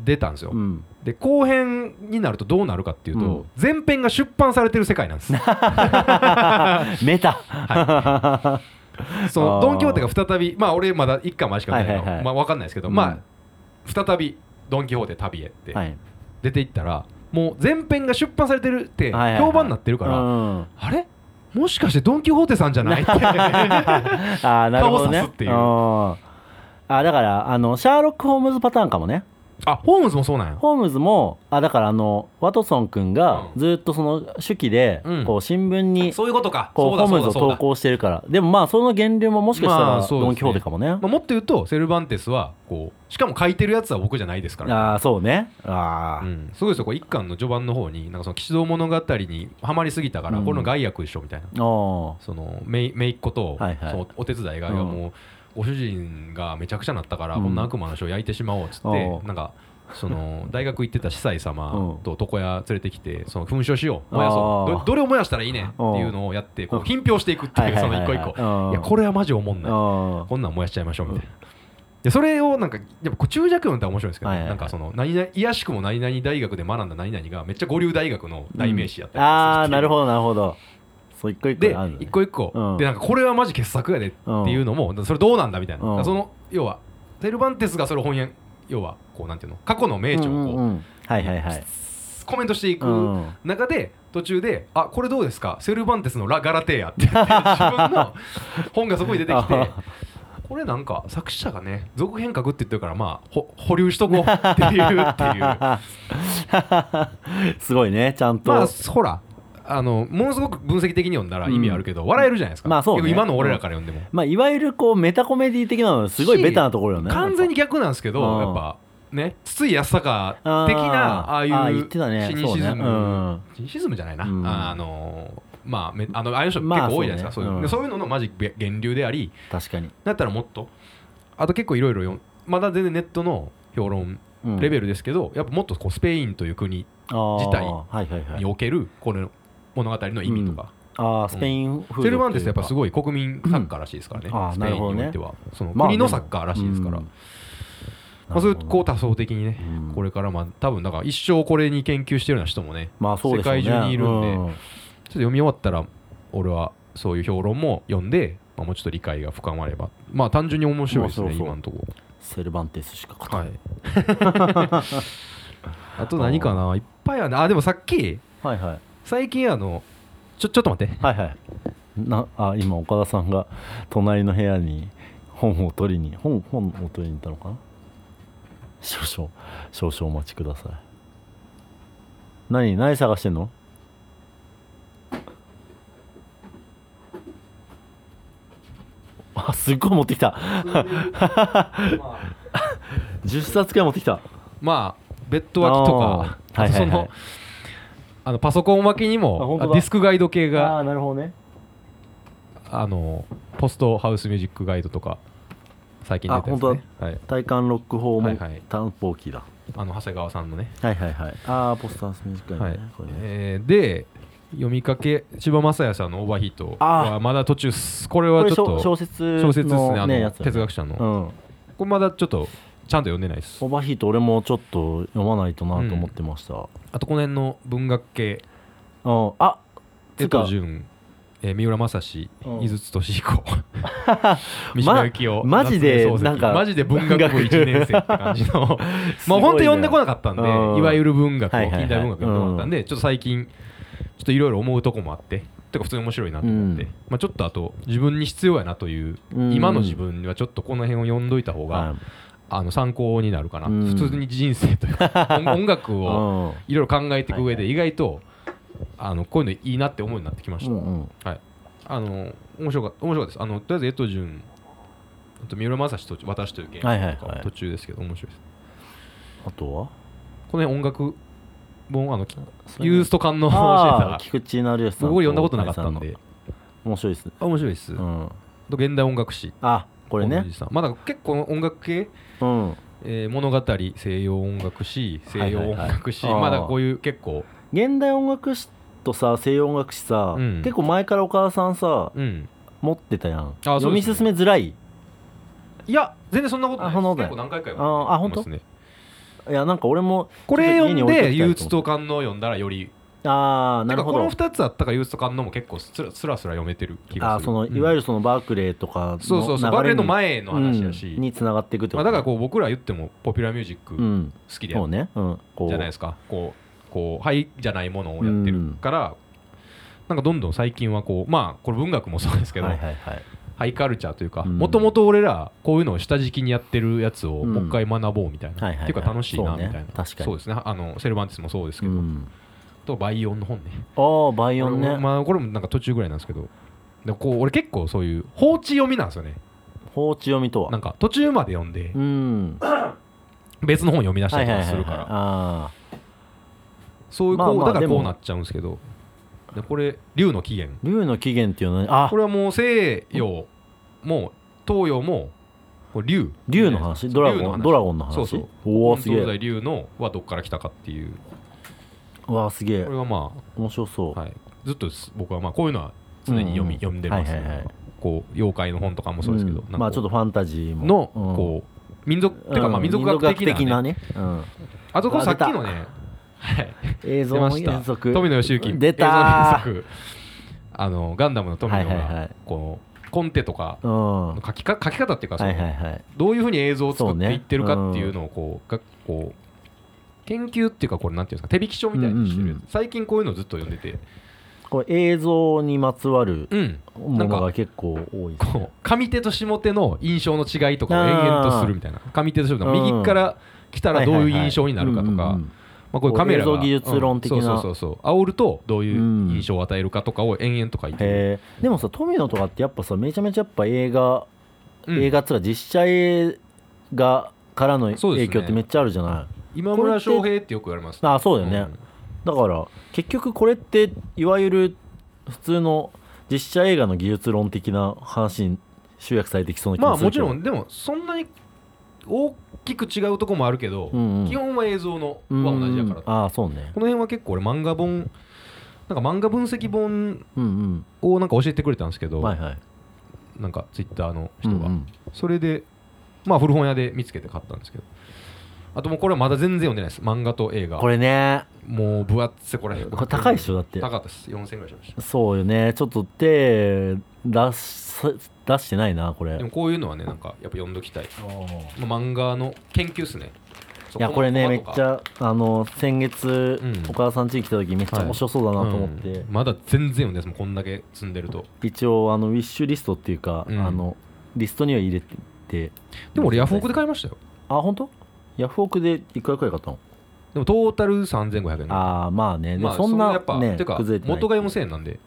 Speaker 2: 出たんですよ、
Speaker 1: うん
Speaker 2: で後編になるとどうなるかっていうと、
Speaker 1: うん
Speaker 2: 前編が出版されてる世界な んです
Speaker 1: メタ、
Speaker 2: その
Speaker 1: あー
Speaker 2: ドン・キホーテが再びまあ俺まだ一巻前しか見てない
Speaker 1: はいはい
Speaker 2: か
Speaker 1: はい
Speaker 2: らまあ分かんないですけど、
Speaker 1: うん
Speaker 2: まあ再びドン・キホーテ旅へって
Speaker 1: はい、
Speaker 2: 出ていったらもう前編が出版されてるっ
Speaker 1: は
Speaker 2: て
Speaker 1: いはいはい
Speaker 2: 評判になってるから、
Speaker 1: うん
Speaker 2: あれもしかしてドン・キホーテさんじ ゃないって
Speaker 1: ああなるほどね
Speaker 2: 顔を刺すっていうん
Speaker 1: あーだからあのシャーロック・ホームズパターンかもね
Speaker 2: あホームズもそうなんや
Speaker 1: ホームズもあだからあのワトソン君が
Speaker 2: うん
Speaker 1: ずっとその手記で、
Speaker 2: うん
Speaker 1: こう新聞に
Speaker 2: そういうことか
Speaker 1: こうホームズを投稿してるからでもまあその源流ももしかした
Speaker 2: まあ
Speaker 1: ら
Speaker 2: そうですね
Speaker 1: ドン・キホーテかもね,、あ
Speaker 2: まあ、もっと言うとセルバンテスはこうしかも書いてるやつは僕じゃないですから
Speaker 1: あーそうねああ、
Speaker 2: うん、すごいですよこう一巻の序盤の方になんかその騎士道物語にはまりすぎたから、
Speaker 1: うん
Speaker 2: この害悪一緒みたいな
Speaker 1: お
Speaker 2: そのめいめいっ子と、
Speaker 1: はいはい
Speaker 2: そのお手伝いが、
Speaker 1: うん
Speaker 2: いやもうご主人がめちゃくちゃなったから、
Speaker 1: うん
Speaker 2: こんな悪魔の人を焼いてしまおうっつって、
Speaker 1: おう
Speaker 2: なんかその 大学行ってた司祭
Speaker 1: うん
Speaker 2: 様と床屋連れてきてその噴書しよう燃やそ
Speaker 1: あ
Speaker 2: う
Speaker 1: ー
Speaker 2: どどれを燃やしたらいいねんっていうのをやってこ
Speaker 1: う
Speaker 2: うん品評していくっていうその一個一個いやこれはマジおもんないこんなん燃やしちゃいましょうみたいな。でそれをなんかやっぱこう注弱音って面白いんですけど、
Speaker 1: はいはいはい
Speaker 2: なんかその何々いやしくも何々大学で学んだ何々がめっちゃ五流大学の代名詞やったり
Speaker 1: ああーなる
Speaker 2: ど
Speaker 1: ほどなるほどそう一個一個
Speaker 2: で
Speaker 1: あるのね
Speaker 2: 一個一個、
Speaker 1: うん
Speaker 2: でなんかこれはマジ傑作やでっていうのも、それどうなんだみたいな、
Speaker 1: うん
Speaker 2: だからその要はセルバンテスがそれを翻訳要はこうなんていうの過去の名著をこう、
Speaker 1: うんうんうんはいはいはい
Speaker 2: コメントしていく
Speaker 1: うん
Speaker 2: 中で、途中で「あこれどうですかセルバンテスのラ・ガラテーヤ」って言って自分の本がそこに出てき てこれなんか作者がね続編書くって言ってるからまあほ保留しとこうっていうっ ていう
Speaker 1: すごいねちゃんと、
Speaker 2: まあほらあのものすごく分析的に読んだら意味あるけど、笑えるじゃないですか、
Speaker 1: まあそうね
Speaker 2: 結構今の俺らから読んでも、
Speaker 1: まあ、いわゆるこうメタコメディ的なのすごい
Speaker 2: し
Speaker 1: ベタなところよね
Speaker 2: 完全に逆なんですけど、
Speaker 1: うん
Speaker 2: やっぱね筒井康隆的なああいう
Speaker 1: あー言ってたね
Speaker 2: シニシズ
Speaker 1: そうねう
Speaker 2: ム
Speaker 1: ん
Speaker 2: シニシズムじゃないな、
Speaker 1: うん
Speaker 2: あのまあめあのああいう人結
Speaker 1: まあ
Speaker 2: 構多いじゃないですか、
Speaker 1: そうね
Speaker 2: そういううんでそういうののマジ源流であり
Speaker 1: 確かに、
Speaker 2: だったらもっとあと結構いろいろまだ全然ネットの評論
Speaker 1: うん
Speaker 2: レベルですけど、やっぱもっとこうスペインという国
Speaker 1: あー
Speaker 2: 自体
Speaker 1: はいはいは
Speaker 2: に
Speaker 1: い、
Speaker 2: おけるこの物語の意味とか、
Speaker 1: あースペイン風
Speaker 2: セルバンテスってやっぱす
Speaker 1: い
Speaker 2: ごい国民サッカーらしいですからね、
Speaker 1: うんあー
Speaker 2: スペ
Speaker 1: な
Speaker 2: イ
Speaker 1: るほど
Speaker 2: ン
Speaker 1: ね
Speaker 2: においては、その国のサッカーらしいですから、まあそういうこう多層的にね、
Speaker 1: うん
Speaker 2: これからまあ多分だから一生これに研究してるような人もね、
Speaker 1: まあそうでしょうね
Speaker 2: 世界中にいるん
Speaker 1: う
Speaker 2: でちょっと読み終わったら、俺はそういう評論も読んで、まあ、もうちょっと理解が深まれば、まあ単純に面白いですね、
Speaker 1: まあそうそう
Speaker 2: 今のとこ
Speaker 1: セルバンテスしか勝たな、
Speaker 2: ろ。はいい、 あと何かな、いっぱいあるね、あ、でもさっき、
Speaker 1: はいはい
Speaker 2: 最近あの、ちょちょっと待って、
Speaker 1: はいはいなあ今岡田さんが隣の部屋に本を取りに本本を取りに行ったのかな少々少々お待ちください何何探してんのあすっごい持ってき た10冊くらい持ってきた
Speaker 2: まあ、ベッド脇とか、
Speaker 1: あー
Speaker 2: あと
Speaker 1: は
Speaker 2: その、
Speaker 1: いはいはい
Speaker 2: あのパソコン脇に
Speaker 1: あ
Speaker 2: も
Speaker 1: 本当
Speaker 2: あ
Speaker 1: だ
Speaker 2: ディスクガイド系が
Speaker 1: ああなるほどね
Speaker 2: あのポストハウスミュージックガイドとか最近出たやつ、
Speaker 1: あ
Speaker 2: ね
Speaker 1: 本、
Speaker 2: はい、
Speaker 1: 体感ロック法
Speaker 2: は
Speaker 1: も
Speaker 2: いはい
Speaker 1: タンポーキーだ
Speaker 2: あの長谷川さんのね、
Speaker 1: はいはいはいああポスタースミュージック
Speaker 2: は
Speaker 1: や
Speaker 2: い
Speaker 1: ねこれね
Speaker 2: えーで読みかけ千葉雅也さんのオーバーヒート
Speaker 1: あ
Speaker 2: はまだ途中っすこれ
Speaker 1: こ
Speaker 2: は
Speaker 1: れ
Speaker 2: ちょっと
Speaker 1: 小小説の
Speaker 2: 小説ですねあの
Speaker 1: やつだ
Speaker 2: 哲学者の、
Speaker 1: う
Speaker 2: こ
Speaker 1: ん
Speaker 2: れまだちょっとちゃんと読んでないです
Speaker 1: オーバーヒート俺もちょっと読まないとなと思ってました、
Speaker 2: あとこの辺の文学系
Speaker 1: うん、あ
Speaker 2: 江
Speaker 1: つか
Speaker 2: 藤潤、えー三浦正史
Speaker 1: うん
Speaker 2: 井筒俊 彦三島由紀夫
Speaker 1: まマジで
Speaker 2: 夏目漱石
Speaker 1: なんか
Speaker 2: マジで文学
Speaker 1: 文
Speaker 2: 部
Speaker 1: 学
Speaker 2: 1年生って感じの
Speaker 1: すご
Speaker 2: まあ
Speaker 1: いね
Speaker 2: 本当読んでこなかったんで
Speaker 1: うん
Speaker 2: いわゆる文学を
Speaker 1: はいはいはい
Speaker 2: 近代文学読んでこなかったんでちょっと最近ちょっといろいろ思うとこもあっててか普通に面白いなと思って
Speaker 1: うん
Speaker 2: まあちょっとあと自分に必要やなという
Speaker 1: うん
Speaker 2: 今の自分にはちょっとこの辺を読んどいた方が
Speaker 1: は
Speaker 2: あの参考になるかな
Speaker 1: うん
Speaker 2: 普通に人生というか 音音楽
Speaker 1: い、う
Speaker 2: を
Speaker 1: んうん
Speaker 2: いろいろ考えていく上で意外とあのこういうのいいなって思うようになってきました、
Speaker 1: うん
Speaker 2: はいあの面白かった面白かったですあのとりあえず江藤潤あと三浦正史と私というゲ
Speaker 1: は
Speaker 2: ー
Speaker 1: いはい
Speaker 2: ムと
Speaker 1: は
Speaker 2: か
Speaker 1: い
Speaker 2: 途中ですけど面白いです、
Speaker 1: あとは
Speaker 2: この辺音楽本あのき
Speaker 1: それ
Speaker 2: ユースト感の教
Speaker 1: あー
Speaker 2: えてた
Speaker 1: 菊池成吉さんと
Speaker 2: 僕読んだことなかったん
Speaker 1: 大
Speaker 2: で
Speaker 1: さの面白いですね、
Speaker 2: あ面白いです、
Speaker 1: う
Speaker 2: あ
Speaker 1: ん、
Speaker 2: と現代音楽史
Speaker 1: あこ
Speaker 2: こ
Speaker 1: れね、
Speaker 2: まあ、だから結構音楽系、
Speaker 1: うん、
Speaker 2: えー物語西洋音楽史西洋音楽史、
Speaker 1: はいはいはいあー
Speaker 2: まだこういう結構
Speaker 1: 現代音楽史とさ西洋音楽史さ、
Speaker 2: うん
Speaker 1: 結構前からお母さんさ
Speaker 2: うん
Speaker 1: 持ってたやん
Speaker 2: そうです
Speaker 1: 読
Speaker 2: ね
Speaker 1: み進めづらい
Speaker 2: いや全然そんなことないで
Speaker 1: あそ
Speaker 2: す
Speaker 1: んなことない
Speaker 2: 結構何回か
Speaker 1: あーあ
Speaker 2: 読
Speaker 1: 本
Speaker 2: んで
Speaker 1: 当
Speaker 2: ますね
Speaker 1: いやなんか俺も
Speaker 2: これ読んで憂
Speaker 1: 憂
Speaker 2: 鬱
Speaker 1: 鬱
Speaker 2: と感動を読んだらより
Speaker 1: ああな
Speaker 2: な
Speaker 1: る
Speaker 2: んか
Speaker 1: ほ
Speaker 2: こ
Speaker 1: ど
Speaker 2: の2つあったから憂鬱と感動も結構すらすらすら読めてる気が
Speaker 1: あー
Speaker 2: する
Speaker 1: その
Speaker 2: うん
Speaker 1: いわゆるそのバークレーとかの
Speaker 2: そうそうそうバ
Speaker 1: 流
Speaker 2: レエ
Speaker 1: れ
Speaker 2: の
Speaker 1: に
Speaker 2: 前の話だ
Speaker 1: うん
Speaker 2: し、
Speaker 1: に繋がっていくって
Speaker 2: まあ、だからこう僕ら言ってもポピュラーミュージック
Speaker 1: う
Speaker 2: 好
Speaker 1: ん
Speaker 2: きでや
Speaker 1: そうねうんこう
Speaker 2: じゃないですかこうこうはいじゃないものをやってるから、なんかどんどん最近はこうまあこれ文学もそうですけど、
Speaker 1: はいはいはい
Speaker 2: ハイカルチャーというか
Speaker 1: うん
Speaker 2: もともと俺らこういうのを下敷きにやってるやつを
Speaker 1: うん
Speaker 2: もう一回学ぼうみたいな、
Speaker 1: はいはいはい
Speaker 2: っていうか楽しいな
Speaker 1: そう
Speaker 2: み
Speaker 1: ね
Speaker 2: たいな、
Speaker 1: 確かに
Speaker 2: そうですねあのセルバンティスもそうですけ
Speaker 1: う
Speaker 2: ど、
Speaker 1: ん
Speaker 2: とバイオンの本ね
Speaker 1: ああ倍音
Speaker 2: これ
Speaker 1: ね
Speaker 2: まあ、これもなんか途中ぐらいなんですけどでこう俺結構そういう放置読みなんですよね
Speaker 1: 放置読みと
Speaker 2: な
Speaker 1: は
Speaker 2: んか途中まで読んで
Speaker 1: うんは
Speaker 2: 別の本読み出した
Speaker 1: いはい
Speaker 2: り
Speaker 1: は
Speaker 2: と
Speaker 1: い
Speaker 2: か
Speaker 1: はい
Speaker 2: するから、
Speaker 1: ああ
Speaker 2: そういうこう、
Speaker 1: まあまあ
Speaker 2: だからこう
Speaker 1: でも
Speaker 2: なっちゃうんですけどでこれ「竜の起源
Speaker 1: 竜の起源っていうのはねあ」
Speaker 2: これはもう西洋も東洋もこう竜
Speaker 1: 竜の話ドラゴンドラゴンの話
Speaker 2: そうそう
Speaker 1: おおすげ
Speaker 2: 東
Speaker 1: え
Speaker 2: 西竜のはどっから来たかっていう
Speaker 1: うわあすげえ
Speaker 2: これはま
Speaker 1: 面白そう
Speaker 2: あ、はい、ずっとです僕はまあこういうのは常に読み、
Speaker 1: うん
Speaker 2: 読んでます、ね
Speaker 1: はいはいはい
Speaker 2: こう妖怪の本とかもそうですけど、
Speaker 1: ん
Speaker 2: なんか
Speaker 1: まあちょっとファンタジーも
Speaker 2: の、
Speaker 1: うん
Speaker 2: こう民族っていうかまあ
Speaker 1: うん
Speaker 2: 民族学的な,、ね
Speaker 1: 民族学的なね
Speaker 2: あとこれ
Speaker 1: あ
Speaker 2: さ
Speaker 1: 出
Speaker 2: ったき のねはい
Speaker 1: うん映
Speaker 2: 出
Speaker 1: 像
Speaker 2: ま
Speaker 1: も
Speaker 2: した
Speaker 1: 連続
Speaker 2: 富野義行
Speaker 1: 出たー
Speaker 2: 映像の原作あのガンダムの富野
Speaker 1: はいはいは
Speaker 2: が
Speaker 1: い
Speaker 2: こうコンテとか
Speaker 1: うんは
Speaker 2: の書きか書き方っていうか
Speaker 1: い
Speaker 2: そ
Speaker 1: は
Speaker 2: の
Speaker 1: いはい
Speaker 2: どういうふうに映像を作
Speaker 1: そう
Speaker 2: っ
Speaker 1: ね
Speaker 2: ていってるかっていうのをこうがこう研究っていうかこれなんていうんですか手引き書みたいにしてるやつ、
Speaker 1: うんうんうん
Speaker 2: 最近こういうのずっと読んでて
Speaker 1: これ映像にまつわる
Speaker 2: うん
Speaker 1: ものが結構多いです
Speaker 2: こう上手と下手の印象の違いとかを延々とするみたいな上手と下手の右から来たらどういう印象になるかと
Speaker 1: うんうんう
Speaker 2: か
Speaker 1: ん
Speaker 2: まあこういうカメラが
Speaker 1: 映像技術論的な
Speaker 2: うんそうそうそうそう煽るとどういう印象を与えるかとかを延々と書いてる
Speaker 1: へえでもさ富野とかってやっぱさめちゃめちゃやっぱ映画、
Speaker 2: うん
Speaker 1: 映画っつうか実写映画からの
Speaker 2: そうです
Speaker 1: 影響
Speaker 2: ね
Speaker 1: ってめっちゃあるじゃない、
Speaker 2: 今村翔平ってよく言われます
Speaker 1: あそうだよね、だから結局これっていわゆる普通の実写映画の技術論的な話に集約されてきそう
Speaker 2: う
Speaker 1: なん気が
Speaker 2: まあ
Speaker 1: する
Speaker 2: も
Speaker 1: け
Speaker 2: ち
Speaker 1: ど
Speaker 2: ろんでもそんなに大きく違うとこもあるけど
Speaker 1: うんうん
Speaker 2: 基本は映像のは同じやから
Speaker 1: うんああそうね
Speaker 2: この辺は結構俺漫画本なんか漫画分析本
Speaker 1: うん
Speaker 2: をなんか教えてくれたんですけ
Speaker 1: う
Speaker 2: ど
Speaker 1: んはいはい
Speaker 2: なんかツイッターの人
Speaker 1: うんう
Speaker 2: が
Speaker 1: ん
Speaker 2: それでまあ古本屋で見つけて買ったんですけどあともうこれはまだ全然読んでないです漫画と映画
Speaker 1: これね
Speaker 2: もう分厚いこれ
Speaker 1: これ高いっしょだって
Speaker 2: 高かったです4000円ぐらいしまし
Speaker 1: そうよねちょっと手出し出してないなこれ
Speaker 2: たでもこういうのはねなんかやっぱ読んどきたい、
Speaker 1: い
Speaker 2: まあ、漫画の研究っすねそう
Speaker 1: やこれねめ
Speaker 2: 細
Speaker 1: っ
Speaker 2: 々とか
Speaker 1: ちゃあの先月、
Speaker 2: うん
Speaker 1: お母さん家に来た時めっちゃ面白そうだなと思って、
Speaker 2: うんまだ全然読んでないですもうこんだけ積んでると
Speaker 1: 一応あのウィッシュリストっていうか、
Speaker 2: うん
Speaker 1: あのリストには入れてて
Speaker 2: でも俺ヤフオクで買いましたよ
Speaker 1: あ本当ヤフオクでいくらくらい買ったの、
Speaker 2: でもトータル3500円
Speaker 1: ああまあね、でも
Speaker 2: まあ
Speaker 1: そん
Speaker 2: の
Speaker 1: な
Speaker 2: やっぱ、
Speaker 1: ね
Speaker 2: てか
Speaker 1: 崩れてない
Speaker 2: 元が4000円なんで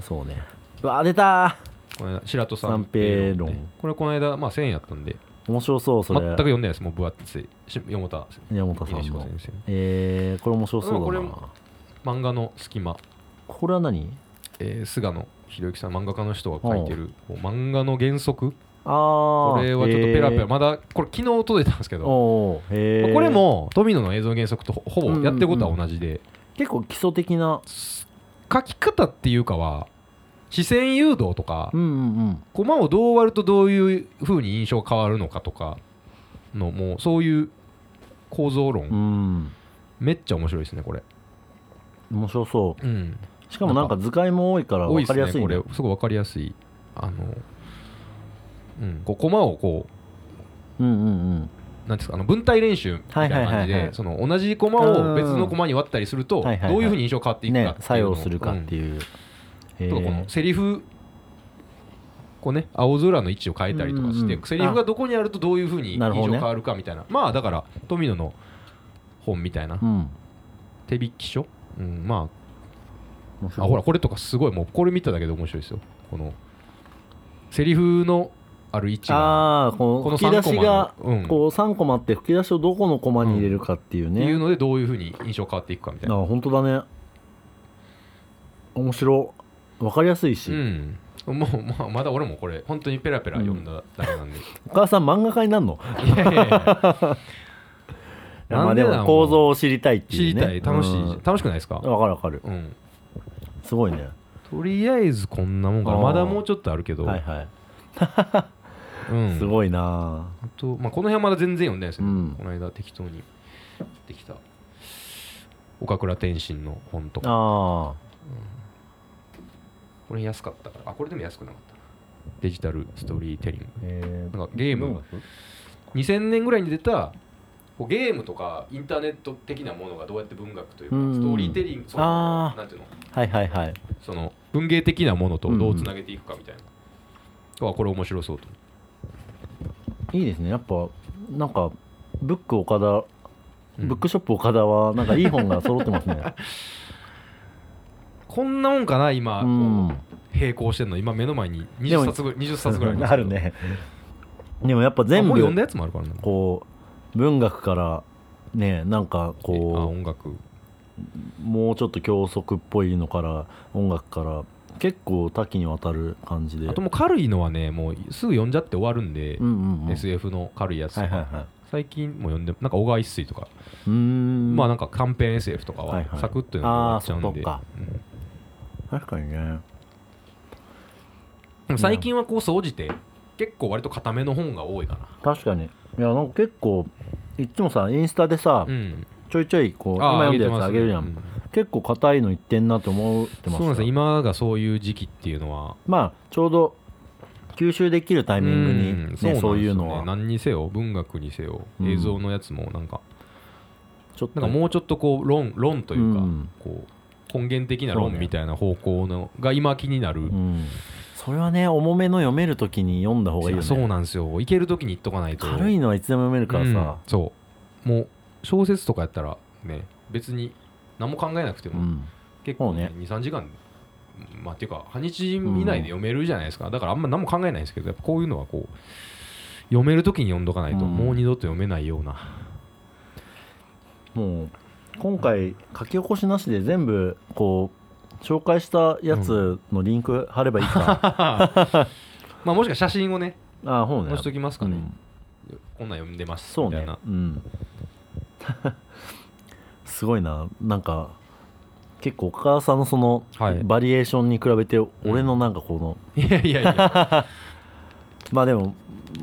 Speaker 1: そうねうわ出た
Speaker 2: この間白戸さん
Speaker 1: 三平論
Speaker 2: ねこれこの間まあ1000円やったんで
Speaker 1: ー面白そうそ
Speaker 2: 全
Speaker 1: れ
Speaker 2: く読んでないですもう分厚いし読田
Speaker 1: 山本さん
Speaker 2: 秀彦
Speaker 1: の
Speaker 2: 先生
Speaker 1: えー、これ面白そうだな
Speaker 2: で
Speaker 1: これ
Speaker 2: もこ漫画の隙間、
Speaker 1: は何
Speaker 2: えー、菅野博之さん漫画家の人が書いてるこう漫画の原則
Speaker 1: ああ
Speaker 2: これはちょっとペラペラ、
Speaker 1: えー
Speaker 2: まだこれ昨日届いたんですけど、
Speaker 1: おーえ
Speaker 2: ま
Speaker 1: ー
Speaker 2: あこれも富野の映像原則とほほぼやってることは同じで、
Speaker 1: 結構基礎的な
Speaker 2: 書き方っていうかは視線誘導とか、
Speaker 1: うんうんうん
Speaker 2: コマをどう割るとどういうふうに印象が変わるのかとかのもうそういう構造
Speaker 1: う
Speaker 2: 論、
Speaker 1: ん
Speaker 2: めっちゃ面白いですねこれ、
Speaker 1: 面白そ
Speaker 2: うん、
Speaker 1: うしかもなんか図解も多いから
Speaker 2: 多い
Speaker 1: 分
Speaker 2: で
Speaker 1: か
Speaker 2: す
Speaker 1: りや
Speaker 2: ね
Speaker 1: すい
Speaker 2: こ
Speaker 1: ね
Speaker 2: れすごい分かりやすいあのうんこう駒をこ
Speaker 1: うんうんうん
Speaker 2: うなんていうんですかあの分体練習みたいな
Speaker 1: はいは
Speaker 2: 感
Speaker 1: い
Speaker 2: じ
Speaker 1: はいはい
Speaker 2: でその同じ駒を別の駒に割ったりすると
Speaker 1: うんはいはいはい
Speaker 2: どういうふうに印象変わっていくか
Speaker 1: ね
Speaker 2: っていうのを、
Speaker 1: 作用するかっていう、え
Speaker 2: うん
Speaker 1: ー
Speaker 2: とかこのセリフこうね青空の位置を変えたりとかして、
Speaker 1: うんうん
Speaker 2: セリフがどこにあるとどういうふうに印
Speaker 1: なるほ
Speaker 2: 象
Speaker 1: どね
Speaker 2: 変わるかみたいなまあだから富野の本みたいな、
Speaker 1: うん
Speaker 2: 手引き書、うん、ま
Speaker 1: 面白
Speaker 2: あ
Speaker 1: い
Speaker 2: あほらこれとかすごいもうこれ見ただけで面白いですよこのセリフのある位置が
Speaker 1: ああこの
Speaker 2: この
Speaker 1: 吹き出しが
Speaker 2: 3コマのうん
Speaker 1: こう3コマあって吹き出しをどこのコマに入れるかっていう
Speaker 2: って
Speaker 1: ね、
Speaker 2: いうのでどういうふうに印象変わっていくかみたい
Speaker 1: あ
Speaker 2: な、
Speaker 1: 本当だね面白い分かりやすいし、
Speaker 2: うん、もう、まあ、まだ俺もこれ本当にペラペラ読んだだけなんで、
Speaker 1: お母さん漫画家になるの
Speaker 2: いやい やいや
Speaker 1: いやまあ
Speaker 2: なん
Speaker 1: で
Speaker 2: でなん
Speaker 1: も構造を知りたいって
Speaker 2: 知
Speaker 1: い
Speaker 2: り
Speaker 1: う、ね、
Speaker 2: たい楽しい、
Speaker 1: うん
Speaker 2: 楽しくないですか、
Speaker 1: わかるわかる
Speaker 2: うん、
Speaker 1: すごいね
Speaker 2: とりあえずこんなもんかな
Speaker 1: あー
Speaker 2: まだもうちょっとあるけど、
Speaker 1: はいは
Speaker 2: うん
Speaker 1: い、すごいな
Speaker 2: あと、まあ、この辺はまだ全然読んでないですね、
Speaker 1: うん
Speaker 2: この間適当に買ってきた岡倉天心の本と
Speaker 1: あ
Speaker 2: か
Speaker 1: あ
Speaker 2: これ安かったからあこれでも安くなかったなデジタルストーリーテリング
Speaker 1: え
Speaker 2: なんかゲーム2000年ぐらいに出たこうゲームとかインターネット的なものがどうやって文学というか
Speaker 1: うんうん
Speaker 2: ストーリーテリングそ
Speaker 1: あ
Speaker 2: の
Speaker 1: ー
Speaker 2: なんていうの
Speaker 1: はいはいはい
Speaker 2: その文芸的なものとどうつなげていくかみたいな、あこれ面白そうと思って
Speaker 1: いいですねやっぱなんかブック岡田
Speaker 2: うん
Speaker 1: ブックショップ岡田はなんかいい本が揃ってます ね
Speaker 2: こんなもんかな今、こ
Speaker 1: う
Speaker 2: うん並行してんの今目の前に
Speaker 1: でも
Speaker 2: 20冊ぐらい20冊ぐらい
Speaker 1: あるねでもやっぱ全
Speaker 2: 全部読ん
Speaker 1: 部
Speaker 2: だやつもあるからな
Speaker 1: こう文学からねなんか
Speaker 2: あ
Speaker 1: こ
Speaker 2: 音楽
Speaker 1: うもうちょっと教則っぽいのから音楽から結構多岐にわたる感じで
Speaker 2: あともう軽いのはねもうすぐ読んじゃって終わるんで、
Speaker 1: うんうんうん
Speaker 2: SF の軽いやつと
Speaker 1: はい
Speaker 2: か、
Speaker 1: はいはい
Speaker 2: 最近も読んでなんか小川一水とか、
Speaker 1: うーん
Speaker 2: まあなんか短編 SF とか
Speaker 1: は
Speaker 2: はい
Speaker 1: はい
Speaker 2: サクッと読んで終わっちゃうんで、
Speaker 1: あーそ
Speaker 2: うん
Speaker 1: 確かにね
Speaker 2: でも最近はこう総じて結構割と固めの本が多いかな
Speaker 1: 確かにいやなんか結構いっつもさインスタでさ、
Speaker 2: うん
Speaker 1: ちょいちょいこう今読んだやつあげるじゃん、結構硬いのいってんなって思って
Speaker 2: そう
Speaker 1: ました
Speaker 2: なんですよ今がそういう時期っていうのは
Speaker 1: まあちょうど吸収できるタイミングに、ねそう
Speaker 2: んなんですよね
Speaker 1: いうのは
Speaker 2: 何にせよ文学にせよ
Speaker 1: うん
Speaker 2: 映像のやつもなんか
Speaker 1: ちょっと
Speaker 2: なんかもうちょっとこう論論というか、
Speaker 1: うん
Speaker 2: こう根源的な
Speaker 1: そう
Speaker 2: 論
Speaker 1: ね
Speaker 2: みたいな方向のが今気になる、
Speaker 1: うん、それはね重めの読めるときに読んだ方がいいよ
Speaker 2: いや
Speaker 1: ね
Speaker 2: そうなんですよ行ける時に行っとかないと
Speaker 1: 軽いのはいつでも読めるからさ、
Speaker 2: うんそうもう小説とかやったらね別に何も考えなくて
Speaker 1: う
Speaker 2: も、
Speaker 1: ん
Speaker 2: 結構、ね
Speaker 1: そ
Speaker 2: 23時間まあっていうか半日以内で読めるじゃないですか、だからあんま何も考えないですけどやっぱこういうのはこう読める時に読んどかないと、
Speaker 1: うん
Speaker 2: もう二度と読めないような
Speaker 1: もう今回書き起こしなしで全部こう紹介したやつのリンク貼ればいいか、
Speaker 2: まあもしか写真をね
Speaker 1: ああほうね
Speaker 2: 押しときますか
Speaker 1: う
Speaker 2: ね、
Speaker 1: ん
Speaker 2: こんなん読んでます
Speaker 1: そう
Speaker 2: みたい
Speaker 1: ね
Speaker 2: な、
Speaker 1: うん すごいななんか結構岡田さんのその
Speaker 2: はい
Speaker 1: バリエーションに比べて俺のなんかこの、
Speaker 2: いやいやいやは
Speaker 1: まあでも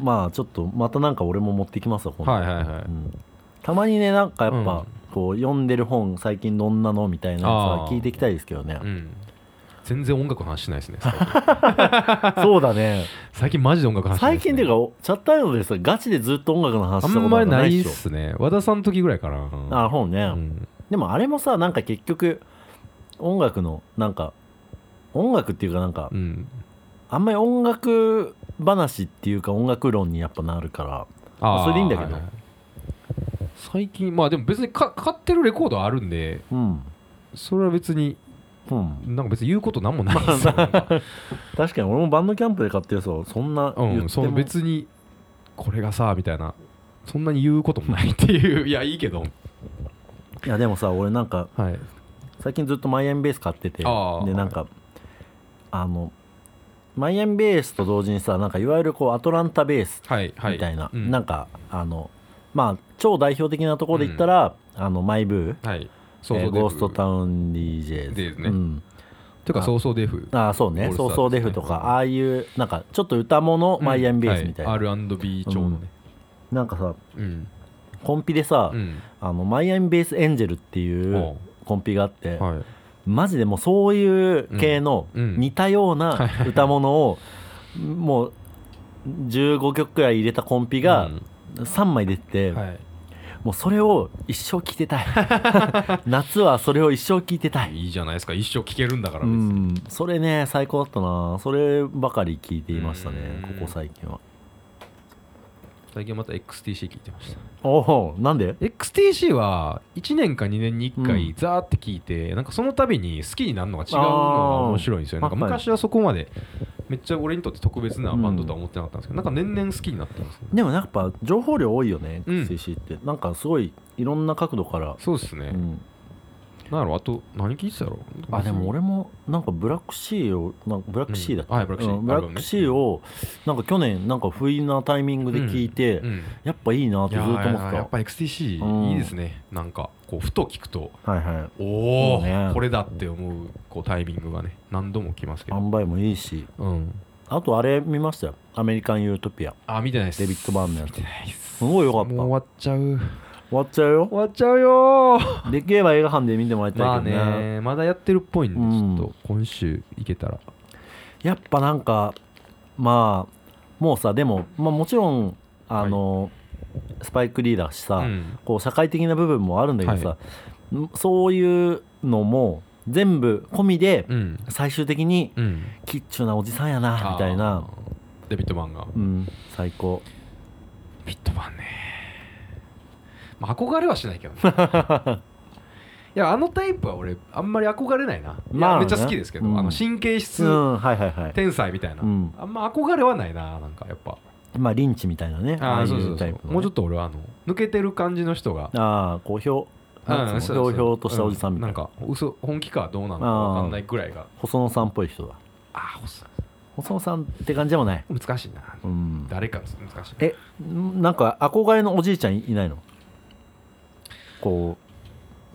Speaker 1: まあちょっとまたなんか俺も持ってきますわ
Speaker 2: い
Speaker 1: 今度
Speaker 2: はいはい、
Speaker 1: うんたまにねなんかやっ
Speaker 2: うん
Speaker 1: ぱこう読んでる本最近どんなのみたいなやつ
Speaker 2: あ
Speaker 1: は
Speaker 2: ー
Speaker 1: 聞いていきたいですけど ね
Speaker 2: うん、全然音楽の話しないですね
Speaker 1: そうだね
Speaker 2: 最近マジで音楽の話しない
Speaker 1: 最
Speaker 2: です
Speaker 1: 近
Speaker 2: ね
Speaker 1: っていうかおチャットアイドルでさガチでずっと音楽の話し
Speaker 2: あ
Speaker 1: たこと
Speaker 2: ん
Speaker 1: な
Speaker 2: ま
Speaker 1: ん
Speaker 2: り
Speaker 1: かな
Speaker 2: ないい
Speaker 1: っ
Speaker 2: っ
Speaker 1: し
Speaker 2: すね和田さんの時ぐらいかな
Speaker 1: ょあほうね、
Speaker 2: うん
Speaker 1: でもあれもさなんか結局音楽のなんか音楽っていうかなんか
Speaker 2: うん
Speaker 1: あんまり音楽話っていうか音楽論にやっぱなるから
Speaker 2: あー
Speaker 1: それでいいんだけど
Speaker 2: はは最近まあでも別にか買ってるレコードはあるんで
Speaker 1: うん
Speaker 2: それは別に
Speaker 1: うん
Speaker 2: なんか別に言うことなんもないですよなんか
Speaker 1: 確かに俺もバンドキャンプで買ってるそうそんな
Speaker 2: う
Speaker 1: 言
Speaker 2: ん
Speaker 1: っ
Speaker 2: そ
Speaker 1: て
Speaker 2: の
Speaker 1: も
Speaker 2: 別にこれがさみたいなそんなに言うこともないっ ていういやいいけど
Speaker 1: いやでもさ俺なんか
Speaker 2: はい
Speaker 1: 最近ずっとマイアミベース買ってて
Speaker 2: あー
Speaker 1: でなんか、あのマイアミベースと同時にさなんかいわゆるこうアトランタベース
Speaker 2: はいはい
Speaker 1: みたいな、
Speaker 2: うん
Speaker 1: なんかあのまあ超代表的なところで言ったら、あのマイブー、
Speaker 2: はい
Speaker 1: え
Speaker 2: そう
Speaker 1: ー
Speaker 2: そう
Speaker 1: ゴーストタ
Speaker 2: ン
Speaker 1: ウン DJ
Speaker 2: デイズね
Speaker 1: うん、
Speaker 2: てかそうそうデフ
Speaker 1: ああそうね
Speaker 2: オールスター
Speaker 1: そ
Speaker 2: ズ
Speaker 1: うそうデフとか、
Speaker 2: ね
Speaker 1: ああいうなんかちょっと歌物マイアミベースみたいな、
Speaker 2: は R&B 調のね
Speaker 1: なんかさ
Speaker 2: うん
Speaker 1: コンピでさ、
Speaker 2: うん
Speaker 1: あのマイアミベースエンジェルっていう
Speaker 2: お
Speaker 1: コンピがあって、
Speaker 2: はい
Speaker 1: マジでもうそういう系の
Speaker 2: うんうん
Speaker 1: 似たような
Speaker 2: はい
Speaker 1: 歌物をもう15曲くらい入れたコンピが
Speaker 2: うん
Speaker 1: 3枚出てて
Speaker 2: はい
Speaker 1: もうそれを一生聴いてたい 夏はそれを一生聴いてたい
Speaker 2: いいじゃないですか一生聴けるんだから
Speaker 1: う
Speaker 2: 別に
Speaker 1: んそれね最高だったなそればかり聴いていましたね
Speaker 2: うん
Speaker 1: ここ最近は
Speaker 2: 最近また XTC 聞いてました
Speaker 1: おおなんで
Speaker 2: XTC は1年か2年に1
Speaker 1: う
Speaker 2: 回
Speaker 1: ん
Speaker 2: ザーって聞いて、なんかその度に好きになるのが違うのが面白いんですよ
Speaker 1: あー
Speaker 2: なんか昔はそこまでめっちゃ俺にとって特別なバンドとは思ってなかったんですけど、
Speaker 1: うん
Speaker 2: なんか年々好きになってますね
Speaker 1: でもなんかやっぱ情報量多いよね
Speaker 2: うん
Speaker 1: XCC ってなんかすごいいろんな角度から
Speaker 2: そうですね、
Speaker 1: うん
Speaker 2: なんやろあと何聞いてたやろ
Speaker 1: あでも俺もなんかブラックシーをなんかブラックシーだっけ
Speaker 2: うんはいブラックシー
Speaker 1: うんブラックシーをなんか去年なんか不意なタイミングで聞いて、
Speaker 2: うん
Speaker 1: やっぱいいなって
Speaker 2: い
Speaker 1: ずっ
Speaker 2: や
Speaker 1: と思って
Speaker 2: ーやっぱ XTC いいですね、なんかこうふと聞くと
Speaker 1: たはいはい
Speaker 2: おお、
Speaker 1: そうね
Speaker 2: これだって思うこうタイミングがね何度も来ますけど、
Speaker 1: 塩梅もいいし
Speaker 2: うん、
Speaker 1: あとあれ見ましたよ「アメリカン・ユートピア
Speaker 2: あ見てないです
Speaker 1: デビッド・バーンのや
Speaker 2: 見
Speaker 1: つ
Speaker 2: てないっ
Speaker 1: す
Speaker 2: す
Speaker 1: ごいよかった
Speaker 2: もう終
Speaker 1: 終
Speaker 2: わっちゃう
Speaker 1: わっちゃうよ
Speaker 2: 終わっちゃうよー
Speaker 1: できれば映画館で見てもらい
Speaker 2: ま
Speaker 1: た
Speaker 2: あ
Speaker 1: いけどね,、
Speaker 2: ねまだやってるっぽいんで
Speaker 1: うん
Speaker 2: ちょっと今週行けたら
Speaker 1: やっぱなんかまあもうさでも、まあ、もちろんあの、スパイク・リーダーしさ、
Speaker 2: うん
Speaker 1: こう社会的な部分もあるんだけどさ、んそういうのも全部込みで
Speaker 2: うん
Speaker 1: 最終的に
Speaker 2: うん
Speaker 1: キッチュなおじさんやなみたいな、
Speaker 2: あーデビットマンが
Speaker 1: うん、最高
Speaker 2: デビットマンねまあ憧れはしない けどねいやあのタイプは俺あんまり憧れないな、
Speaker 1: ま
Speaker 2: ま
Speaker 1: あ
Speaker 2: あ、
Speaker 1: ね
Speaker 2: めっちゃ好きですけど、
Speaker 1: うん
Speaker 2: あの神経質
Speaker 1: うんはいはいはい
Speaker 2: 天才みたいな、
Speaker 1: うん
Speaker 2: あんま憧れはないななんかやっぱ
Speaker 1: まあリンチみたいなねああいうタイプのね
Speaker 2: もうちょっと俺はあの抜けてる感じの人が
Speaker 1: ああ好評なんつう
Speaker 2: そ
Speaker 1: のひょう
Speaker 2: う
Speaker 1: ひょうとしたおじさんみたいな,、
Speaker 2: うなんか嘘本気かどうなのかわかんないぐらいが
Speaker 1: 細野さんっぽい人だ
Speaker 2: ああ細い
Speaker 1: 細野さんって感じでもない、
Speaker 2: 難しいな
Speaker 1: うん、
Speaker 2: 誰か難しい
Speaker 1: えんなんか憧れのおじいちゃんいないのこ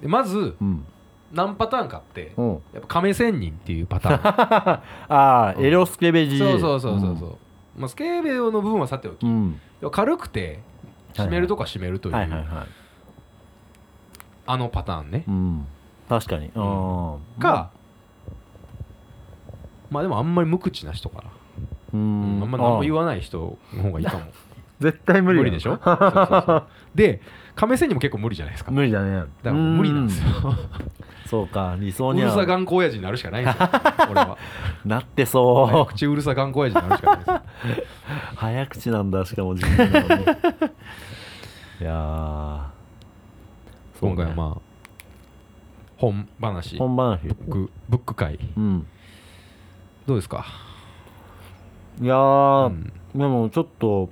Speaker 2: でまず
Speaker 1: ううん、
Speaker 2: 何パターンかあって
Speaker 1: うん、
Speaker 2: やっぱ亀仙人っていうパ ターン
Speaker 1: ああ、
Speaker 2: うん
Speaker 1: エロスケベジ
Speaker 2: そうそうそうそうそう、まあ、スケーベルの部分はさておき
Speaker 1: うん、
Speaker 2: 軽くて締めるとか締めるという、
Speaker 1: はいはいはい、
Speaker 2: あのパターンね
Speaker 1: うん、確かに、うん
Speaker 2: か、まあでもあんまり無口な人かな、
Speaker 1: うん、
Speaker 2: あんま何も言
Speaker 1: わ
Speaker 2: わない人の方がいいかも
Speaker 1: 絶対無理
Speaker 2: 無理でしょそうそうそうで亀仙人も結構無理じゃないですかだか
Speaker 1: 無理だね
Speaker 2: らもう無理なんですよ
Speaker 1: そうか理 想
Speaker 2: う
Speaker 1: に
Speaker 2: るさ
Speaker 1: は
Speaker 2: 頑固親父になるしかないんです よ俺は
Speaker 1: なってそう
Speaker 2: 口うるさ頑固親父になるしかない です
Speaker 1: 早口なんだしかも自分な のにいやー
Speaker 2: 今回はまあ本話ブ
Speaker 1: 本番日
Speaker 2: ックブック会
Speaker 1: うん
Speaker 2: どうですか
Speaker 1: いやー、
Speaker 2: うん
Speaker 1: でもちょっと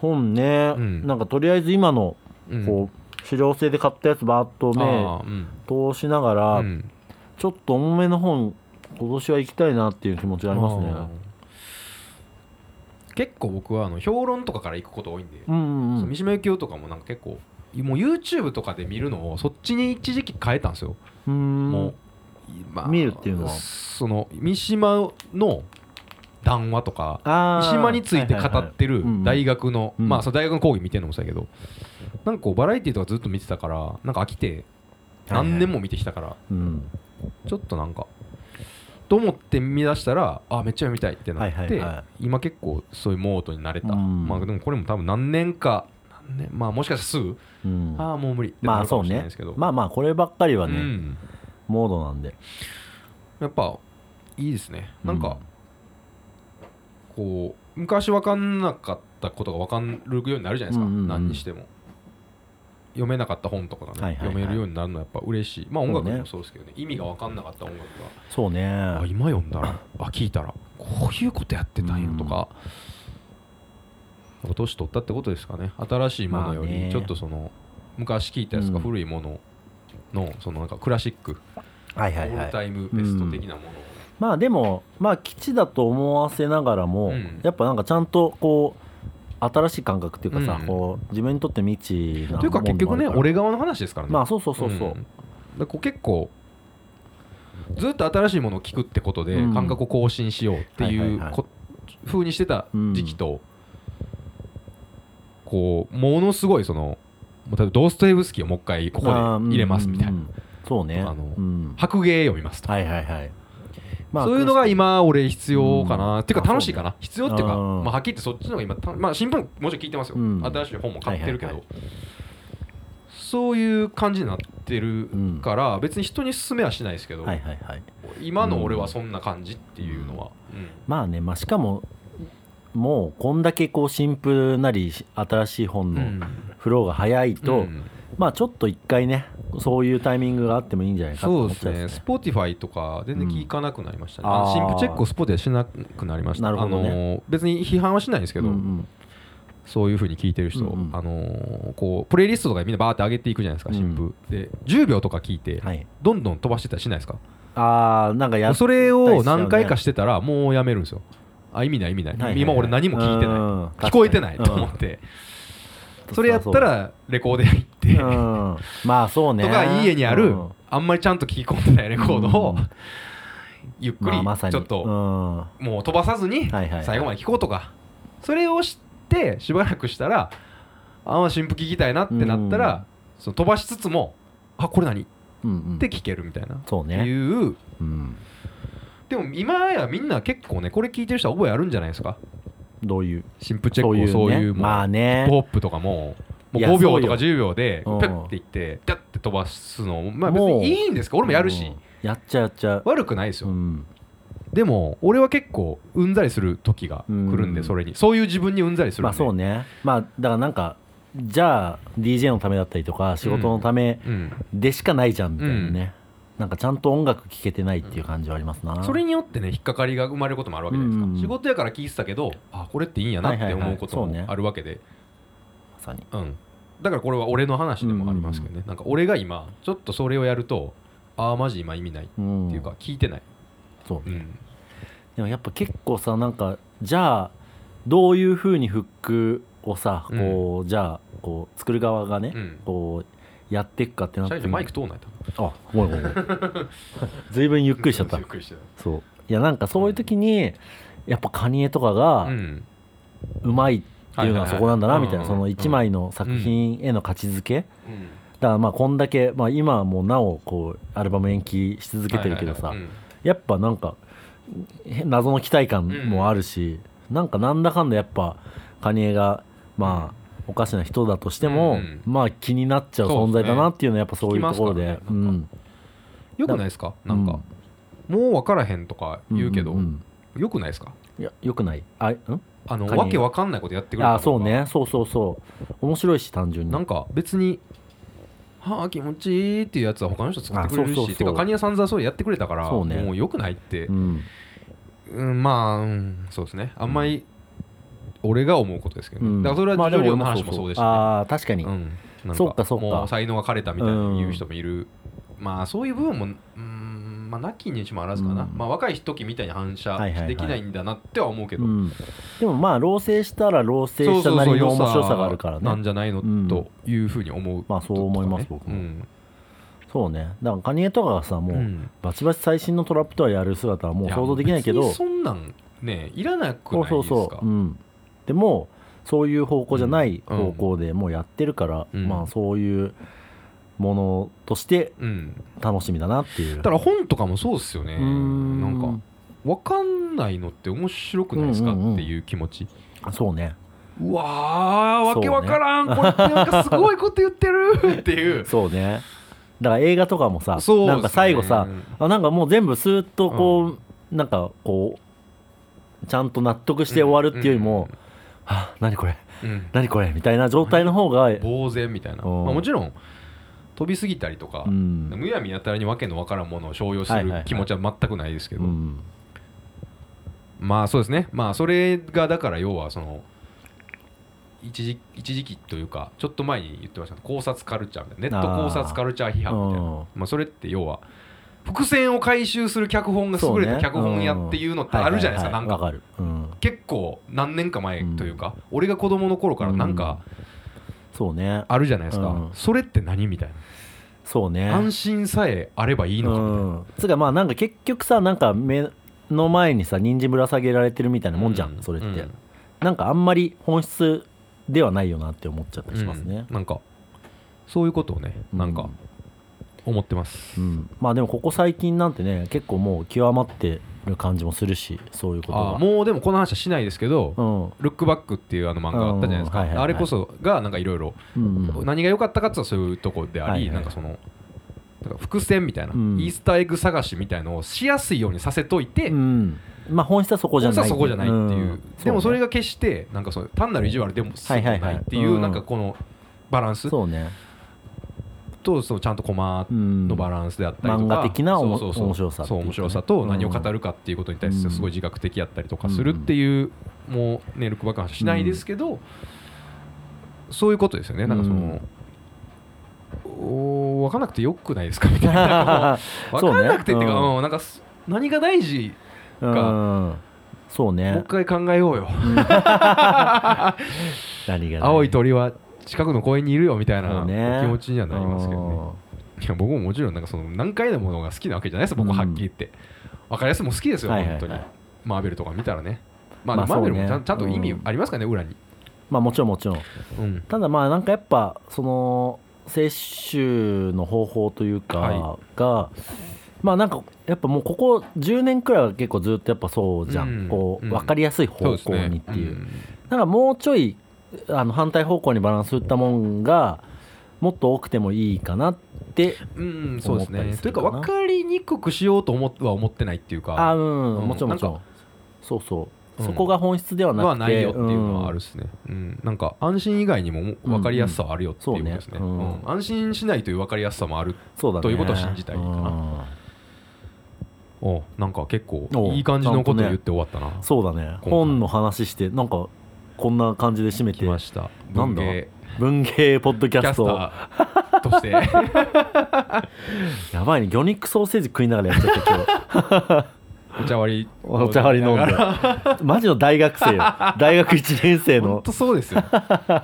Speaker 1: 本ね、
Speaker 2: うん
Speaker 1: なんかとりあえず今の
Speaker 2: うん
Speaker 1: こう資料制で買ったやつバーッと
Speaker 2: あ
Speaker 1: ね
Speaker 2: あうん
Speaker 1: 通しながら、
Speaker 2: うん
Speaker 1: ちょっと重めの本今年は行きたいなっていう気持ちがありますね
Speaker 2: あー結構僕はあの評論とかから行くこと多いんで、
Speaker 1: うんうん
Speaker 2: そううん三島由紀夫とかもなんか結構もう YouTube とかで見るのをそっちに一時期変えたんですよ、
Speaker 1: うーん
Speaker 2: もう、ま
Speaker 1: 見るっていうのは
Speaker 2: その三島の談話とか
Speaker 1: あ
Speaker 2: 三
Speaker 1: ー
Speaker 2: 島について語って
Speaker 1: はい
Speaker 2: る
Speaker 1: はいはい
Speaker 2: 大学の、
Speaker 1: うん
Speaker 2: まあその大学の講義見てるのもそうやけどなんかこうバラエティーとかずっと見てたからなんか飽きて
Speaker 1: はいはい
Speaker 2: 何年も見てきたから
Speaker 1: うん
Speaker 2: ちょっとなんかと思って見出したらあめっちゃ見たいってなって、
Speaker 1: はいはいは
Speaker 2: 今結構そういうモードになれた、
Speaker 1: うん
Speaker 2: まあでもこれも多分何年か何年まあもしかしたらすぐ
Speaker 1: うん
Speaker 2: ああもう無理って
Speaker 1: ま
Speaker 2: な
Speaker 1: あ
Speaker 2: るか
Speaker 1: そ
Speaker 2: も
Speaker 1: う
Speaker 2: しれない
Speaker 1: ね
Speaker 2: ですけど、
Speaker 1: まあまあこればっかりは
Speaker 2: う
Speaker 1: ね、
Speaker 2: ん
Speaker 1: モードなんで
Speaker 2: やっぱいいですねなん
Speaker 1: う
Speaker 2: か、こう昔分かんなかったことが分かるようになるじゃないですか、
Speaker 1: うんうんうん
Speaker 2: 何にしても読めなかった本とかがね、
Speaker 1: はいはいはい
Speaker 2: 読めるようになるのはやっぱ嬉しいまあ音楽
Speaker 1: そう
Speaker 2: も
Speaker 1: ね
Speaker 2: そうですけどね意味が分かんなかった音楽が
Speaker 1: そうね
Speaker 2: あ今読んだらあ聞いたらこういうことやってたんやとか、年取ったってことですかね新しいものよ
Speaker 1: まあね
Speaker 2: りちょっとその昔聞いたやつとか
Speaker 1: うん
Speaker 2: 古いもののそのなんかクラシック
Speaker 1: はい
Speaker 2: オ
Speaker 1: はい
Speaker 2: ー
Speaker 1: は
Speaker 2: ル
Speaker 1: い
Speaker 2: タイムベスト的なものをね
Speaker 1: まあでもまあ基地だと思わせながらも、
Speaker 2: うん
Speaker 1: やっぱなんかちゃんとこう新しい感覚っていうかさ、
Speaker 2: うん
Speaker 1: こう自分にとって未知な
Speaker 2: という
Speaker 1: も
Speaker 2: か
Speaker 1: んもある
Speaker 2: 結局ね
Speaker 1: ら
Speaker 2: 俺側の話ですからね
Speaker 1: まあそうそうそうそう、
Speaker 2: んだからこう結構ずっと新しいものを聞くってことで
Speaker 1: うん
Speaker 2: 感覚を更新しようって
Speaker 1: はい
Speaker 2: い
Speaker 1: は
Speaker 2: う
Speaker 1: いはい
Speaker 2: こ風にしてた時期と、こうものすごいそのもう例えばドーストエフスキーをもう一回ここで
Speaker 1: あーうん
Speaker 2: 入れますみたいな、
Speaker 1: うんうんそうね
Speaker 2: とかあの
Speaker 1: うん、
Speaker 2: 白芸読みますとか、
Speaker 1: はいはいはい、
Speaker 2: そういうのが今俺必要かな、
Speaker 1: うん
Speaker 2: っていうか楽しいかな、必要っていうか、
Speaker 1: うん
Speaker 2: まあ、はっきり言ってそっちの方が今たまあ新聞ももちろん聞いてますよ、
Speaker 1: うん
Speaker 2: 新しい本も買ってるけど、
Speaker 1: はいは
Speaker 2: そういう感じになってるから、別に人に勧めはしないですけど、
Speaker 1: はいはいはい
Speaker 2: 今の俺はそんな感じっていうのは、うん
Speaker 1: まあねまあしかももうこんだけこう新風なり新しい本
Speaker 2: う
Speaker 1: の
Speaker 2: ん
Speaker 1: フローが早いと、
Speaker 2: うん
Speaker 1: まあちょっと一回ねそういうタイミングがあってもいいんじゃないかと
Speaker 2: そう
Speaker 1: 思っ
Speaker 2: で
Speaker 1: ち
Speaker 2: す
Speaker 1: ゃい
Speaker 2: ね、
Speaker 1: ますね
Speaker 2: Spotify とか全然聞かなくなりましたね、
Speaker 1: うんあー
Speaker 2: 新婦チェックを Spotify しなくなりました、
Speaker 1: なるほどね
Speaker 2: あのー別に批判はしないんですけど、
Speaker 1: うんうん
Speaker 2: そういうふうに聞いてる人、
Speaker 1: うんうん
Speaker 2: あのーこうプレイリストとかでみんなバーって上げていくじゃないですか、新
Speaker 1: う
Speaker 2: 婦。で、10秒とか聞いて、
Speaker 1: はい、
Speaker 2: どんどん飛ばしてたりしないですか、
Speaker 1: ああなんかや
Speaker 2: それを何回か
Speaker 1: し
Speaker 2: してたら、もうやめるんですよ。あ意味ない、意味ない、
Speaker 1: はいはいはい
Speaker 2: 今俺何も聞いてな
Speaker 1: な
Speaker 2: い、
Speaker 1: い
Speaker 2: 聞こえてないと思って、それやったらレコーデ行って、
Speaker 1: うんまあそうね
Speaker 2: とか家にある、
Speaker 1: うん
Speaker 2: あんまりちゃんと聞き込んでないレコードを、
Speaker 1: うん
Speaker 2: ゆっく
Speaker 1: ま
Speaker 2: り
Speaker 1: あまさに
Speaker 2: ちょっと、
Speaker 1: うんは
Speaker 2: もう飛ばさずに
Speaker 1: いはいはい
Speaker 2: 最後まで聞こうとかそれを知ってしばらくしたらああ新譜聞きたいなってなったら、その飛ばしつつもあこれ何っ
Speaker 1: うんうん
Speaker 2: て聞けるみたいな、
Speaker 1: そう
Speaker 2: っ
Speaker 1: ね
Speaker 2: ていう
Speaker 1: うん
Speaker 2: でも今やみんな結構ねこれ聞いてる人は覚えあるんじゃないですか
Speaker 1: どういう
Speaker 2: 新譜チェックもそういう
Speaker 1: ね
Speaker 2: もう
Speaker 1: まあ
Speaker 2: ヒ
Speaker 1: ね
Speaker 2: ップホップとかももう
Speaker 1: いや
Speaker 2: 5秒とか
Speaker 1: そ
Speaker 2: 10秒でピ
Speaker 1: うん
Speaker 2: ュッていってピャッて飛ばすのもまあ別
Speaker 1: もう
Speaker 2: にいいんですか俺もやるし、
Speaker 1: うんやっちゃうやっちゃう
Speaker 2: 悪くないですよ、
Speaker 1: うん
Speaker 2: でも俺は結構うんざりする時が来るんで、
Speaker 1: うん
Speaker 2: それにそういう自分にうんざりする
Speaker 1: ま
Speaker 2: んで
Speaker 1: あそうねまあだからなんかじゃあ DJ のためだったりとか仕事のため
Speaker 2: うん、
Speaker 1: でしかないじゃんみたいなねなんかちゃんと音楽聴けてないっていう感じはありますな
Speaker 2: それによってね引っかかりが生まれることもあるわけじゃないですか、
Speaker 1: うん
Speaker 2: 仕事やから聞いてたけどあこれっていいんやな
Speaker 1: はい
Speaker 2: っ
Speaker 1: はい
Speaker 2: て
Speaker 1: はい
Speaker 2: 思うこと
Speaker 1: そうね
Speaker 2: もあるわけで、
Speaker 1: まさに
Speaker 2: うん、だからこれは俺の話でもありますけどね、なんか俺が今ちょっとそれをやるとああマジ今意味ないっ
Speaker 1: うん
Speaker 2: ていうか聞いてない、
Speaker 1: そう
Speaker 2: うん
Speaker 1: でもやっぱ結構さなんかじゃあどういうふうにフックをさこう、じゃあこう作る側がね、
Speaker 2: うん
Speaker 1: こうやっていくかってなっ
Speaker 2: シャ
Speaker 1: て
Speaker 2: イジマイク通んないと
Speaker 1: あごめんごめんごめん随分ゆっくりしちゃ った
Speaker 3: ゆっくりしちゃっ
Speaker 1: そういやなんかそういう時に、やっぱカニエとかが
Speaker 2: うん
Speaker 1: うまいっていうのはそこなんだな
Speaker 2: はい
Speaker 1: み
Speaker 2: は
Speaker 1: た
Speaker 2: い
Speaker 1: い
Speaker 2: は
Speaker 1: ないその一枚の作品への価値づけ、
Speaker 3: たうん
Speaker 1: だからまあこんだけ、まあ、今はもうなおこうアルバム延期し続けてるけどさ、
Speaker 2: はいはいはい
Speaker 1: やっぱなんかへ謎の期待感もあるし、なんかなんだかんだやっぱカニエがまあおかしな人だとしても、
Speaker 2: うん
Speaker 1: まあ気になっちゃう
Speaker 2: そう
Speaker 1: 存
Speaker 2: ですね
Speaker 1: 在だなっていうのはやっぱそういうところ
Speaker 2: 聞
Speaker 1: で
Speaker 2: きます
Speaker 1: う
Speaker 2: からねなん
Speaker 1: ん
Speaker 2: よくないですかなんか、もう分からへんとか言うけど、
Speaker 1: んん
Speaker 2: よくないですか
Speaker 1: いやよくないあん
Speaker 2: あの
Speaker 1: 他に
Speaker 2: わけ分かんないことやってくれた
Speaker 1: あ
Speaker 2: 方が
Speaker 1: そうねそうそうそう面白いし単純に
Speaker 2: なんか別に「はあ気持ちいい」っていうやつは他の人作ってくれる
Speaker 1: あ
Speaker 2: し
Speaker 1: そうそうそう
Speaker 2: てかカニ屋さんざそうやってくれたから
Speaker 1: そうね
Speaker 2: もう良くないって、
Speaker 1: うん
Speaker 2: うんまあ、うんそうですねあんまり俺が思うことですけど、
Speaker 1: うん
Speaker 2: だからそれは
Speaker 1: まあ
Speaker 2: 授業料
Speaker 1: も
Speaker 2: の話もそうでしたね、
Speaker 1: ああ確かに、
Speaker 2: うん、なん
Speaker 1: そっかそっか
Speaker 2: もう才能が枯れたみたいに言う人もいる、まあそういう部分もうんまあなきにしもあらずかな、
Speaker 1: うん
Speaker 2: まあ若い時みたいに反射
Speaker 1: はいはいはい
Speaker 2: できないんだなっては思うけど、
Speaker 1: うん、でもまあ老成したら老成したなりの面白さがあるからね
Speaker 2: なんじゃないの、というふうに思う
Speaker 1: まあそう思います僕も
Speaker 2: うん
Speaker 1: そうねだからカニエとかがさもう、
Speaker 2: ん
Speaker 1: バチバチ最新のトラップとはやる姿はもう
Speaker 2: や
Speaker 1: 想像できないけど
Speaker 2: 別にそんなんねいらなくないですか
Speaker 1: そうそうそう、うん、でもそういう方向じゃない方向でもうやってるから、
Speaker 2: うん
Speaker 1: まあそういうものとして
Speaker 2: うん、
Speaker 1: 楽しみだなっていう
Speaker 2: だから本とかもそうっすよね
Speaker 1: うーん
Speaker 2: なんか分かんないのって面白くないですか
Speaker 1: うんうんうん
Speaker 2: っていう気持ち、
Speaker 1: あそうね
Speaker 2: うわーわけわからん、これってなんかすごいこと言ってるっていう
Speaker 1: そうねだから映画とかもさ、
Speaker 2: そうっすね
Speaker 1: なんか最後さあなんかもう全部スーッとこう、なんかこうちゃんと納得して終わるっていうよりも、はあ何これ
Speaker 2: うんうん
Speaker 1: 何これみたいな状態の方が、う
Speaker 2: 呆然みたいな、まあ、
Speaker 1: うん
Speaker 2: もちろん飛びすぎたりとか、
Speaker 1: ん
Speaker 2: むやみやたらにわけのわからんものを商用す
Speaker 1: はいはいは
Speaker 2: る
Speaker 1: い
Speaker 2: 気持ちは全くないですけ
Speaker 1: う
Speaker 2: ど、
Speaker 1: ん、
Speaker 2: まあそうですねまあそれがだから要はその一時一時期というかちょっと前に言ってましたね考察カルチャーみたいなネット考察カルチャー批判みたいな
Speaker 1: うん
Speaker 2: まあ、それって要は伏線を回収する脚本が優れた脚本屋っていうのってあるじゃないですか、
Speaker 1: ははは
Speaker 2: なんか
Speaker 1: わかる、うん、
Speaker 2: 結構何年か前というか、俺が子供の頃からなんか
Speaker 1: そうね
Speaker 2: あるじゃないですか、
Speaker 1: うん
Speaker 2: それって何みたい
Speaker 1: そうね
Speaker 2: な、安心さえあればいいのかみたいな、
Speaker 1: うん、つうかまあなんか結局さなんか目の前にさ人参ぶら下げられてるみたいなもんじゃん、それって、
Speaker 2: うん
Speaker 1: なんかあんまり本質ではないよなって思っちゃったりしますね
Speaker 2: う、んなんかそういうことをねなん
Speaker 1: う
Speaker 2: か
Speaker 1: ん
Speaker 2: 思ってます、
Speaker 1: うんまあでもここ最近なんてね結構もう極まってる感じもするしそういうこと
Speaker 2: あ
Speaker 1: が
Speaker 2: ーもうでもこの話はしないですけど、
Speaker 1: うん
Speaker 2: ルックバックっていうあの漫画あったじゃないですか、
Speaker 1: うんはいはいはい
Speaker 2: あれこそがなんかいろいろ
Speaker 1: うんうん
Speaker 2: 何が良かったかっていうとそういうとこであり、
Speaker 1: はいはい
Speaker 2: なんかそのなんか伏線みたいな、
Speaker 1: うん
Speaker 2: イースターエッグ探しみたいのをしやすいようにさせといて、
Speaker 1: うんまあ本質はそこじゃ
Speaker 2: 実
Speaker 1: な
Speaker 2: はいそこじゃないっていう、
Speaker 1: ん
Speaker 2: でもそれ
Speaker 1: が
Speaker 2: が決してなんかそう単なる意地悪でもす
Speaker 1: はい
Speaker 2: ぐ
Speaker 1: はい
Speaker 2: な
Speaker 1: はいい
Speaker 2: っていう、
Speaker 1: うん
Speaker 2: なんかこのバランス
Speaker 1: そうね
Speaker 2: とそのちゃんとコマ
Speaker 1: うん
Speaker 2: のバランスであったりとか、
Speaker 1: 漫画的なおも
Speaker 2: そうそうそう
Speaker 1: 面白さって
Speaker 2: そ
Speaker 1: いうか
Speaker 2: う
Speaker 1: ね
Speaker 2: 面白さと何を語るかっていうことに対して
Speaker 1: うん
Speaker 2: すごい自覚的やったりとかするっていう、もうねルックバックの話しないですけど、そういうことですよねなんかその、お分かんなくてよくないですかみたい な分かんなくてっていうか
Speaker 1: そうね
Speaker 2: うんなんかす何が大事
Speaker 1: うんそう
Speaker 2: もう一
Speaker 1: ね
Speaker 2: 回考えようよ
Speaker 1: 何がね
Speaker 2: 青い鳥は近くの公園にいるよみたい
Speaker 1: そ
Speaker 2: な
Speaker 1: うね
Speaker 2: 気持ちにはなりますけどね。いや僕ももちろんなんかその難解なものが好きなわけじゃないです僕
Speaker 1: うん
Speaker 2: はっきり言って、分かりやすいもん好きですよ、
Speaker 1: はいはいはい
Speaker 2: 本当にマーベルとか見たらねまあ、
Speaker 1: まあ
Speaker 2: マーベル
Speaker 1: そう
Speaker 2: も
Speaker 1: ね
Speaker 2: ちゃんちゃんと意味
Speaker 1: うん
Speaker 2: ありますからね、裏に、
Speaker 1: まあもちろんもちろん
Speaker 2: うん、
Speaker 1: ただまあなんかやっぱその摂取の方法というか
Speaker 2: は
Speaker 1: が、まあなんかやっぱもうここ10年くらいは結構ずっとやっぱそうじゃん、
Speaker 2: うん
Speaker 1: こう
Speaker 2: うん
Speaker 1: 分かりやすい
Speaker 2: そう
Speaker 1: 方
Speaker 2: です
Speaker 1: 向
Speaker 2: ね
Speaker 1: にっていう、
Speaker 2: ん
Speaker 1: だからもうちょいあの反対方向にバランス打ったもんがもっと多くてもいいかなって
Speaker 2: うんそう
Speaker 1: 思
Speaker 2: です
Speaker 1: った
Speaker 2: ね
Speaker 1: りす
Speaker 2: という
Speaker 1: る
Speaker 2: か
Speaker 1: かな
Speaker 2: 分かりにくくしようと思っは思ってないっていう
Speaker 1: あ
Speaker 2: か
Speaker 1: うん、
Speaker 2: うん
Speaker 1: もちろん
Speaker 2: な
Speaker 1: も
Speaker 2: ん
Speaker 1: ち
Speaker 2: か
Speaker 1: ろんそうそう、
Speaker 2: うん
Speaker 1: そこが本質ではなくて
Speaker 2: はないよっていうのはあるですね、うんなんか安心以外にも分かりやすさはあるよっていうことですね,、
Speaker 1: うん
Speaker 2: う
Speaker 1: うんんそうねうん
Speaker 2: 安心しないという分かりやすさもある
Speaker 1: うんそうだね
Speaker 2: ということを信じたいかな
Speaker 1: うん
Speaker 2: おなんか結構
Speaker 1: お
Speaker 2: いい感じのこと
Speaker 1: ちゃんと
Speaker 2: を
Speaker 1: ね
Speaker 2: 言って終わったな、
Speaker 1: そうだね
Speaker 2: 回
Speaker 1: 本の話してなんかこんな感じで締め
Speaker 2: 来
Speaker 1: て
Speaker 2: ました
Speaker 1: なんだ
Speaker 2: 文芸
Speaker 1: 文芸ポッドキ
Speaker 2: キ
Speaker 1: ャ
Speaker 2: ャ
Speaker 1: ス
Speaker 2: スタ
Speaker 1: ト
Speaker 2: ーとして
Speaker 1: やばいね魚肉ソーセージ食いながらやっちゃった今日
Speaker 2: お茶割り
Speaker 1: お茶割り飲んで マジの大学生よ大学1年生
Speaker 2: 本
Speaker 1: の
Speaker 2: 当そうですよ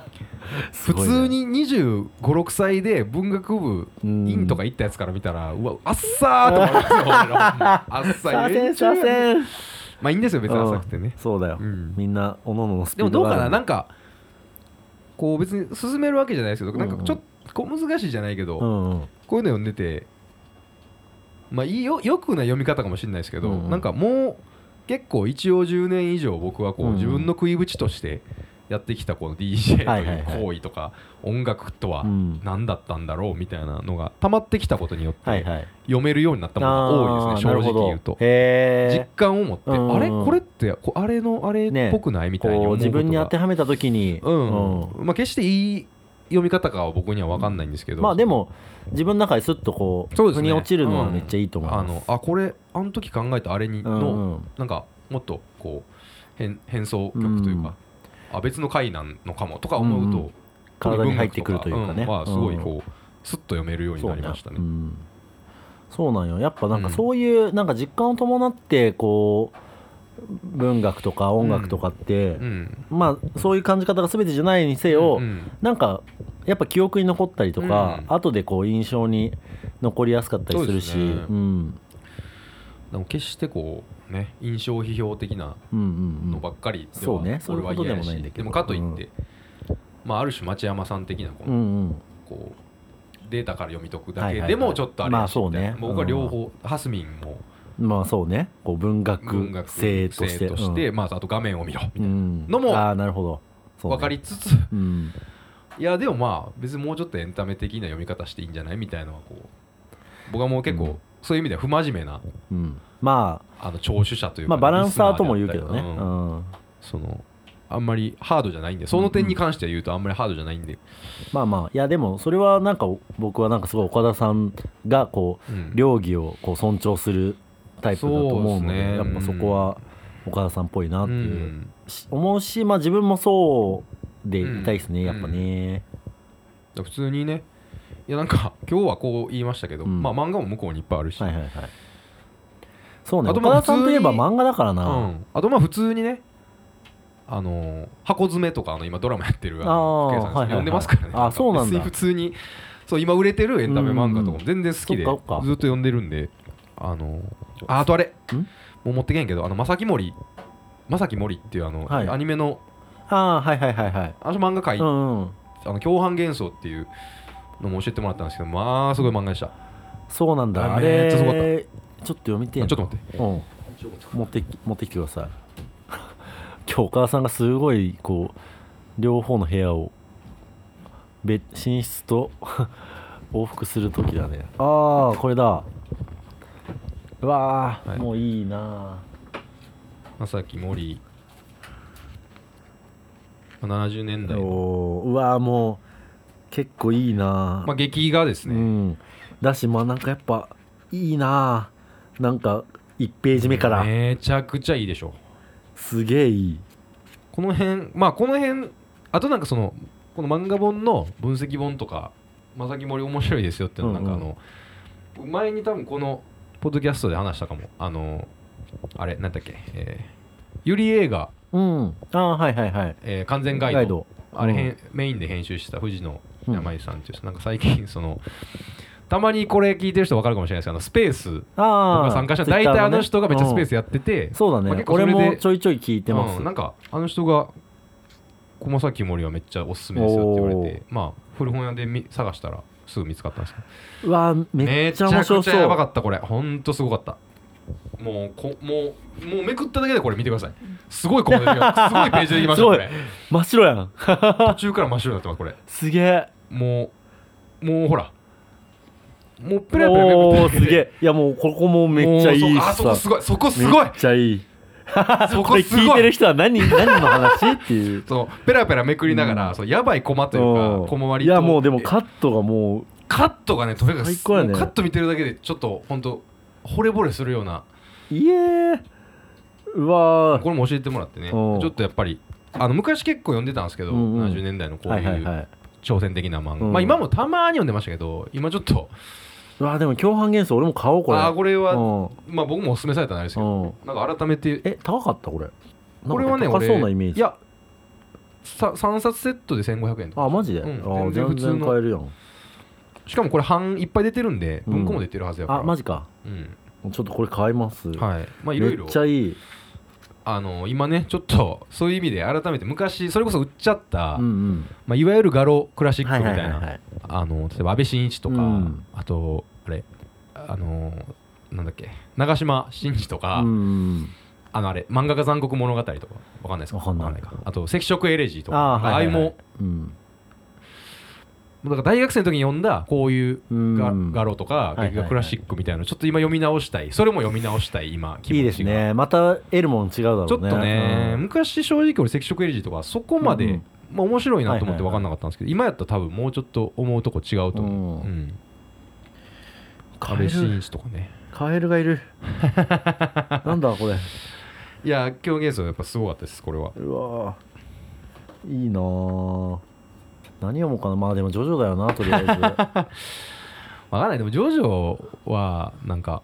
Speaker 1: す
Speaker 2: 普
Speaker 1: ごいね
Speaker 2: 通に2 5 6歳で文学部
Speaker 1: うん
Speaker 2: 院とか行ったやつから見たらうわあっさーって思いますよ俺 らあっさ
Speaker 1: さ
Speaker 2: ー
Speaker 1: せんさ
Speaker 2: ん
Speaker 1: せん
Speaker 2: まあいいんですよ別に浅くてね
Speaker 1: そうだよ
Speaker 2: うん
Speaker 1: みんなおのおののスピ
Speaker 2: でも
Speaker 1: ード
Speaker 2: どう
Speaker 1: が
Speaker 2: か
Speaker 1: あ
Speaker 2: な
Speaker 1: る
Speaker 2: なんかこう別に進めるわけじゃないですけどなん
Speaker 1: う
Speaker 2: か
Speaker 1: んうん
Speaker 2: ちょっとこう難しいじゃないけど
Speaker 1: う、んうん
Speaker 2: こういうの読んでてまあいいよよくない読み方かもしれないですけど、
Speaker 1: うんうん
Speaker 2: なんかもう結構一応10年以上僕はこう、
Speaker 1: うん
Speaker 2: 自分の食いぶちとしてやってきたこの DJ
Speaker 1: は
Speaker 2: と
Speaker 1: いはいはい
Speaker 2: いう行為とか音楽とは
Speaker 1: うん
Speaker 2: 何だったんだろうみたいなのが溜まってきたことによっ
Speaker 1: はい
Speaker 2: て
Speaker 1: はい
Speaker 2: 読めるようになったものが多いですね
Speaker 1: あー
Speaker 2: 正直言うと
Speaker 1: なるほどへー
Speaker 2: 実感を持って
Speaker 1: うん
Speaker 2: あれこれってこあれのあれっぽくないみたいに思う
Speaker 1: こう
Speaker 2: こと
Speaker 1: 自分に当
Speaker 2: が
Speaker 1: てはめた時に、
Speaker 2: うんまあ決していい読み方かは僕には分かんないんですけ
Speaker 1: うん
Speaker 2: ど
Speaker 1: まあでも自分の中にスッとこう
Speaker 2: そうです
Speaker 1: 腑
Speaker 2: ね
Speaker 1: に落ちるのはめっちゃいいと思い
Speaker 2: あ
Speaker 1: ます、
Speaker 2: のあこれあの時考えたあれに
Speaker 1: うん
Speaker 2: の
Speaker 1: うん
Speaker 2: なんかもっとこう変変奏曲というか、あ別の回なのかもとか思うと、
Speaker 1: うん体に入ってくるというかね、
Speaker 2: んはすごいこう、スッと読めるようになりましたね。
Speaker 1: そう,、ん、そうなんよやっぱなんか
Speaker 2: うん
Speaker 1: そういう、なんか実感を伴ってこう文学とか音楽とかって、
Speaker 2: うん
Speaker 1: まあそういう感じ方が全てじゃないにせよ、
Speaker 2: うん
Speaker 1: なんかやっぱ記憶に残ったりとか、
Speaker 2: うん
Speaker 1: 後でこう印象に残りやすかったりするし
Speaker 2: そううですね
Speaker 1: ん
Speaker 2: でも決してこうね印象批評的な
Speaker 1: うんうんう
Speaker 2: の
Speaker 1: ん
Speaker 2: ばっかりで
Speaker 1: そう
Speaker 2: は
Speaker 1: ねそうい
Speaker 2: 俺
Speaker 1: うこと
Speaker 2: は
Speaker 1: で
Speaker 2: 嫌
Speaker 1: も
Speaker 2: やし、
Speaker 1: ないんだけど
Speaker 2: でもかといって、まあ、ある種町山さん的なこ
Speaker 1: う
Speaker 2: の、
Speaker 1: んうん
Speaker 2: こうデータから読み解くだ
Speaker 1: はい
Speaker 2: け
Speaker 1: はいはい
Speaker 2: でもちょっとあれやし
Speaker 1: まあそう
Speaker 2: みたいな
Speaker 1: ね
Speaker 2: もう僕は両方、ハスミンも
Speaker 1: まあそうねこう文
Speaker 2: 文
Speaker 1: 学
Speaker 2: 学
Speaker 1: 性
Speaker 2: 性
Speaker 1: と
Speaker 2: と
Speaker 1: し
Speaker 2: してて
Speaker 1: うん
Speaker 2: まあ、あと画面を見ろみたいな、
Speaker 1: うん
Speaker 2: のも
Speaker 1: ああなるほどそうね
Speaker 2: 分かりつつ
Speaker 1: うん
Speaker 2: いやでもまあ別にもうちょっとエンタメ的な読み方していいんじゃないみたいなのはこう僕はもう結構、
Speaker 1: うん
Speaker 2: そういう意味では不真面目な
Speaker 1: うんまあ
Speaker 2: あの聴取者という
Speaker 1: ま
Speaker 2: か、
Speaker 1: あバランサー
Speaker 2: リ
Speaker 1: と
Speaker 2: スナ
Speaker 1: も言う
Speaker 2: であ
Speaker 1: け
Speaker 2: ったり
Speaker 1: どね、う
Speaker 2: うん
Speaker 1: ん
Speaker 2: そのあんまりハードじゃないんでその点に関して言うとあんまりハードじゃないんで、
Speaker 1: まあまあいやでもそれはなんか僕はなんかすごい岡田さんがこう
Speaker 2: うん
Speaker 1: 料理をこう尊重するタイプだと思うので
Speaker 2: そうですね
Speaker 1: やっぱそこは岡田さんっぽいなっ
Speaker 2: う
Speaker 1: ていう、
Speaker 2: ん
Speaker 1: し思うしまあ自分もそうでいたいですね、
Speaker 2: うん
Speaker 1: やっぱね、
Speaker 2: 普通にねいやなんか今日はこう言いましたけど、
Speaker 1: うん
Speaker 2: まあ漫画も向こうにいっぱいあるし、
Speaker 1: はいはいはいそうね
Speaker 2: あと
Speaker 1: 岡
Speaker 2: まあ
Speaker 1: 田さんといえば
Speaker 2: 普通に
Speaker 1: 漫画だからな、
Speaker 2: うん、あとまあ普通にねあのー箱詰めとかあの今ドラマやってるあの
Speaker 1: あー
Speaker 2: 福井さん
Speaker 1: はいはいはい
Speaker 2: 読んでますからね
Speaker 1: あそうなんだ
Speaker 2: 別に 普通にそう今売れてるエンタメ漫画とか
Speaker 1: うん
Speaker 2: も全然好きでず
Speaker 1: そっかそっ
Speaker 2: っと
Speaker 1: か
Speaker 2: 読んでるんであのーああとあれもう持ってけんけどあの正木森正木森っていうあの、
Speaker 1: はい
Speaker 2: アニメの
Speaker 1: ああはいはいはいはい、
Speaker 2: あの漫画界、
Speaker 1: うんうん
Speaker 2: あの共犯幻想っていうのも教えてもらったんですけどまあすごい漫画でした
Speaker 1: そうなんだあ
Speaker 2: あめっちゃすごかった
Speaker 1: れちょっと読みてえ
Speaker 2: ちょ
Speaker 1: な
Speaker 2: っと待って
Speaker 1: うん持ってき持ってきてください 今日お母さんがすごいこう両方の部屋をべ寝室と 往復する時だねああこれだうわー、
Speaker 2: はい
Speaker 1: もういいな
Speaker 2: 正木森70年
Speaker 1: ー
Speaker 2: 代の、
Speaker 1: おーうわーもう結構いいなー、
Speaker 2: まあ、劇画です
Speaker 1: う
Speaker 2: ね、
Speaker 1: んだしまあなんかやっぱいいなーなんか1ページ目から、
Speaker 2: めちゃくちゃいいでしょ
Speaker 1: すげえいい
Speaker 2: この辺まあこの辺あとなんかそのこの漫画本の分析本とか「まさき森面白いですよ」っていうのなんかあの、前に多分このポッドキャストで話したかもあのあれなんだっけえーゆり映画、
Speaker 1: うんああはいはいはい
Speaker 2: えー完全ガイドあれ、へんメインで編集してた藤野
Speaker 1: うん
Speaker 2: 山井さんっていう、なんか最近そのたまにこれ聞いてる人分かるかもしれないですけどあのスペース僕
Speaker 1: ああ
Speaker 2: が参加した大体あの人がめっちゃスペース
Speaker 1: や
Speaker 2: やってて、
Speaker 1: そうだね、
Speaker 2: まあ結構
Speaker 1: 俺
Speaker 2: それで
Speaker 1: もちょいちょい聞いてます、
Speaker 2: うんなんかあの人が「駒崎森はめっちゃおすすめですよ」って言われてまあ古本屋でみ探したらすぐ見つかったんですけど
Speaker 1: うわーめっちゃ面白
Speaker 2: めちゃくち
Speaker 1: そう
Speaker 2: ゃやばかったこれほんとすごかったもうこもうもうめくっただけでこれ見てくださいすごいここですごいページでいき まし
Speaker 1: す
Speaker 2: た
Speaker 1: ごい
Speaker 2: これ
Speaker 1: 真っ白やん
Speaker 2: 途中から真っ白になってますこれ
Speaker 1: すげえ
Speaker 2: もうもうほらもうペラペラめく
Speaker 1: お
Speaker 2: っ
Speaker 1: お
Speaker 2: た
Speaker 1: すげえいやもうここもめっちゃいいし
Speaker 2: もうそ
Speaker 1: さ
Speaker 2: あそこすごいそこすごい
Speaker 1: めっちゃいい
Speaker 2: そ
Speaker 1: こ
Speaker 2: こ
Speaker 1: れ
Speaker 2: すごい
Speaker 1: 聞いてる人は何何の話っていう
Speaker 2: そうペラペラめくりながら、
Speaker 1: うん
Speaker 2: そうやばいコマといううんか小回り
Speaker 1: い
Speaker 2: と
Speaker 1: やもうでもカットがも
Speaker 2: カットがねとにかく
Speaker 1: 最高やね
Speaker 2: もうカット見てるだけでちょっとほんと惚れ惚れするような
Speaker 1: ういえーうわー
Speaker 2: これも教えてもらってねち
Speaker 1: おう
Speaker 2: ょっとやっぱりあの昔結構読んでたんですけど、
Speaker 1: うんうん
Speaker 2: 70年代のこう
Speaker 1: はい
Speaker 2: い
Speaker 1: はいは
Speaker 2: う
Speaker 1: い
Speaker 2: 挑戦的な漫画、
Speaker 1: うん
Speaker 2: まあ今もたまに読んでましたけど今ちょっと
Speaker 1: うわーでも共犯幻想俺も買おうこれ
Speaker 2: ああこれは、
Speaker 1: う
Speaker 2: まあ僕もおすすめされたんですけど、
Speaker 1: んうん
Speaker 2: なんか改めて
Speaker 1: え高かったこれ
Speaker 2: これはね
Speaker 1: なんか高
Speaker 2: 俺
Speaker 1: そうなイメージ
Speaker 2: いやさ3冊セットで1500円とか
Speaker 1: あマジで、
Speaker 2: うん
Speaker 1: あー
Speaker 2: 全然
Speaker 1: 全
Speaker 2: 普通の
Speaker 1: 然買えるやん
Speaker 2: しかもこれ版いっぱい出てるんで文庫も出てるはずやから、
Speaker 1: あマジか
Speaker 2: うん
Speaker 1: ちょっとこれ買います、
Speaker 2: はいまあいろ
Speaker 1: め
Speaker 2: い
Speaker 1: っ
Speaker 2: ろ
Speaker 1: ちゃいい、
Speaker 2: あの今ねちょっとそういう意味で改めて昔それこそ売っちゃった、
Speaker 1: うんうん、
Speaker 2: まあ、いわゆる画廊クラシック
Speaker 1: はい
Speaker 2: み
Speaker 1: は
Speaker 2: た
Speaker 1: い
Speaker 2: い
Speaker 1: はいは
Speaker 2: ないあの例えば安倍晋一とか、
Speaker 1: うん
Speaker 2: あとあれあのなんだっけ長嶋慎二とか、
Speaker 1: うん
Speaker 2: あのあれ漫画家残酷物語とかわかんないですか
Speaker 1: わかんない
Speaker 2: かあと赤色エレジーとか
Speaker 1: あーはいはいはい
Speaker 2: ああいう
Speaker 1: うん
Speaker 2: もだから大学生の時に読んだこういう
Speaker 1: うん
Speaker 2: ガ,、ガロとか
Speaker 1: いはいはい
Speaker 2: 劇画クラシックみたいなのちょっと今読み直したいそれも読み直したい今気持ちが
Speaker 1: いいですねまた得るもん違うだろうね
Speaker 2: ちょっとね、
Speaker 1: うん
Speaker 2: 昔正直俺赤色エレジーとかそこまで、
Speaker 1: うん
Speaker 2: まあ、面白いなと思って
Speaker 1: は
Speaker 2: 分
Speaker 1: いはいはい
Speaker 2: かんなかったんですけど、今やったら多分もうちょっと思うとこ違うと
Speaker 1: う
Speaker 2: 思う、うんん、
Speaker 1: カ
Speaker 2: カ
Speaker 1: エ
Speaker 2: レ
Speaker 1: ル
Speaker 2: シーンチとかね
Speaker 1: カエルが いるなんだこれ
Speaker 2: いや狂言奏やっぱすごかったですこれは
Speaker 1: うわーいいなあ何読もうかなまあでもジョジョだよなとりあえ
Speaker 2: 分かんないでもジョジョはなんか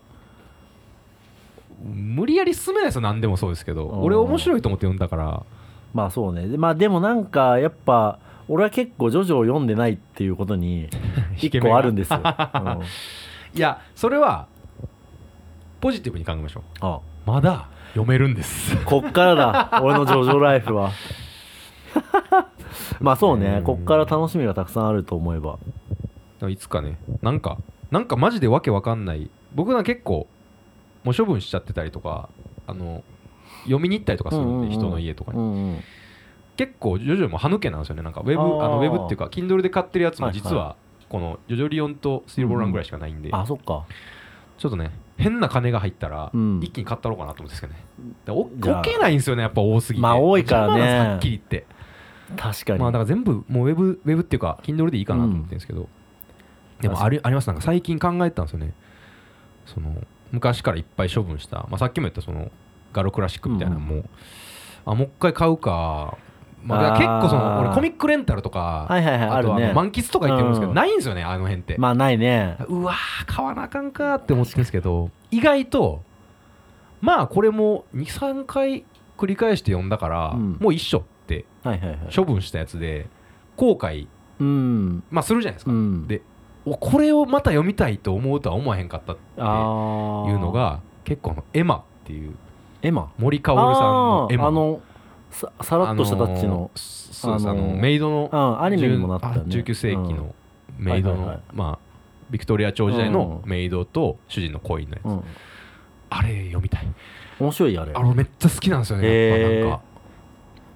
Speaker 2: 無理やり進めないですよ何でもそうですけど
Speaker 1: うん
Speaker 2: 俺面白いと思って読んだから
Speaker 1: ずまあそうねでまあでもなんかやっぱ俺は結構ジョジョを読んでないっていうことに
Speaker 2: 引け
Speaker 1: 一
Speaker 2: 目
Speaker 1: 個
Speaker 2: が
Speaker 1: あるんですよ、うんあ
Speaker 2: いやそれはポジティブに考えましょう
Speaker 1: あ
Speaker 2: まだ読めるんです
Speaker 1: こっからだ俺のジョジョライフは まあそうね
Speaker 2: うん
Speaker 1: こっから楽しみがたくさんあると思えば
Speaker 2: いつかねなんかなんかマジでわけわかんない僕は結構もう処分しちゃってたりとかあの読みに行ったりとかするんで、
Speaker 1: うんうんうん
Speaker 2: 人の家とかに、
Speaker 1: うんうん
Speaker 2: 結構ジョジョも歯抜けなんですよねなんかウェブ
Speaker 1: あー
Speaker 2: あのウェブっていうか Kindle で買ってるやつ
Speaker 1: は
Speaker 2: も
Speaker 1: いはい
Speaker 2: 実はこのジョジョリオンとスティールボールランぐらいしかないんで、
Speaker 1: あそっか
Speaker 2: ちょっとね変な金が入ったら
Speaker 1: うん
Speaker 2: 一気に買ったろうかなと思うんですけどね、だ
Speaker 1: じ
Speaker 2: お
Speaker 1: ゃあ
Speaker 2: 置けないんですよねやっぱ多すぎて
Speaker 1: まあ多いからね
Speaker 2: 邪魔なんですはっきり言って
Speaker 1: 確かに、
Speaker 2: まあだから全部もうウェブウェブっていうか Kindle でいいかなと思ってるんですけど、でもありありますなんか最近考えたんですよねその昔からいっぱい処分した、まあ、さっきも言ったそのガロクラシックみたいなのも、あもう一回買うか,、まあ、だから
Speaker 1: あー
Speaker 2: 結構その俺コミックレンタルとか、
Speaker 1: はいはいはいあ
Speaker 2: あと
Speaker 1: る
Speaker 2: は
Speaker 1: ね
Speaker 2: 満喫とか言ってるんですけど、
Speaker 1: うん
Speaker 2: ないんですよねあの辺って、
Speaker 1: まあないね
Speaker 2: うわー買わなあかんかって思ってるんですけど意外とまあこれも23回繰り返して読んだから、
Speaker 1: うん
Speaker 2: もう一緒って
Speaker 1: はいはいはい
Speaker 2: 処分したやつで後悔、
Speaker 1: うん
Speaker 2: まあ、するじゃないです
Speaker 1: う
Speaker 2: か、
Speaker 1: ん
Speaker 2: でおこれをまた読みたいと思うとは思わへんかったっていうの
Speaker 1: あー
Speaker 2: が結構あのエマっていう
Speaker 1: エマ
Speaker 2: 森かおるさんのエマ
Speaker 1: あーあのささらっとしたタッチの
Speaker 2: あーそうです
Speaker 1: あ
Speaker 2: あ
Speaker 1: のー
Speaker 2: のメイドの
Speaker 1: うんアニメにもなったよね
Speaker 2: 10あ19世紀のメイド
Speaker 1: はいはい
Speaker 2: の
Speaker 1: はい
Speaker 2: まあビクトリア朝時代の
Speaker 1: うん
Speaker 2: メイドと主人の恋のやつ、
Speaker 1: うん、うん
Speaker 2: あれ読みたい
Speaker 1: 面白いあれ
Speaker 2: あれめっちゃ好きなんですよね
Speaker 1: へー
Speaker 2: やっぱなんか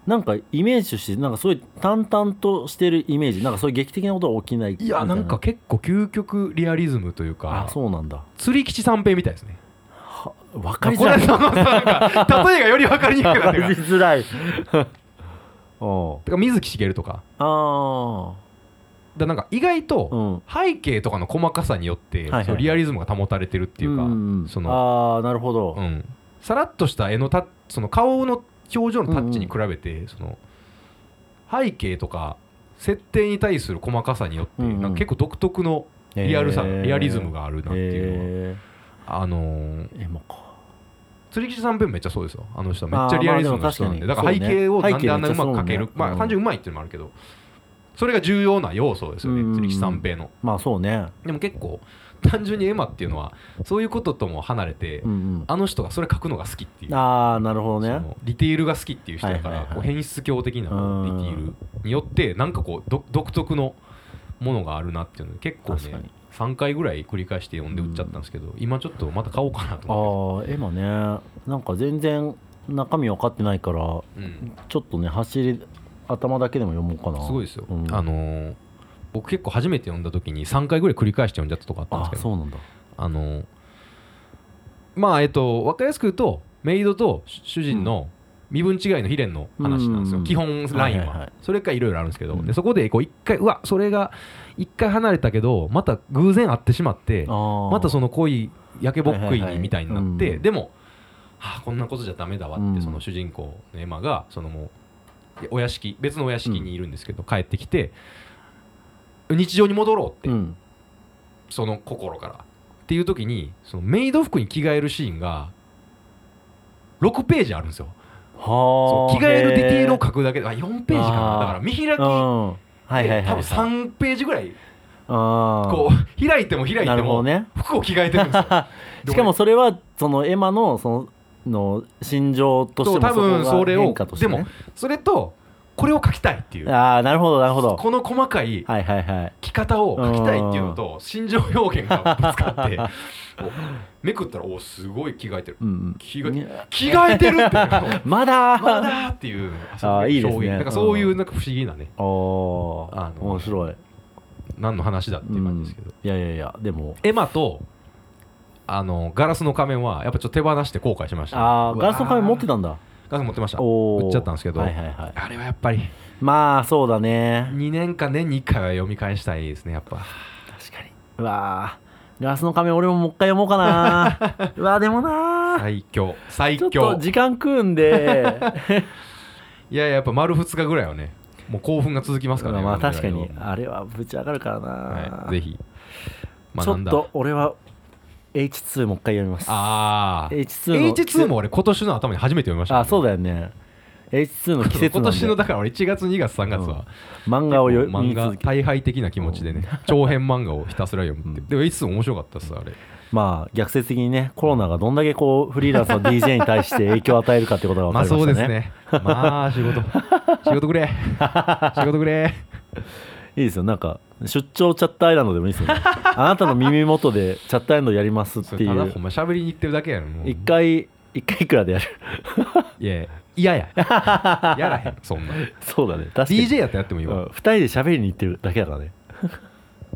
Speaker 1: なんかイメージとしてなんかすごい淡々としてるイメージなんかそういう劇的なことは起きない
Speaker 2: いやなんか結構究極リアリズムという
Speaker 1: あ
Speaker 2: か
Speaker 1: そうなんだ
Speaker 2: 釣り吉三平みたいですね
Speaker 1: は分
Speaker 2: こ
Speaker 1: か
Speaker 2: れ
Speaker 1: りづらい
Speaker 2: そのなん か例えがより分かりにくくな
Speaker 1: 分
Speaker 2: っ
Speaker 1: か
Speaker 2: てるから
Speaker 1: りづ らいおう
Speaker 2: てか水木しげるとか
Speaker 1: あ
Speaker 2: だなんか意外
Speaker 1: あう
Speaker 2: と
Speaker 1: んっ
Speaker 2: 背景とかの細かさによって、
Speaker 1: いはいはい
Speaker 2: そのリアリズムが保たれてるっていうか、その、
Speaker 1: のああなるほど、
Speaker 2: うん、さらっとした絵のタッその顔の表情のタッチに比べて、その背景とか設定に対する細かさによって、
Speaker 1: うんうん
Speaker 2: なんか結構独特のリアルさ、
Speaker 1: へー
Speaker 2: リアリズムがあるなっていうのは、
Speaker 1: へ
Speaker 2: あのー、
Speaker 1: ーエマか
Speaker 2: 釣り吉さん弁めっちゃそうですよあの人めっちゃ
Speaker 1: あー
Speaker 2: リアリズムの人なんで,、
Speaker 1: まあでも
Speaker 2: だか
Speaker 1: 確
Speaker 2: ら背
Speaker 1: かに
Speaker 2: 景を
Speaker 1: そうね
Speaker 2: なんであんなうまく描ける、
Speaker 1: 背景めっちゃそうね
Speaker 2: ま
Speaker 1: う
Speaker 2: あ
Speaker 1: ん
Speaker 2: 単純にうまいっていうのもあるけどそれが重要な要素ですよね、
Speaker 1: うんうん
Speaker 2: 釣り吉さん弁の。
Speaker 1: まあそうね
Speaker 2: でも結構単純にエマっていうのはそういうこととも離れて、
Speaker 1: うんうん
Speaker 2: あの人がそれ書くのが好きっていう、
Speaker 1: ああなるほどね
Speaker 2: そのディテールが好きっていう人だから、
Speaker 1: はいはいはい
Speaker 2: こう変質教的なデ
Speaker 1: うん
Speaker 2: ィテールによってなんかこうど独特のものがあるなっていうので結構
Speaker 1: 確かに
Speaker 2: ね3回ぐらい繰り返して読んで売っちゃったんですけど、今ちょっとまた買おうかなと思っ
Speaker 1: ああエマねなんか全然中身分かってないから
Speaker 2: て、うん、
Speaker 1: ちょっとね走り頭だけでも読もうかな
Speaker 2: すごいですよ、
Speaker 1: うん
Speaker 2: あのー僕結構初めて読んだ時に3回ぐらい繰り返して読んじゃったとかあったんです
Speaker 1: あ
Speaker 2: けど
Speaker 1: そうなんだ
Speaker 2: あのまあえっと分かりやすく言うとメイドと主人の身分違いの秘伝の話なんですよ、
Speaker 1: うん
Speaker 2: 基本ライン
Speaker 1: はいは
Speaker 2: は,、
Speaker 1: いはい
Speaker 2: それかいろいろあるんですけど、
Speaker 1: うん
Speaker 2: でそこでこう一回うわそれが一回離れたけどまた偶然会ってしまってま
Speaker 1: ま
Speaker 2: たその恋焼けぼっく
Speaker 1: はいは
Speaker 2: い
Speaker 1: いはい
Speaker 2: にみたいになって、
Speaker 1: うん
Speaker 2: でも、はあ、こんなことじゃダメだわって、
Speaker 1: うん
Speaker 2: その主人公のエマがそのもうお屋敷別のお屋敷にいるんですけど、帰ってきて日常に戻ろうって、
Speaker 1: うん
Speaker 2: その心からっていう時にそのメイド服に着替えるシーンが6ページあるんですよ
Speaker 1: は
Speaker 2: そ
Speaker 1: あ
Speaker 2: う着替えるディテールを書くだけであ4ページか
Speaker 1: あ
Speaker 2: な
Speaker 1: ー
Speaker 2: だから見開き
Speaker 1: う
Speaker 2: で
Speaker 1: んはいはいはい
Speaker 2: 多分3ページぐらい
Speaker 1: あ
Speaker 2: こう開いても開い
Speaker 1: な
Speaker 2: て
Speaker 1: るほど
Speaker 2: も
Speaker 1: ね
Speaker 2: 服を着替えてるんですよで
Speaker 1: しかもそれはそのエマのそのの心情として
Speaker 2: そう
Speaker 1: も
Speaker 2: 多分
Speaker 1: そこが
Speaker 2: それを
Speaker 1: 変化としてね
Speaker 2: でもそれとこれを書きたいっていう
Speaker 1: ああなるほどなるほど
Speaker 2: この細かい
Speaker 1: はいはいはい
Speaker 2: 着方を書きたいっていうのと心情表現がぶつかって おめくったらおすごい着替えてる
Speaker 1: うんうん
Speaker 2: 着替え着替えてるっていうの
Speaker 1: まだ
Speaker 2: まだっていう
Speaker 1: あーいいですね
Speaker 2: 表現なんかそういうなんか不思議なね
Speaker 1: おお
Speaker 2: あの
Speaker 1: 面白い
Speaker 2: 何の話だっていう感じですけど、
Speaker 1: いやいやいやでも
Speaker 2: エマとあのガラスの仮面はやっぱちょっと手放して後悔しましたね、
Speaker 1: ああ
Speaker 2: うわー
Speaker 1: ガラスの壁持ってたんだ
Speaker 2: ガラス持ってました
Speaker 1: おお
Speaker 2: 売っちゃったんですけど、
Speaker 1: はいはいはい
Speaker 2: あれはやっぱり
Speaker 1: まあそうだね
Speaker 2: 2年か年に1回は読み返したいですねやっぱ
Speaker 1: 確かにうわーガラスの仮面俺ももう一回読もうか なうわーでもなー
Speaker 2: 最強最
Speaker 1: ちょっ
Speaker 2: 強
Speaker 1: と時間食うんで
Speaker 2: いやいややっぱ丸2日ぐらいはねもう興奮が続きますからね
Speaker 1: まあ確かに
Speaker 2: 読んでない
Speaker 1: あれはぶち上がるからな
Speaker 2: と、
Speaker 1: ー、
Speaker 2: はい、ぜひ
Speaker 1: ちょ
Speaker 2: 学ん
Speaker 1: っ
Speaker 2: だ
Speaker 1: と俺は H2 もう一回読みます
Speaker 2: ああ
Speaker 1: H2 の
Speaker 2: H2 も俺今年の頭に初めて読みました、
Speaker 1: あそう
Speaker 2: だ
Speaker 1: だよね H2 の季節
Speaker 2: 今
Speaker 1: なん
Speaker 2: 年の
Speaker 1: で
Speaker 2: だから俺1月2月3月は、
Speaker 1: 漫画を読み
Speaker 2: 漫画
Speaker 1: 続け
Speaker 2: 大敗的な気持ちでね長編漫画をひたすら読むって、
Speaker 1: うん
Speaker 2: でもいつも面白かったっすあれ
Speaker 1: まあ逆説的にねコロナがどんだけこうフリーランスの DJ に対して影響を与えるかってことが分
Speaker 2: ま
Speaker 1: か
Speaker 2: あ
Speaker 1: りま
Speaker 2: そう
Speaker 1: し
Speaker 2: で
Speaker 1: たね,、
Speaker 2: す ねまあ仕事仕事くれ仕事くれ
Speaker 1: いいですよなんか出張チャットアイランドでもいい ですよねあなたの耳元でチャットアイランドやりますっ
Speaker 2: そ
Speaker 1: て
Speaker 2: れ
Speaker 1: い
Speaker 2: ただほ
Speaker 1: うん
Speaker 2: ま喋りに行ってるだけやろもう
Speaker 1: 一回一回いくらでやる
Speaker 2: いやいや嫌ややらへんそんな
Speaker 1: そうだね確かに
Speaker 2: DJ やったらやってもいい
Speaker 1: うん
Speaker 2: わ
Speaker 1: 二人で喋りに行ってるだけだからね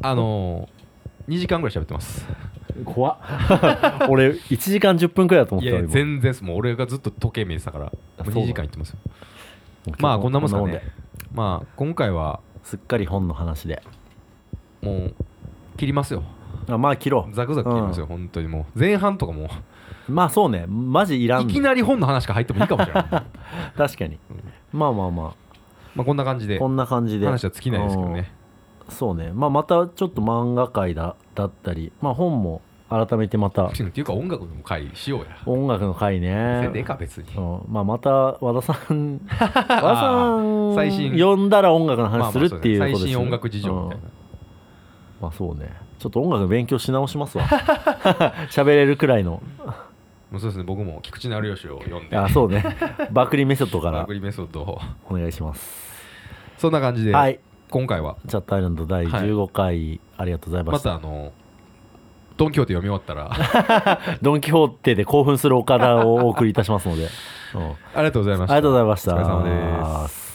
Speaker 2: あのー、2時間ぐらい喋ってます
Speaker 1: 怖っ 俺1時間10分くらいだと思っ
Speaker 2: い
Speaker 1: てた
Speaker 2: やいや
Speaker 1: 今
Speaker 2: 全然っすもう俺がずっと時計見えてたからもう
Speaker 1: あそうだ
Speaker 2: 2時間行ってますよまあこんなもんすかねまあ今回は
Speaker 1: すっかり本の話で
Speaker 2: もう切りますよ
Speaker 1: あまあ切ろ
Speaker 2: ザクザク切りますよ、本当にもう前半とかも
Speaker 1: うまあそうねマジいら
Speaker 2: うんいきなり本の話が入ってもいいか もしれない
Speaker 1: 確かに、まあまあま
Speaker 2: まあこんな感じ
Speaker 1: あ
Speaker 2: で
Speaker 1: こんな感じで
Speaker 2: 話は尽きないですけどね
Speaker 1: うんそうねまあまたちょっと漫画界だだったりまあ本も改めてまた
Speaker 2: っていうか音楽の会しようや
Speaker 1: 音楽の回ね
Speaker 2: せんでええか別に
Speaker 1: うんまあまた和田さ ん和田さん
Speaker 2: 最新
Speaker 1: 呼んだら音楽の
Speaker 2: まあま
Speaker 1: 話
Speaker 2: あ
Speaker 1: するっていうことです、ね
Speaker 2: 最新音楽事情みたいな、
Speaker 1: うんまあそうねちょっと音楽の勉強し直しますわ 喋れるくらいの
Speaker 2: もうそうですね僕も菊池成吉を読んで
Speaker 1: あそうねバクリメソッドか
Speaker 2: ア
Speaker 1: ら
Speaker 2: グリメソッドを
Speaker 1: お願いします
Speaker 2: そんな感じで、
Speaker 1: はい
Speaker 2: 今回は
Speaker 1: チャットアイランド第15回ありがとうございま
Speaker 2: ま
Speaker 1: した
Speaker 2: たあのドン・キホーテ読み終わったら
Speaker 1: ドン・キホーテで興奮する岡田をお送りいたしますので、うんあ
Speaker 2: ありがとうございま
Speaker 1: り
Speaker 2: した
Speaker 1: がとうございました
Speaker 2: お疲れ様です